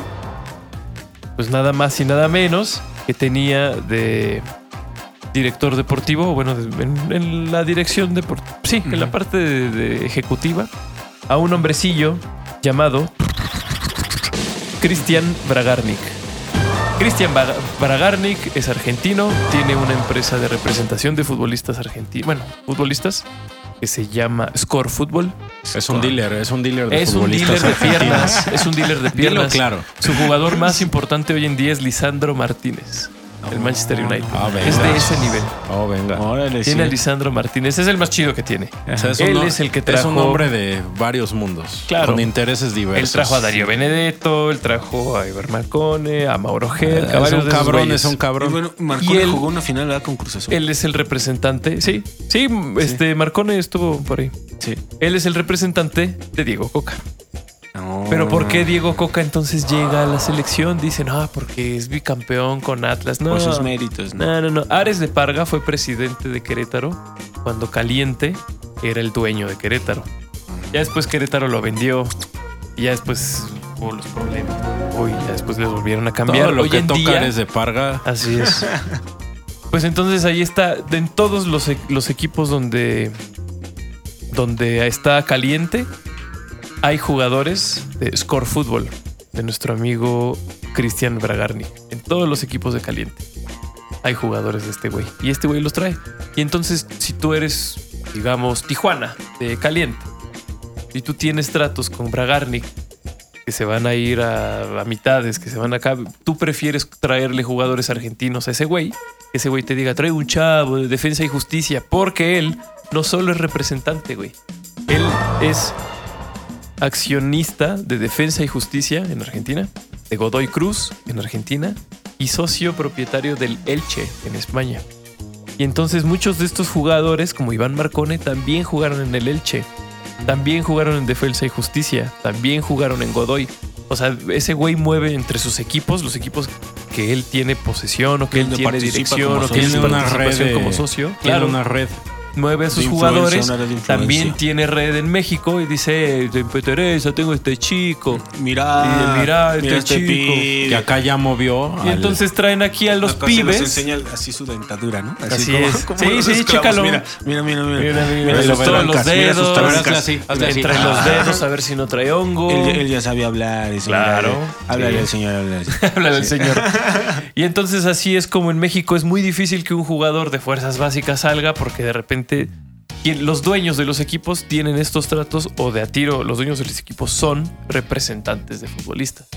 Speaker 2: Pues nada más y nada menos que tenía de director deportivo, o bueno, de- en, en la dirección deportiva, sí, en la
Speaker 5: Ujú.
Speaker 2: parte de- de ejecutiva, a un hombrecillo llamado Cristian Bragarnik. Cristian Ba- Baragarnik es argentino, tiene una empresa de representación de futbolistas argentinos, bueno, futbolistas, que se llama Score Fútbol.
Speaker 1: Es un dealer, es un dealer de
Speaker 2: Es un
Speaker 1: futbolistas
Speaker 2: dealer de
Speaker 1: argentinos.
Speaker 2: piernas, es un dealer de
Speaker 1: Dilo
Speaker 2: piernas.
Speaker 1: claro.
Speaker 2: Su jugador más importante hoy en día es Lisandro Martínez, el Manchester United.
Speaker 1: Ah, venga.
Speaker 2: es de ese nivel.
Speaker 1: Oh, venga.
Speaker 5: Órale, sí.
Speaker 2: Tiene a Lisandro Martínez, es el más chido que tiene.
Speaker 1: O sea,
Speaker 2: Él
Speaker 1: hom-
Speaker 2: es el que trajo-
Speaker 1: un hombre de varios mundos.
Speaker 2: Claro.
Speaker 1: Con intereses diversos.
Speaker 2: Él trajo a Darío Benedetto, él trajo a Iber Marcone, a Mauro Gel, a
Speaker 1: Ah, Es
Speaker 2: varios
Speaker 1: un
Speaker 2: de esos
Speaker 1: cabrón,
Speaker 2: güeyes.
Speaker 1: es un
Speaker 5: Y
Speaker 1: cabrón.
Speaker 5: bueno,
Speaker 2: Y
Speaker 5: Marcone
Speaker 2: él-
Speaker 5: jugó una final ¿verdad? con Cruz Azul.
Speaker 2: Él es el representante, sí, sí, este Marcone estuvo por ahí.
Speaker 5: Sí.
Speaker 2: Él es el representante de Diego Coca.
Speaker 5: No.
Speaker 2: Pero ¿por
Speaker 1: Mm.
Speaker 2: qué Diego Coca entonces llega a la selección? Dicen, ah, porque es bicampeón con Atlas. No,
Speaker 5: Por sus méritos, ¿no?
Speaker 2: no, no, no. Ares de Parga fue presidente de Querétaro cuando Caliente era el dueño de Querétaro. Ya después Querétaro lo vendió. Y ya después hubo los problemas. Uy, ya después les volvieron a cambiar.
Speaker 1: Todo lo
Speaker 2: Hoy
Speaker 1: que
Speaker 2: en
Speaker 1: toca
Speaker 2: día-
Speaker 1: es de parga.
Speaker 2: Así es. pues entonces ahí está, en todos los, e- los equipos donde, donde está caliente, hay jugadores de Score Fútbol, de nuestro amigo Cristian Bragarni. En todos los equipos de caliente hay jugadores de este güey. Y este güey los trae. Y entonces si tú eres, digamos, Tijuana, de caliente, y tú tienes tratos con Bragarnik, que se van a ir a, a mitades, que se van acá. Tú prefieres traerle jugadores argentinos a ese güey, que ese güey te diga, trae un chavo de defensa y justicia, porque él no solo es representante, güey. Él es accionista de defensa y justicia en Argentina, de Godoy Cruz en Argentina y socio propietario del Elche en España. Y entonces muchos de estos jugadores, como Iván Marcone, también jugaron en el Elche. También jugaron en Defensa y Justicia. También jugaron en Godoy. O sea, ese güey mueve entre sus equipos, los equipos que él tiene posesión o que él
Speaker 5: Donde
Speaker 2: tiene
Speaker 5: participa
Speaker 2: dirección
Speaker 5: como
Speaker 2: o que
Speaker 1: socio.
Speaker 2: tiene
Speaker 1: Tiene una
Speaker 2: una
Speaker 1: red de-
Speaker 2: como socio.
Speaker 1: Tiene
Speaker 2: Claro,
Speaker 1: una red.
Speaker 2: mueve a sus
Speaker 5: de influencia,
Speaker 2: jugadores.
Speaker 5: una red de influencia.
Speaker 2: También tiene red en México y dice, "Eh, te interesa, tengo este chico.
Speaker 5: Mirá,
Speaker 2: Y mirá, este chico.
Speaker 5: pibe.
Speaker 1: Que acá ya movió.
Speaker 2: Y
Speaker 1: al-
Speaker 2: entonces traen aquí a los
Speaker 5: Acá se
Speaker 2: pibes.
Speaker 5: los enseña así su dentadura, ¿no?
Speaker 2: Así
Speaker 5: como-
Speaker 2: es.
Speaker 5: como
Speaker 2: Sí,
Speaker 5: los
Speaker 2: sí,
Speaker 5: esclavos.
Speaker 2: chécalo.
Speaker 5: Mira, mira, mira. mira.
Speaker 2: Mira, mira,
Speaker 5: Mira
Speaker 2: mira,
Speaker 5: sus
Speaker 2: los todos los
Speaker 5: trancas, mira sus
Speaker 2: dedos.
Speaker 5: trancas.
Speaker 1: Hazle así, hazle así.
Speaker 2: Entre los
Speaker 1: Ah.
Speaker 2: dedos, a ver si no trae hongo.
Speaker 5: Él, él ya sabía hablar. Eso,
Speaker 2: Claro,
Speaker 5: mira, Háblale
Speaker 2: sí.
Speaker 5: al señor, háblale al señor.
Speaker 2: Háblale al señor. Y entonces así es como en México es muy difícil que un jugador de fuerzas básicas salga porque de repente quien- los dueños de los equipos tienen estos tratos o de a tiro los dueños de los equipos son representantes de futbolistas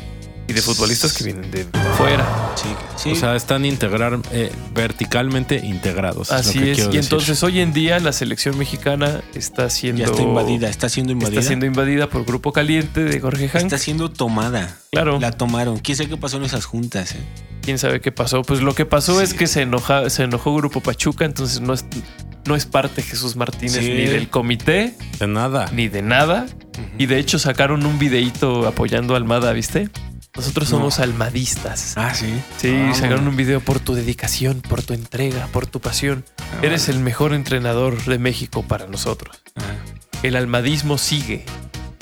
Speaker 2: y de futbolistas que vienen de, de afuera.
Speaker 5: Sí, sí.
Speaker 1: O sea, están integrar eh, verticalmente integrados. Pues es lo
Speaker 2: Así
Speaker 1: que
Speaker 2: es.
Speaker 1: quiero
Speaker 2: Y
Speaker 1: decir.
Speaker 2: entonces hoy en día la selección mexicana está siendo
Speaker 5: ya está invadida, está siendo invadida.
Speaker 2: Está siendo invadida por Grupo Caliente de Jorge Hank.
Speaker 5: Está siendo tomada.
Speaker 2: Claro.
Speaker 5: La tomaron. ¿Quién sabe qué pasó en esas juntas? eh?
Speaker 2: quién sabe qué pasó. Pues lo que pasó
Speaker 5: Sí.
Speaker 2: es que se enoja, se enojó Grupo Pachuca, entonces no es, no es parte Jesús Martínez
Speaker 5: Sí.
Speaker 2: ni del comité,
Speaker 1: De nada.
Speaker 2: ni de nada. Y de hecho sacaron un videíto apoyando a Almada, ¿viste? Nosotros somos almadistas.
Speaker 5: Ah, sí.
Speaker 2: Sí,
Speaker 5: Ah,
Speaker 2: sacaron un video por tu dedicación, por tu entrega, por tu pasión. Eres el mejor entrenador de México para nosotros.
Speaker 5: Ah.
Speaker 2: El almadismo sigue.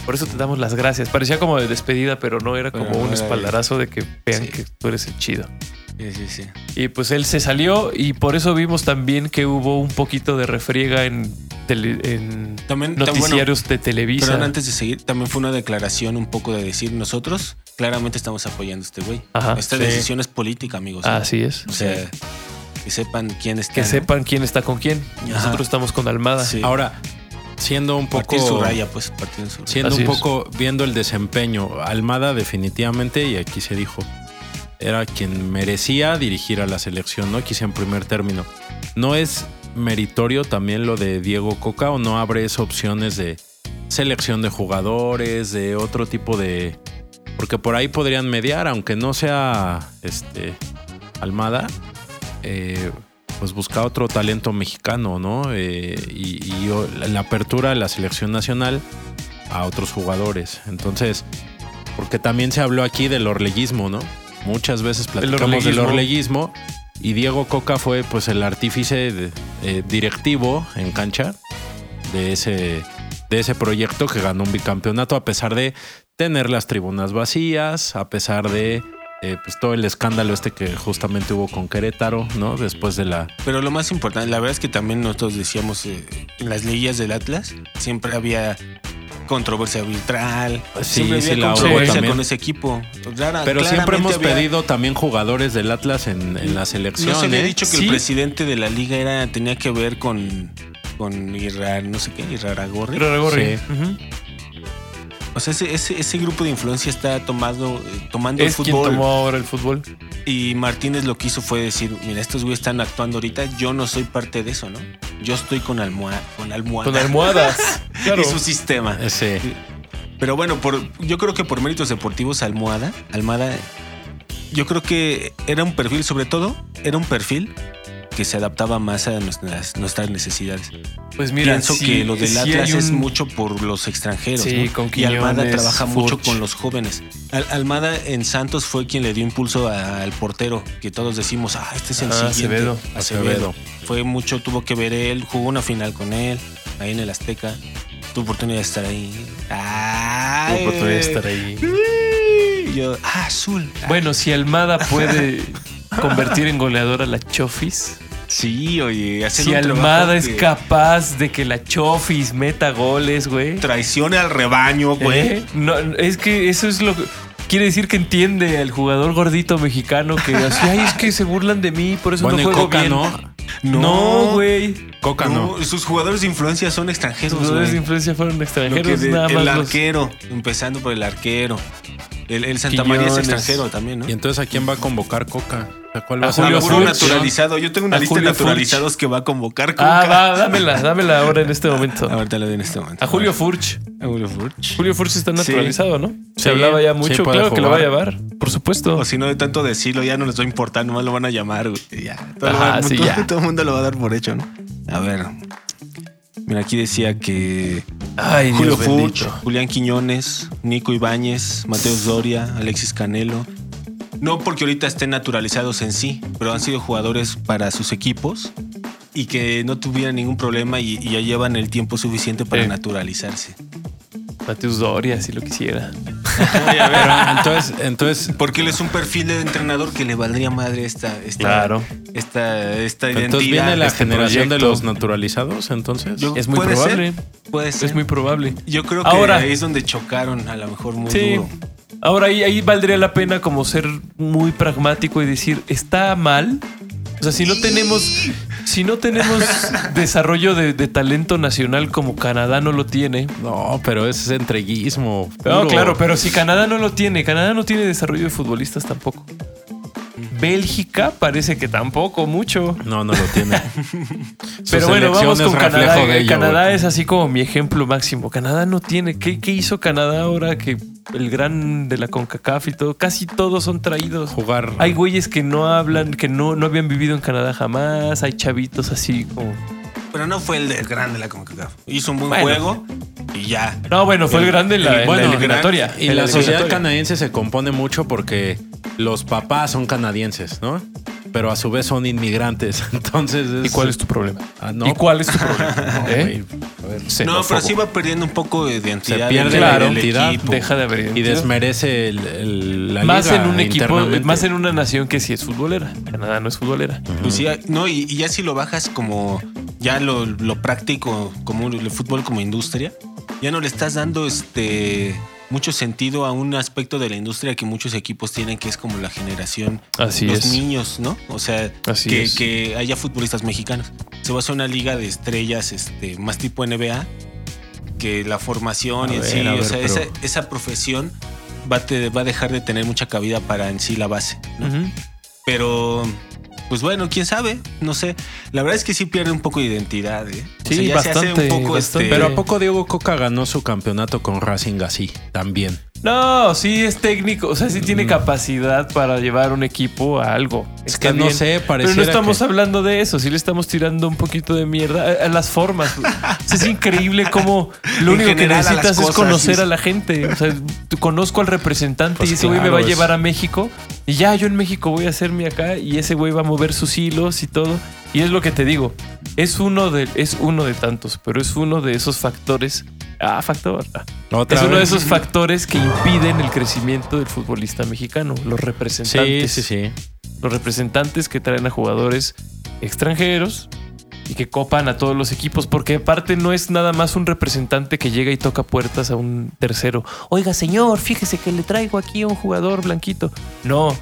Speaker 2: Por eso te damos las gracias. Parecía como de despedida, pero no era como
Speaker 5: Pero no
Speaker 2: un
Speaker 5: era-
Speaker 2: espaldarazo de que vean
Speaker 5: Sí.
Speaker 2: que tú eres el chido.
Speaker 5: Sí, sí, sí.
Speaker 2: Y pues él se salió y por eso vimos también que hubo un poquito de refriega en, tele- en
Speaker 5: También, tam- bueno,
Speaker 2: noticiarios de Televisa.
Speaker 5: Perdón, antes de seguir, también fue una declaración un poco de decir nosotros claramente estamos apoyando a este güey.
Speaker 2: Ajá.
Speaker 5: Esta
Speaker 1: Sí.
Speaker 5: decisión es política, amigos. ¿eh?
Speaker 2: Así es.
Speaker 5: O sea, que sepan quién está.
Speaker 2: Que
Speaker 5: ¿no?
Speaker 2: sepan ah, quién está con quién.
Speaker 5: Ajá.
Speaker 2: Nosotros estamos con Almada.
Speaker 5: Sí.
Speaker 1: Ahora, siendo un poco.
Speaker 5: Partir su raya, pues, partir su raya.
Speaker 1: Siendo
Speaker 2: Así
Speaker 1: un
Speaker 2: es.
Speaker 1: poco, viendo el desempeño, Almada definitivamente, y aquí se dijo, era quien merecía dirigir a la selección, ¿no? Quizá en primer término. ¿No es meritorio también lo de Diego Coca o no abre esas opciones de selección de jugadores, de otro tipo de... Porque por ahí podrían mediar, aunque no sea este Almada, eh, pues busca otro talento mexicano, ¿no? Eh, y, y o- la- la apertura de la selección nacional a otros jugadores. Entonces, porque también se habló aquí del orleguismo, ¿no? Muchas veces platicamos del orleguismo y Diego Coca fue pues el artífice de- eh, directivo en cancha de ese, de ese proyecto que ganó un bicampeonato a pesar de tener las tribunas vacías, a pesar de eh, pues, todo el escándalo este que justamente hubo con Querétaro, ¿no? Después de la...
Speaker 5: Pero lo más importante, la verdad es que también nosotros decíamos eh, en las liguillas del Atlas, siempre había controversia arbitral.
Speaker 1: Sí,
Speaker 5: siempre
Speaker 1: sí
Speaker 5: había
Speaker 1: la hubo
Speaker 5: controversia
Speaker 1: también.
Speaker 5: con ese equipo.
Speaker 2: Ah,
Speaker 5: Rara-
Speaker 1: Pero siempre
Speaker 5: claramente
Speaker 1: hemos
Speaker 5: había-
Speaker 1: pedido también jugadores del Atlas en, en la selección.
Speaker 5: No se había
Speaker 1: ¿eh?
Speaker 5: dicho que
Speaker 2: Sí.
Speaker 5: el presidente de la liga era tenía que ver con con Irra- no sé qué, Irraragorri.
Speaker 2: Iraragorri.
Speaker 1: Sí.
Speaker 2: Ujú.
Speaker 5: O sea, ese, ese, ese grupo de influencia está tomando, eh, tomando
Speaker 2: Es
Speaker 5: el
Speaker 2: quien
Speaker 5: fútbol.
Speaker 2: tomó ahora el fútbol.
Speaker 5: Y Martínez lo que hizo fue decir, mira, estos güeyes están actuando ahorita, yo no soy parte de eso, ¿no? Yo estoy con almohada, con almohada.
Speaker 2: Con almohadas. Claro. Eh.
Speaker 5: Y su sistema.
Speaker 1: Ese-
Speaker 5: Pero bueno, por, yo creo que por méritos deportivos, Almohada, Almada, yo creo que era un perfil, sobre todo, era un perfil que se adaptaba más a nuestras, nuestras necesidades.
Speaker 2: Pues mira,
Speaker 5: Pienso
Speaker 2: sí-
Speaker 5: que lo del
Speaker 2: sí hay
Speaker 5: Atlas es
Speaker 2: un-
Speaker 5: mucho por los extranjeros.
Speaker 2: Sí,
Speaker 5: ¿no?
Speaker 2: con
Speaker 5: y Almada
Speaker 2: Quiñones,
Speaker 5: trabaja mucho
Speaker 2: Furch.
Speaker 5: con los jóvenes. Al- Almada en Santos fue quien le dio impulso a- al portero, que todos decimos, ah, este es el
Speaker 2: Ah,
Speaker 5: siguiente.
Speaker 2: Acevedo.
Speaker 1: Acevedo.
Speaker 5: Fue mucho, tuvo que ver él, jugó una final con él, ahí en el Azteca. Tu oportunidad de estar ahí.
Speaker 6: Tuvo
Speaker 5: Ay,
Speaker 6: oportunidad de estar ahí.
Speaker 5: Y Yo, ah, azul. Ah,
Speaker 2: Bueno, si Almada puede convertir en goleador a la Chofis,
Speaker 5: Sí, oye, hacer
Speaker 2: si
Speaker 5: un trabajo
Speaker 2: Almada es
Speaker 5: que
Speaker 2: capaz de que la Chofis meta goles, güey.
Speaker 5: traicione al rebaño, güey.
Speaker 2: ¿eh? No, es que eso es lo que. Quiere decir que entiende al jugador gordito mexicano que así, ay, es que se burlan de mí, por eso
Speaker 1: Bueno, y
Speaker 2: no juego
Speaker 1: Coca
Speaker 2: bien.
Speaker 1: no.
Speaker 2: No, güey.
Speaker 1: Coca no.
Speaker 5: No, sus jugadores de influencia son extranjeros.
Speaker 2: Los jugadores de
Speaker 5: güey.
Speaker 2: influencia fueron
Speaker 5: Lo que
Speaker 2: extranjeros,
Speaker 5: de-
Speaker 2: nada
Speaker 5: el
Speaker 2: más. los-
Speaker 5: arquero, empezando por el arquero. El, el Santa María es
Speaker 2: Quiñones.
Speaker 5: extranjero también, ¿no?
Speaker 1: ¿Y entonces a quién va a convocar Coca? O sea, ¿Cuál va
Speaker 2: A
Speaker 1: a ser
Speaker 2: Julio
Speaker 5: Ah,
Speaker 1: la
Speaker 5: puro
Speaker 2: Furch.
Speaker 5: naturalizado. Yo tengo una
Speaker 2: A
Speaker 5: lista
Speaker 2: Julio
Speaker 5: de naturalizados que va a convocar Cuca.
Speaker 2: Ah, va, dámela, dámela ahora en este momento.
Speaker 5: A ver, te la doy en este momento.
Speaker 2: A Julio Furch.
Speaker 5: A Julio Furch.
Speaker 2: Julio Furch está naturalizado, ¿no? Se
Speaker 1: Sí,
Speaker 2: hablaba ya
Speaker 1: sí
Speaker 2: mucho.
Speaker 1: puede
Speaker 2: claro que lo va a
Speaker 1: jugar.
Speaker 2: llevar, por supuesto.
Speaker 5: O si no, de tanto decirlo, ya no les va a importar, nomás lo van a llamar, güey. Ya. Todo, lo
Speaker 2: Ajá,
Speaker 5: van-
Speaker 2: sí,
Speaker 5: todo-
Speaker 2: ya.
Speaker 5: todo el mundo lo va a dar por hecho, ¿no? A ver. Mira, aquí decía que
Speaker 2: Ay,
Speaker 5: Julio
Speaker 2: Dios
Speaker 5: Furch,
Speaker 2: bendito.
Speaker 5: Julián Quiñones, Nico Ibáñez, Mateos Doria, Alexis Canelo. No porque ahorita estén naturalizados en sí, pero han sido jugadores para sus equipos y que no tuvieran ningún problema y, y ya llevan el tiempo suficiente para
Speaker 2: Sí.
Speaker 5: naturalizarse.
Speaker 2: Mateus Doria, si lo quisiera.
Speaker 1: Pero entonces, entonces,
Speaker 5: Porque él es un perfil de entrenador que le valdría madre esta, esta,
Speaker 6: Claro.
Speaker 5: esta, esta identidad.
Speaker 1: entonces viene la
Speaker 5: este
Speaker 1: generación de
Speaker 5: proyecto.
Speaker 1: los naturalizados, entonces.
Speaker 5: Yo-
Speaker 2: Es muy
Speaker 5: ¿Puede ser?
Speaker 2: probable.
Speaker 5: Puede ser.
Speaker 2: Es muy probable.
Speaker 5: Yo creo que
Speaker 2: Ahora-
Speaker 5: ahí es donde chocaron a lo mejor muy
Speaker 2: Sí.
Speaker 5: duro.
Speaker 2: Ahora ahí, ahí valdría la pena como ser muy pragmático y decir, está mal. O sea, si no tenemos, si no tenemos desarrollo de, de talento nacional como Canadá no lo tiene.
Speaker 1: No, pero ese es entreguismo.
Speaker 2: No,
Speaker 1: puro.
Speaker 2: claro, pero si Canadá no lo tiene, Canadá no tiene desarrollo de futbolistas tampoco. Bélgica parece que tampoco mucho.
Speaker 1: No, no lo tiene.
Speaker 2: Pero bueno, vamos con Canadá. Canadá
Speaker 1: es...
Speaker 2: es así como mi ejemplo máximo. Canadá no tiene. ¿Qué, qué hizo Canadá ahora que el gran de la CONCACAF y todo? Casi todos son traídos.
Speaker 1: Jugar.
Speaker 2: Hay güeyes que no hablan, que no, no habían vivido en Canadá jamás. Hay chavitos así como.
Speaker 5: Pero no fue el del grande la CONCACAF. Hizo un buen
Speaker 2: Bueno.
Speaker 5: juego y ya.
Speaker 2: No, bueno, fue el, grande en la,
Speaker 5: el-
Speaker 2: en la
Speaker 5: bueno, el gran-
Speaker 2: eliminatoria.
Speaker 1: y
Speaker 2: En
Speaker 1: la sociedad
Speaker 2: eliminatoria.
Speaker 1: canadiense se compone mucho porque los papás son canadienses, ¿no? Pero a su vez son inmigrantes. Entonces.
Speaker 2: ¿Y cuál es tu problema?
Speaker 1: Ah, no.
Speaker 2: ¿Y cuál es tu problema?
Speaker 1: No,
Speaker 2: ¿Eh?
Speaker 1: güey. A ver.
Speaker 5: No,
Speaker 2: Xenófobo.
Speaker 5: pero sí va perdiendo un poco de identidad.
Speaker 1: Se pierde
Speaker 5: del-
Speaker 1: la
Speaker 5: del
Speaker 1: identidad,
Speaker 5: equipo.
Speaker 2: Deja de haber
Speaker 1: Y
Speaker 2: identidad.
Speaker 1: desmerece el, el- la
Speaker 2: más
Speaker 1: liga
Speaker 2: en un equipo,
Speaker 1: internamente.
Speaker 2: más en una nación que sí es futbolera. Canadá no es futbolera.
Speaker 5: Pues sí, no, y, y ya si lo bajas como ya lo, lo práctico, como el fútbol como industria, ya no le estás dando este mucho sentido a un aspecto de la industria que muchos equipos tienen, que es como la generación
Speaker 2: Así
Speaker 5: los
Speaker 2: es.
Speaker 5: niños, ¿no? O sea,
Speaker 2: Así
Speaker 5: que,
Speaker 2: es.
Speaker 5: que haya futbolistas mexicanos. Se va a hacer una liga de estrellas este, más tipo NBA que la formación
Speaker 1: A
Speaker 5: y en
Speaker 1: ver,
Speaker 5: sí.
Speaker 1: a
Speaker 5: o
Speaker 1: ver,
Speaker 5: sea,
Speaker 1: pero-
Speaker 5: esa, esa profesión va, a te, va a dejar de tener mucha cabida para en sí la base. ¿no?
Speaker 2: Ujú.
Speaker 5: Pero, pues bueno, quién sabe, no sé. La verdad es que sí pierde un poco de identidad. ¿eh? O
Speaker 2: Sí,
Speaker 5: sea, ya se
Speaker 2: bastante,
Speaker 5: hace un poco
Speaker 2: bastante.
Speaker 5: este.
Speaker 1: Eh, Pero ¿a poco Diego Coca ganó su campeonato con Racing así? También.
Speaker 2: No, sí es técnico, o sea, sí tiene capacidad para llevar un equipo a algo.
Speaker 1: Es
Speaker 2: Está
Speaker 1: que no
Speaker 2: bien.
Speaker 1: sé,
Speaker 2: Pero
Speaker 1: pareciera
Speaker 2: no estamos
Speaker 1: que-
Speaker 2: hablando de eso, sí le estamos tirando un poquito de mierda a, a las formas. O sea, es increíble cómo lo
Speaker 5: En
Speaker 2: único que
Speaker 5: general, a las
Speaker 2: necesitas es
Speaker 5: cosas,
Speaker 2: conocer
Speaker 5: sí.
Speaker 2: a la gente. O sea, tú- conozco al representante
Speaker 1: Pues
Speaker 2: y ese güey me
Speaker 1: claro,
Speaker 2: va a
Speaker 1: es-
Speaker 2: llevar a México y ya yo en México voy a hacerme acá y ese güey va a mover sus hilos y todo. Y es lo que te digo, es uno de, es uno de tantos, pero es uno de esos factores. Ah, factor. ah.
Speaker 1: Otra
Speaker 2: es uno de
Speaker 1: vez.
Speaker 2: esos factores que impiden el crecimiento del futbolista mexicano, los
Speaker 1: Sí,
Speaker 2: representantes.
Speaker 1: sí, sí.
Speaker 2: Los representantes que traen a jugadores extranjeros y que copan a todos los equipos, porque aparte no es nada más un representante que llega y toca puertas a un tercero. Oiga, señor, fíjese que le traigo aquí a un jugador blanquito. No,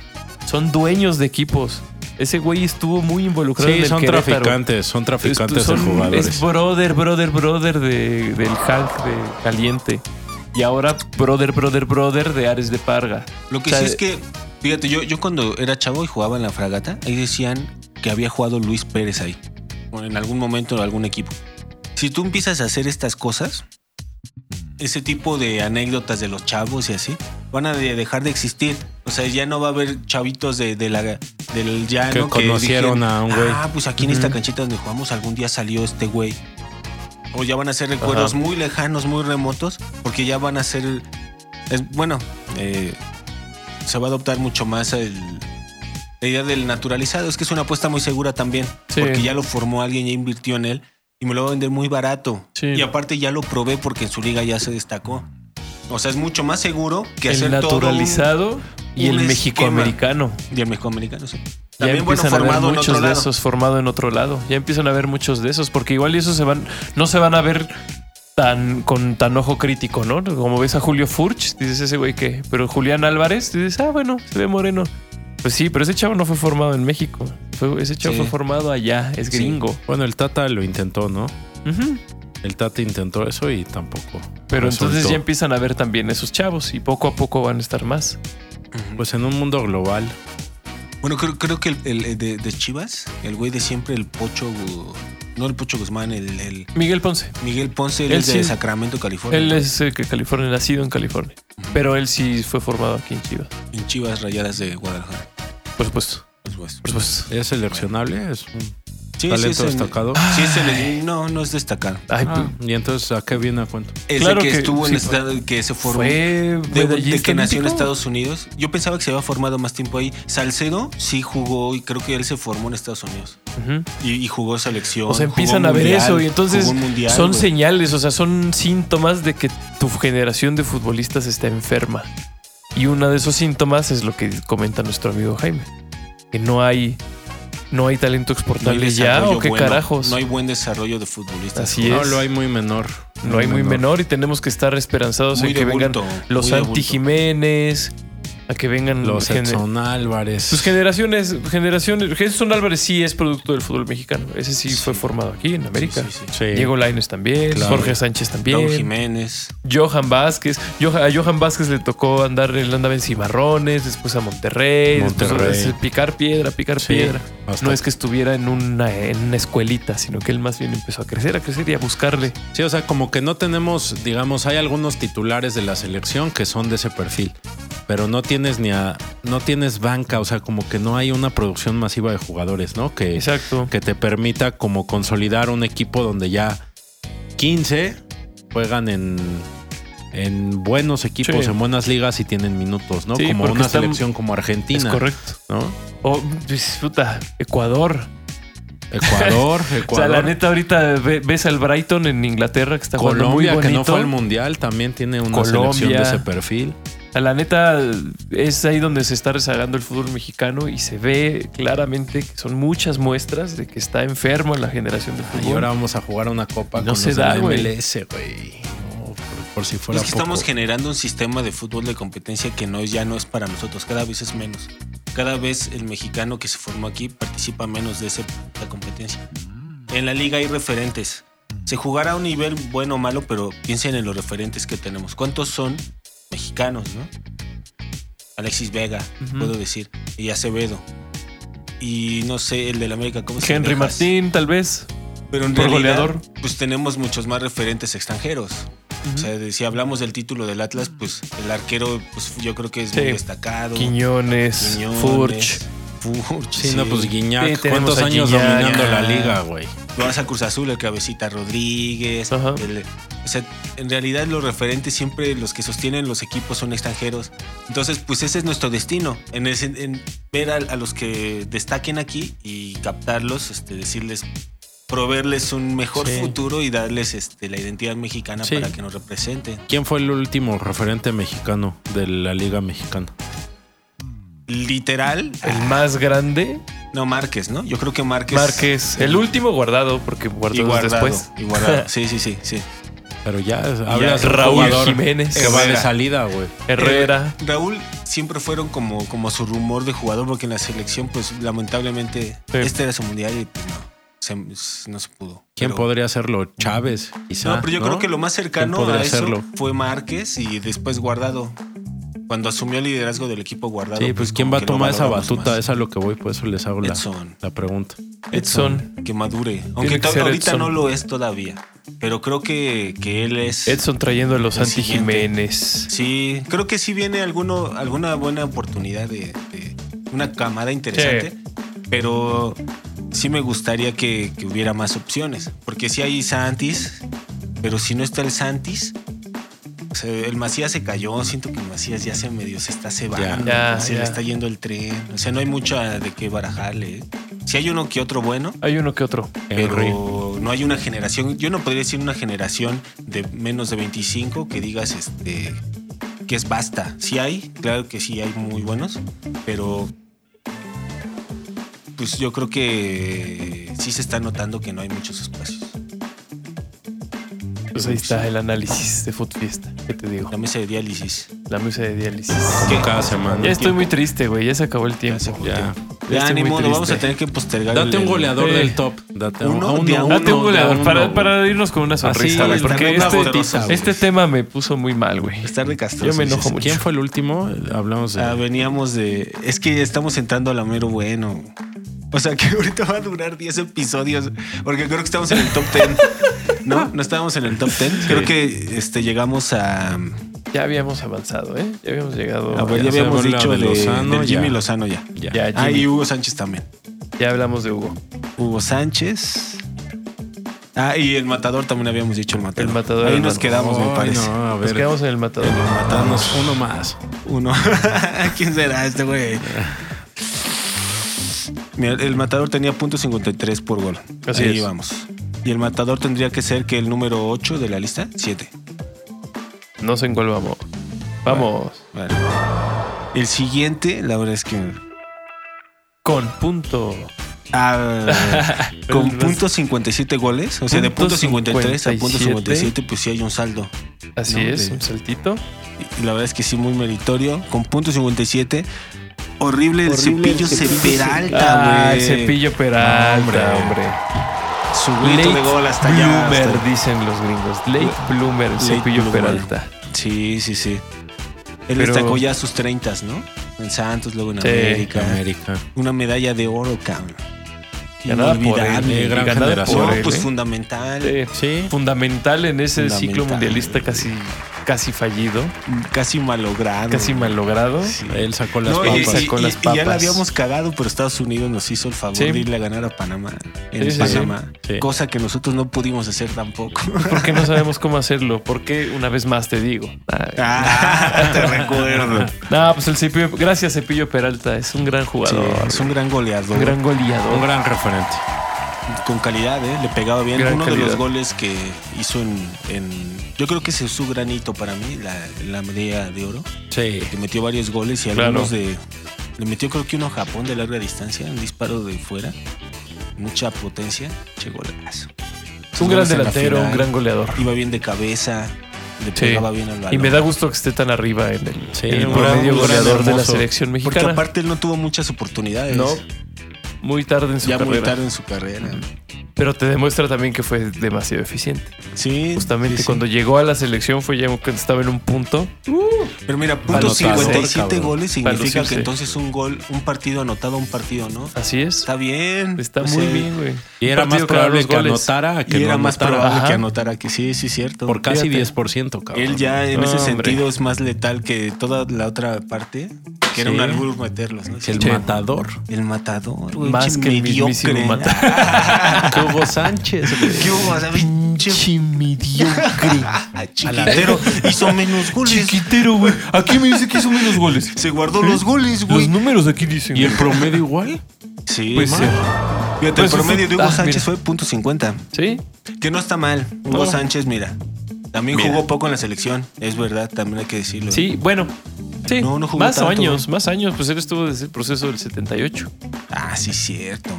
Speaker 2: son dueños de equipos. Ese güey estuvo muy involucrado en
Speaker 1: Sí,
Speaker 2: el
Speaker 1: son
Speaker 2: Querétaro.
Speaker 1: traficantes, son traficantes
Speaker 2: Son-
Speaker 1: de jugadores.
Speaker 2: Es brother, brother, brother de, del Hulk de Caliente. Y ahora brother, brother, brother de Ares de Parga.
Speaker 5: Lo que
Speaker 2: O sea,
Speaker 5: sí es que, fíjate, yo, yo cuando era chavo y jugaba en la fragata, ahí decían que había jugado Luis Pérez ahí, o en algún momento en algún equipo. Si tú empiezas a hacer estas cosas, ese tipo de anécdotas de los chavos y así, van a de- dejar de existir. O sea, ya no va a haber chavitos de, de la, del llano
Speaker 1: Que conocieron a un güey.
Speaker 5: Ah, pues aquí en esta canchita donde jugamos algún día salió este güey. O ya van a ser recuerdos muy lejanos, muy remotos, porque ya van a ser... es- bueno, eh, se va a adoptar mucho más el, la idea del naturalizado. Es que es una apuesta muy segura también,
Speaker 2: Sí.
Speaker 5: porque ya lo formó alguien, ya invirtió en él y me lo va a vender muy barato.
Speaker 2: Sí.
Speaker 5: Y aparte ya lo probé porque en su liga ya se destacó. O sea, es mucho más seguro que
Speaker 2: el
Speaker 5: hacer todo.
Speaker 2: naturalizado y
Speaker 5: un
Speaker 2: el
Speaker 5: esquema.
Speaker 2: mexicoamericano.
Speaker 5: un- Y el mexicoamericano, sí.
Speaker 2: Ya
Speaker 5: También, bueno,
Speaker 2: empiezan a
Speaker 5: formado
Speaker 2: haber
Speaker 5: en
Speaker 2: muchos
Speaker 5: otro
Speaker 2: de
Speaker 5: lado.
Speaker 2: esos, formado en otro lado. Ya empiezan a haber muchos de esos, porque igual y esos se van, no se van a ver tan con tan ojo crítico, ¿no? Como ves a Julio Furch, dices ese güey que, pero Julián Álvarez, dices, ah, bueno, se ve moreno. Pues sí, pero ese chavo no fue formado en México. Fue- ese chavo
Speaker 5: Sí.
Speaker 2: fue formado allá, es
Speaker 5: Sí.
Speaker 2: gringo.
Speaker 1: Bueno, el Tata lo intentó, ¿no?
Speaker 2: Ujú.
Speaker 1: El Tata intentó eso y tampoco.
Speaker 2: Pero entonces
Speaker 1: resultó.
Speaker 2: ya empiezan a ver también esos chavos y poco a poco van a estar más. em-
Speaker 1: Pues en un mundo global.
Speaker 5: Bueno, creo, creo que el, el de, de Chivas, el güey de siempre, el Pocho... Gu- No el Pocho Guzmán, el, el
Speaker 2: Miguel Ponce.
Speaker 5: Miguel Ponce, él
Speaker 2: Él
Speaker 5: es de
Speaker 2: sí.
Speaker 5: Sacramento, California.
Speaker 2: Él es el que California, nacido en California. Pero él sí fue formado aquí en Chivas.
Speaker 5: En Chivas Rayadas de Guadalajara.
Speaker 2: Por supuesto.
Speaker 5: Pues, pues.
Speaker 2: Por supuesto.
Speaker 1: Es seleccionable, es un
Speaker 5: Sí, sí,
Speaker 1: talento
Speaker 5: es en-
Speaker 1: destacado.
Speaker 2: Ah,
Speaker 5: sí, es en el- no, no es destacado.
Speaker 2: Ay, pues,
Speaker 1: Ah, y entonces, ¿a qué viene a cuento?
Speaker 5: Es
Speaker 2: Claro
Speaker 5: el que,
Speaker 2: que
Speaker 5: estuvo en
Speaker 2: sí,
Speaker 5: estado, que se formó.
Speaker 2: fue
Speaker 5: de, de
Speaker 2: medallista
Speaker 5: que nació en
Speaker 2: olímpico.
Speaker 5: Estados Unidos. Yo pensaba que se había formado más tiempo ahí. Salcedo sí jugó y creo que él se formó en Estados Unidos.
Speaker 2: Ujú.
Speaker 5: Y, y jugó selección.
Speaker 2: O sea,
Speaker 5: jugó
Speaker 2: empiezan a ver
Speaker 5: mundial,
Speaker 2: eso y entonces
Speaker 5: jugó mundial,
Speaker 2: son
Speaker 5: güey.
Speaker 2: señales, o sea, son síntomas de que tu generación de futbolistas está enferma. Y uno de esos síntomas es lo que comenta nuestro amigo Jaime, que no hay no hay talento
Speaker 5: No hay
Speaker 2: exportable ya
Speaker 5: desarrollo
Speaker 2: o qué
Speaker 5: bueno,
Speaker 2: carajos.
Speaker 5: No hay buen desarrollo de futbolistas.
Speaker 2: Así
Speaker 1: No,
Speaker 2: es.
Speaker 1: lo hay muy menor.
Speaker 2: No hay muy menor y tenemos que estar esperanzados
Speaker 5: Muy
Speaker 2: en que
Speaker 5: de
Speaker 2: vengan
Speaker 5: bulto,
Speaker 2: los
Speaker 5: muy de
Speaker 2: Santi
Speaker 5: bulto.
Speaker 2: Jiménez, a que vengan
Speaker 1: Los
Speaker 2: gene- Pues
Speaker 1: Edson Álvarez.
Speaker 2: Sus generaciones, generaciones. Gerson Álvarez sí es producto del fútbol mexicano. Ese sí, fue formado aquí en América. Eh,
Speaker 5: Sí, sí, sí.
Speaker 1: Sí.
Speaker 2: Diego Laines también,
Speaker 1: Claro.
Speaker 2: Jorge Sánchez
Speaker 5: Raúl
Speaker 2: también,
Speaker 5: Jiménez.
Speaker 2: Johan Vázquez. Joh- a Johan Vázquez le tocó andar, él andaba en Cimarrones, después a Monterrey,
Speaker 1: Monterrey.
Speaker 2: después a- es picar piedra, picar
Speaker 1: Sí,
Speaker 2: piedra.
Speaker 1: hasta-
Speaker 2: No es que estuviera en una, en una escuelita, sino que él más bien empezó a crecer, a crecer y a buscarle.
Speaker 1: Sí, o sea, como que no tenemos, digamos, hay algunos titulares de la selección que son de ese perfil, pero no tienes ni a, no tienes banca, o sea, como que no hay una producción masiva de jugadores, ¿no? Que,
Speaker 2: Exacto.
Speaker 1: que te permita como consolidar un equipo donde ya 15 juegan en, en buenos equipos,
Speaker 2: Sí.
Speaker 1: en buenas ligas y tienen minutos, ¿no?
Speaker 2: Sí,
Speaker 1: como
Speaker 2: porque
Speaker 1: una
Speaker 2: están-
Speaker 1: selección como
Speaker 2: Es
Speaker 1: Argentina,
Speaker 2: correcto.
Speaker 1: ¿no?
Speaker 2: O disfruta, Ecuador.
Speaker 1: Ecuador,
Speaker 2: O sea,
Speaker 1: Ecuador.
Speaker 2: la neta, ahorita ve- ves al Brighton en Inglaterra que está jugando muy
Speaker 1: Colombia,
Speaker 2: bonito.
Speaker 1: que no fue al mundial, también tiene una selección
Speaker 2: Colombia.
Speaker 1: de ese perfil.
Speaker 2: A la neta, es ahí donde se está rezagando el fútbol mexicano y se ve claramente que son muchas muestras de que está enfermo la generación del
Speaker 1: Y
Speaker 2: fútbol.
Speaker 1: ahora vamos a jugar una copa
Speaker 2: No
Speaker 1: con
Speaker 2: se
Speaker 1: los de
Speaker 2: da,
Speaker 1: la
Speaker 2: güey.
Speaker 1: MLS, güey. No, por, por si fuera
Speaker 5: Es que
Speaker 1: poco.
Speaker 5: estamos generando un sistema de fútbol de competencia que no es- ya no es para nosotros, cada vez es menos. Cada vez el mexicano que se formó aquí participa menos de ese- esa competencia. En la liga hay referentes. Se jugará a un nivel bueno o malo, pero piensen en los referentes que tenemos. ¿Cuántos son mexicanos, no? Alexis Vega,
Speaker 2: Ujú.
Speaker 5: puedo decir, y Acevedo. Y no sé, el del América, ¿cómo se llama?
Speaker 2: Henry
Speaker 5: Dejas.
Speaker 2: Martín, tal vez.
Speaker 5: Pero en
Speaker 2: Por
Speaker 5: realidad,
Speaker 2: goleador.
Speaker 5: pues tenemos muchos más referentes extranjeros. O sea, de- si hablamos del título del Atlas, pues el arquero, pues yo creo que es muy
Speaker 2: Sí.
Speaker 5: destacado.
Speaker 2: Quiñones,
Speaker 5: Quiñones,
Speaker 2: Furch.
Speaker 5: Furch,
Speaker 1: Sí, no, pues
Speaker 2: Sí,
Speaker 1: Guiñac.
Speaker 2: tenemos
Speaker 1: ¿Cuántos
Speaker 2: a
Speaker 1: años
Speaker 2: Guiñac.
Speaker 1: dominando la liga, güey?
Speaker 5: Lo vas a Cruz Azul, el Cabecita Rodríguez.
Speaker 2: Ajá.
Speaker 5: el- o sea, en realidad los referentes siempre, los que sostienen los equipos son extranjeros. Entonces, pues ese es nuestro destino. En, ese- en ver a, a los que destaquen aquí y captarlos, este, decirles proveerles un mejor
Speaker 2: Sí.
Speaker 5: futuro y darles este, la identidad mexicana
Speaker 1: Sí.
Speaker 5: para que nos representen.
Speaker 1: ¿Quién fue el último referente mexicano de la liga mexicana?
Speaker 5: Literal,
Speaker 2: El más grande
Speaker 5: No, Márquez, ¿no? Yo creo ah, que Márquez.
Speaker 2: Márquez, el último guardado, porque guardó
Speaker 5: Y guardado,
Speaker 2: después.
Speaker 5: y guardado. Sí, sí, sí, sí.
Speaker 1: Pero ya hablas
Speaker 2: Raúl Jiménez.
Speaker 1: que va de
Speaker 5: Herrera.
Speaker 1: salida, güey.
Speaker 2: Herrera.
Speaker 5: Eh, Raúl siempre fueron como, como su rumor de jugador, porque en la selección, pues lamentablemente,
Speaker 2: Sí.
Speaker 5: este era su mundial y pues, no, se- no se pudo.
Speaker 1: ¿Quién
Speaker 5: Pero-
Speaker 1: podría hacerlo? Chávez, quizá.
Speaker 5: No, pero yo creo que lo más cercano
Speaker 1: podría
Speaker 5: a eso
Speaker 1: hacerlo?
Speaker 5: fue Márquez y después Guardado. Cuando asumió el liderazgo del equipo Guardado.
Speaker 1: Sí, pues ¿quién
Speaker 5: como
Speaker 1: va a
Speaker 5: que lo
Speaker 1: tomar esa
Speaker 5: valoramos
Speaker 1: batuta?
Speaker 5: más.
Speaker 1: Es a lo que voy, por eso les hago la,
Speaker 5: Edson.
Speaker 1: la pregunta.
Speaker 2: Edson.
Speaker 5: Que madure. Aunque
Speaker 2: que
Speaker 5: to-
Speaker 2: ser
Speaker 5: ahorita
Speaker 2: Edson.
Speaker 5: no lo es todavía. Pero creo que, que él es.
Speaker 2: Edson trayendo a los
Speaker 5: El
Speaker 2: Santi
Speaker 5: siguiente.
Speaker 2: Jiménez.
Speaker 5: Sí, creo que sí viene alguno, alguna buena oportunidad de, de una camada interesante, pero sí me gustaría que, que hubiera más opciones, porque sí hay Santis, pero si no está el Santis, o sea, el Macías se cayó, siento que el Macías ya se medio se está cebando,
Speaker 2: Ya,
Speaker 5: se
Speaker 2: ya.
Speaker 5: le está yendo el tren, o sea, no hay mucha de qué barajarle. ¿eh? Si hay uno que otro bueno,
Speaker 2: Hay uno que otro.
Speaker 1: Henry.
Speaker 5: pero no hay una generación, yo no podría decir una generación de menos de 25 que digas este que es basta. Sí hay, claro que sí hay muy buenos, pero pues yo creo que sí se está notando que no hay muchos espacios.
Speaker 2: Pues ahí está el análisis de Food Fiesta. ¿Qué te digo?
Speaker 5: La mesa de diálisis.
Speaker 2: La mesa de diálisis.
Speaker 1: Como cada semana.
Speaker 2: Ya estoy muy triste, güey. Ya se acabó el tiempo.
Speaker 5: se acabó.
Speaker 1: Ya.
Speaker 2: Ya
Speaker 5: Ya,
Speaker 2: estoy
Speaker 5: ni
Speaker 2: muy
Speaker 5: modo, vamos
Speaker 2: triste.
Speaker 5: a tener que postergar.
Speaker 1: Date
Speaker 5: el-
Speaker 1: un goleador
Speaker 2: Eh.
Speaker 1: del top. Date un-
Speaker 5: Uno
Speaker 1: a uno,
Speaker 5: de a
Speaker 1: a
Speaker 5: uno.
Speaker 2: Date Ah, un goleador
Speaker 1: de a
Speaker 2: para,
Speaker 1: uno,
Speaker 2: para irnos con una sorpresa,
Speaker 1: Así,
Speaker 2: güey.
Speaker 1: güey,
Speaker 2: Porque
Speaker 5: una
Speaker 2: este,
Speaker 5: botiza, güey.
Speaker 2: este tema me puso muy mal, güey.
Speaker 5: Estar de Castro.
Speaker 2: Yo me
Speaker 5: sí,
Speaker 2: enojo
Speaker 5: sí, sí.
Speaker 2: mucho.
Speaker 1: ¿Quién fue el último? Hablamos de.
Speaker 5: Ah, veníamos de. Es que estamos entrando a la mero bueno. O sea que ahorita va a durar 10 episodios. Porque creo que estamos en el top 10. No, no estábamos en el top 10. Creo que este, llegamos a.
Speaker 2: Ya habíamos avanzado, ¿eh? Ya habíamos llegado.
Speaker 5: a ver,
Speaker 1: ya
Speaker 5: ya habíamos
Speaker 1: sabemos la
Speaker 5: dicho
Speaker 1: de
Speaker 5: de,
Speaker 1: Lozano,
Speaker 5: del Jimmy
Speaker 1: ya.
Speaker 5: Lozano Ah, ya.
Speaker 1: ya.
Speaker 2: ya,
Speaker 5: Ah,
Speaker 2: Jimmy.
Speaker 5: y Hugo Sánchez también.
Speaker 2: Ya hablamos de Hugo.
Speaker 5: Hugo Sánchez. Ah, y el matador también habíamos dicho el matador.
Speaker 2: El matador,
Speaker 5: Ahí
Speaker 2: el
Speaker 5: nos
Speaker 2: matador.
Speaker 5: quedamos,
Speaker 1: Ay,
Speaker 5: me parece.
Speaker 1: No, a
Speaker 2: Nos
Speaker 1: ver.
Speaker 2: quedamos en el matador.
Speaker 1: Matarnos uno más.
Speaker 5: Uno. ¿Quién será este güey? Mira, el matador tenía .53 por gol.
Speaker 2: Así
Speaker 5: Ahí
Speaker 2: es.
Speaker 5: vamos. Y el matador tendría que ser que el número 8 de la lista, 7.
Speaker 2: No sé en cuál vamos. Vamos.
Speaker 5: Vale. El siguiente, la verdad es que
Speaker 2: Con punto.
Speaker 5: ah, con
Speaker 2: Pero el
Speaker 5: punto 57 goles, o sea, de punto
Speaker 2: Punto
Speaker 5: 53 a punto
Speaker 2: 57.
Speaker 5: 57, pues sí hay un saldo.
Speaker 2: Así
Speaker 5: No,
Speaker 2: es,
Speaker 5: de-
Speaker 2: un saltito.
Speaker 5: Y la verdad es que sí muy meritorio con punto 57. Horrible el cepillo Peralta,
Speaker 2: Ah,
Speaker 5: güey.
Speaker 2: el cepillo Peralta,
Speaker 5: No, hombre.
Speaker 2: hombre.
Speaker 5: Su grito de gol hasta allá.
Speaker 2: Bloomer,
Speaker 5: hasta-
Speaker 2: dicen los gringos. Late Bloomer, el
Speaker 5: Late
Speaker 2: cepillo
Speaker 5: bloomer.
Speaker 2: Peralta.
Speaker 5: Sí, sí, sí. Él
Speaker 2: Pero-
Speaker 5: destacó ya sus 30, ¿no? En Santos, luego en
Speaker 2: Sí.
Speaker 5: América.
Speaker 1: América.
Speaker 5: Una medalla de oro, cabrón.
Speaker 2: Ganada por él.
Speaker 5: Inolvidable.
Speaker 2: eh,
Speaker 1: eh, gran
Speaker 2: ganada
Speaker 1: generación.
Speaker 5: No,
Speaker 2: por él,
Speaker 5: pues
Speaker 2: eh.
Speaker 5: fundamental.
Speaker 2: Sí.
Speaker 1: Sí.
Speaker 2: fundamental en ese
Speaker 5: Eh, Fundamental.
Speaker 2: ciclo mundialista casi, casi fallido,
Speaker 5: Casi malogrado.
Speaker 2: casi mal logrado.
Speaker 5: Sí.
Speaker 1: Él sacó las
Speaker 5: No, y,
Speaker 1: papas.
Speaker 5: y-
Speaker 2: Sacó
Speaker 5: y-
Speaker 2: las
Speaker 5: y ya la
Speaker 2: papas.
Speaker 5: habíamos cagado, pero Estados Unidos nos hizo el favor
Speaker 2: Sí.
Speaker 5: de irle a ganar a Panamá. En
Speaker 2: Sí, sí,
Speaker 5: Panamá.
Speaker 1: sí. Sí.
Speaker 5: Cosa que nosotros no pudimos hacer tampoco.
Speaker 2: ¿Por qué no sabemos cómo hacerlo? ¿Por qué? Una vez más te digo. Ay.
Speaker 5: Ah, te recuerdo.
Speaker 2: No, pues el Cepillo, gracias Cepillo Peralta, es un gran
Speaker 5: Sí,
Speaker 2: jugador,
Speaker 5: es un gran goleador.
Speaker 2: un gran goleador.
Speaker 1: Un gran referente.
Speaker 5: con calidad, ¿eh? le pegaba bien.
Speaker 2: Gran
Speaker 5: Uno de
Speaker 2: calidad.
Speaker 5: los goles que hizo en, en- Yo creo que ese es su granito para mí, la, la medalla de oro.
Speaker 1: Sí.
Speaker 5: Que metió varios goles y
Speaker 2: Claro.
Speaker 5: algunos de. Le metió, creo que uno a Japón de larga distancia, un disparo de fuera. Mucha potencia. Che golazo.
Speaker 2: un
Speaker 5: Sus
Speaker 2: gran
Speaker 5: goles en la
Speaker 2: delantero, un
Speaker 5: final,
Speaker 2: gran goleador.
Speaker 5: Iba bien de cabeza, le
Speaker 2: Sí.
Speaker 5: pegaba bien al balón.
Speaker 2: Y me da gusto que esté tan arriba en el,
Speaker 1: Sí,
Speaker 2: en el
Speaker 1: un gran
Speaker 2: promedio
Speaker 1: goleador
Speaker 2: goleador de la
Speaker 1: hermoso.
Speaker 2: selección
Speaker 5: Porque
Speaker 2: mexicana.
Speaker 5: aparte él no tuvo muchas oportunidades.
Speaker 2: no, muy tarde en su
Speaker 5: ya
Speaker 2: carrera.
Speaker 5: muy tarde en su carrera.
Speaker 2: Pero te demuestra también que fue demasiado eficiente.
Speaker 5: Sí.
Speaker 2: Justamente
Speaker 5: sí, sí.
Speaker 2: cuando llegó a la selección fue ya cuando estaba en un punto.
Speaker 5: Pero mira, punto
Speaker 1: Anotador,
Speaker 5: 57
Speaker 1: cabrón.
Speaker 5: goles significa
Speaker 2: lucirse.
Speaker 5: que entonces un gol, un partido anotado, un partido no.
Speaker 2: Así es.
Speaker 5: Está bien.
Speaker 2: Está
Speaker 5: O
Speaker 2: muy
Speaker 5: sea,
Speaker 2: bien, güey.
Speaker 1: Y era
Speaker 2: Un
Speaker 1: más
Speaker 2: partido cada
Speaker 1: probable
Speaker 2: dos
Speaker 1: que
Speaker 2: goles.
Speaker 1: anotara a que
Speaker 5: Y
Speaker 1: no
Speaker 5: era más
Speaker 1: anotara.
Speaker 5: probable
Speaker 2: Ajá.
Speaker 5: que anotara que sí, sí, cierto.
Speaker 1: Por casi
Speaker 2: Fíjate.
Speaker 1: 10%, cabrón.
Speaker 5: Él ya en
Speaker 2: No,
Speaker 5: ese
Speaker 2: hombre.
Speaker 5: sentido es más letal que toda la otra parte, que era
Speaker 1: Sí.
Speaker 5: un albur meterlos, ¿no?
Speaker 1: Es el
Speaker 5: Sí.
Speaker 1: matador.
Speaker 5: El matador, güey,
Speaker 2: Más
Speaker 5: pinche
Speaker 2: que el mismísimo
Speaker 5: mediocre.
Speaker 2: matador.
Speaker 1: Hugo Sánchez. güey.
Speaker 5: ¿Qué hubo? O sea, pinche chiquitero hizo menos goles.
Speaker 2: Chiquitero, güey. Aquí me dice que hizo menos goles. ¿Eh?
Speaker 5: Se guardó los goles,
Speaker 2: Los
Speaker 5: güey.
Speaker 2: números aquí dicen.
Speaker 1: ¿Y el promedio igual?
Speaker 5: Sí,
Speaker 2: Pues
Speaker 5: ma.
Speaker 2: sí.
Speaker 5: Fíjate,
Speaker 2: Pues
Speaker 5: el promedio
Speaker 2: sí.
Speaker 5: de Hugo
Speaker 2: Ah,
Speaker 5: Sánchez
Speaker 2: mira.
Speaker 5: fue punto 50.
Speaker 2: Sí.
Speaker 5: Que no está mal. Hugo
Speaker 2: No.
Speaker 5: Sánchez, mira. También
Speaker 6: Mira.
Speaker 5: jugó poco en la selección. Es verdad, también hay que decirlo.
Speaker 2: Sí, bueno. Sí.
Speaker 5: No, no jugó
Speaker 2: más
Speaker 5: tanto.
Speaker 2: años, más años. Pues él estuvo desde el proceso del 78.
Speaker 5: Ah, sí, cierto.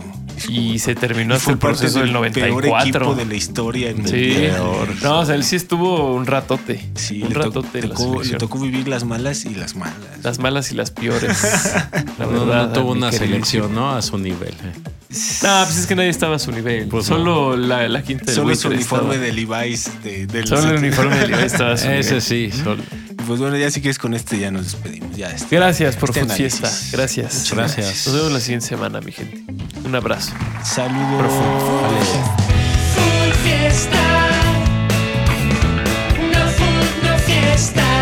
Speaker 2: Y se terminó
Speaker 5: Y
Speaker 2: hasta el
Speaker 5: parte
Speaker 2: proceso del
Speaker 5: Peor equipo
Speaker 2: 94.
Speaker 5: de la historia. en el
Speaker 2: Sí.
Speaker 5: peor.
Speaker 2: No, o sea, él sí estuvo un ratote.
Speaker 5: Sí,
Speaker 2: un
Speaker 5: le, to-
Speaker 2: ratote en la
Speaker 5: tocó- le
Speaker 2: selección.
Speaker 5: tocó vivir las malas y las malas.
Speaker 2: Las malas y las peores. La
Speaker 1: No,
Speaker 2: verdad,
Speaker 1: no tuvo
Speaker 2: mi
Speaker 1: una
Speaker 2: queridísimo.
Speaker 1: selección, ¿no? A su nivel. eh.
Speaker 2: No, pues es que nadie estaba a su nivel.
Speaker 1: Pues no.
Speaker 2: Solo la, la quinta del
Speaker 5: Solo su
Speaker 2: buitre
Speaker 5: uniforme
Speaker 2: estaba-
Speaker 5: de Levi's. De, del
Speaker 2: Solo el uniforme de Levi estaba a su
Speaker 1: Ese
Speaker 2: nivel.
Speaker 1: sí. sol-
Speaker 5: Pues bueno, ya si quieres con este ya nos despedimos. Ya este.
Speaker 2: Gracias por
Speaker 5: Este
Speaker 2: Food
Speaker 5: análisis.
Speaker 2: Fiesta. Gracias.
Speaker 5: Muchas
Speaker 1: gracias.
Speaker 2: Nos vemos la siguiente semana, mi gente. Un abrazo.
Speaker 5: Saludos.
Speaker 4: Food fiesta. No food, no fiesta.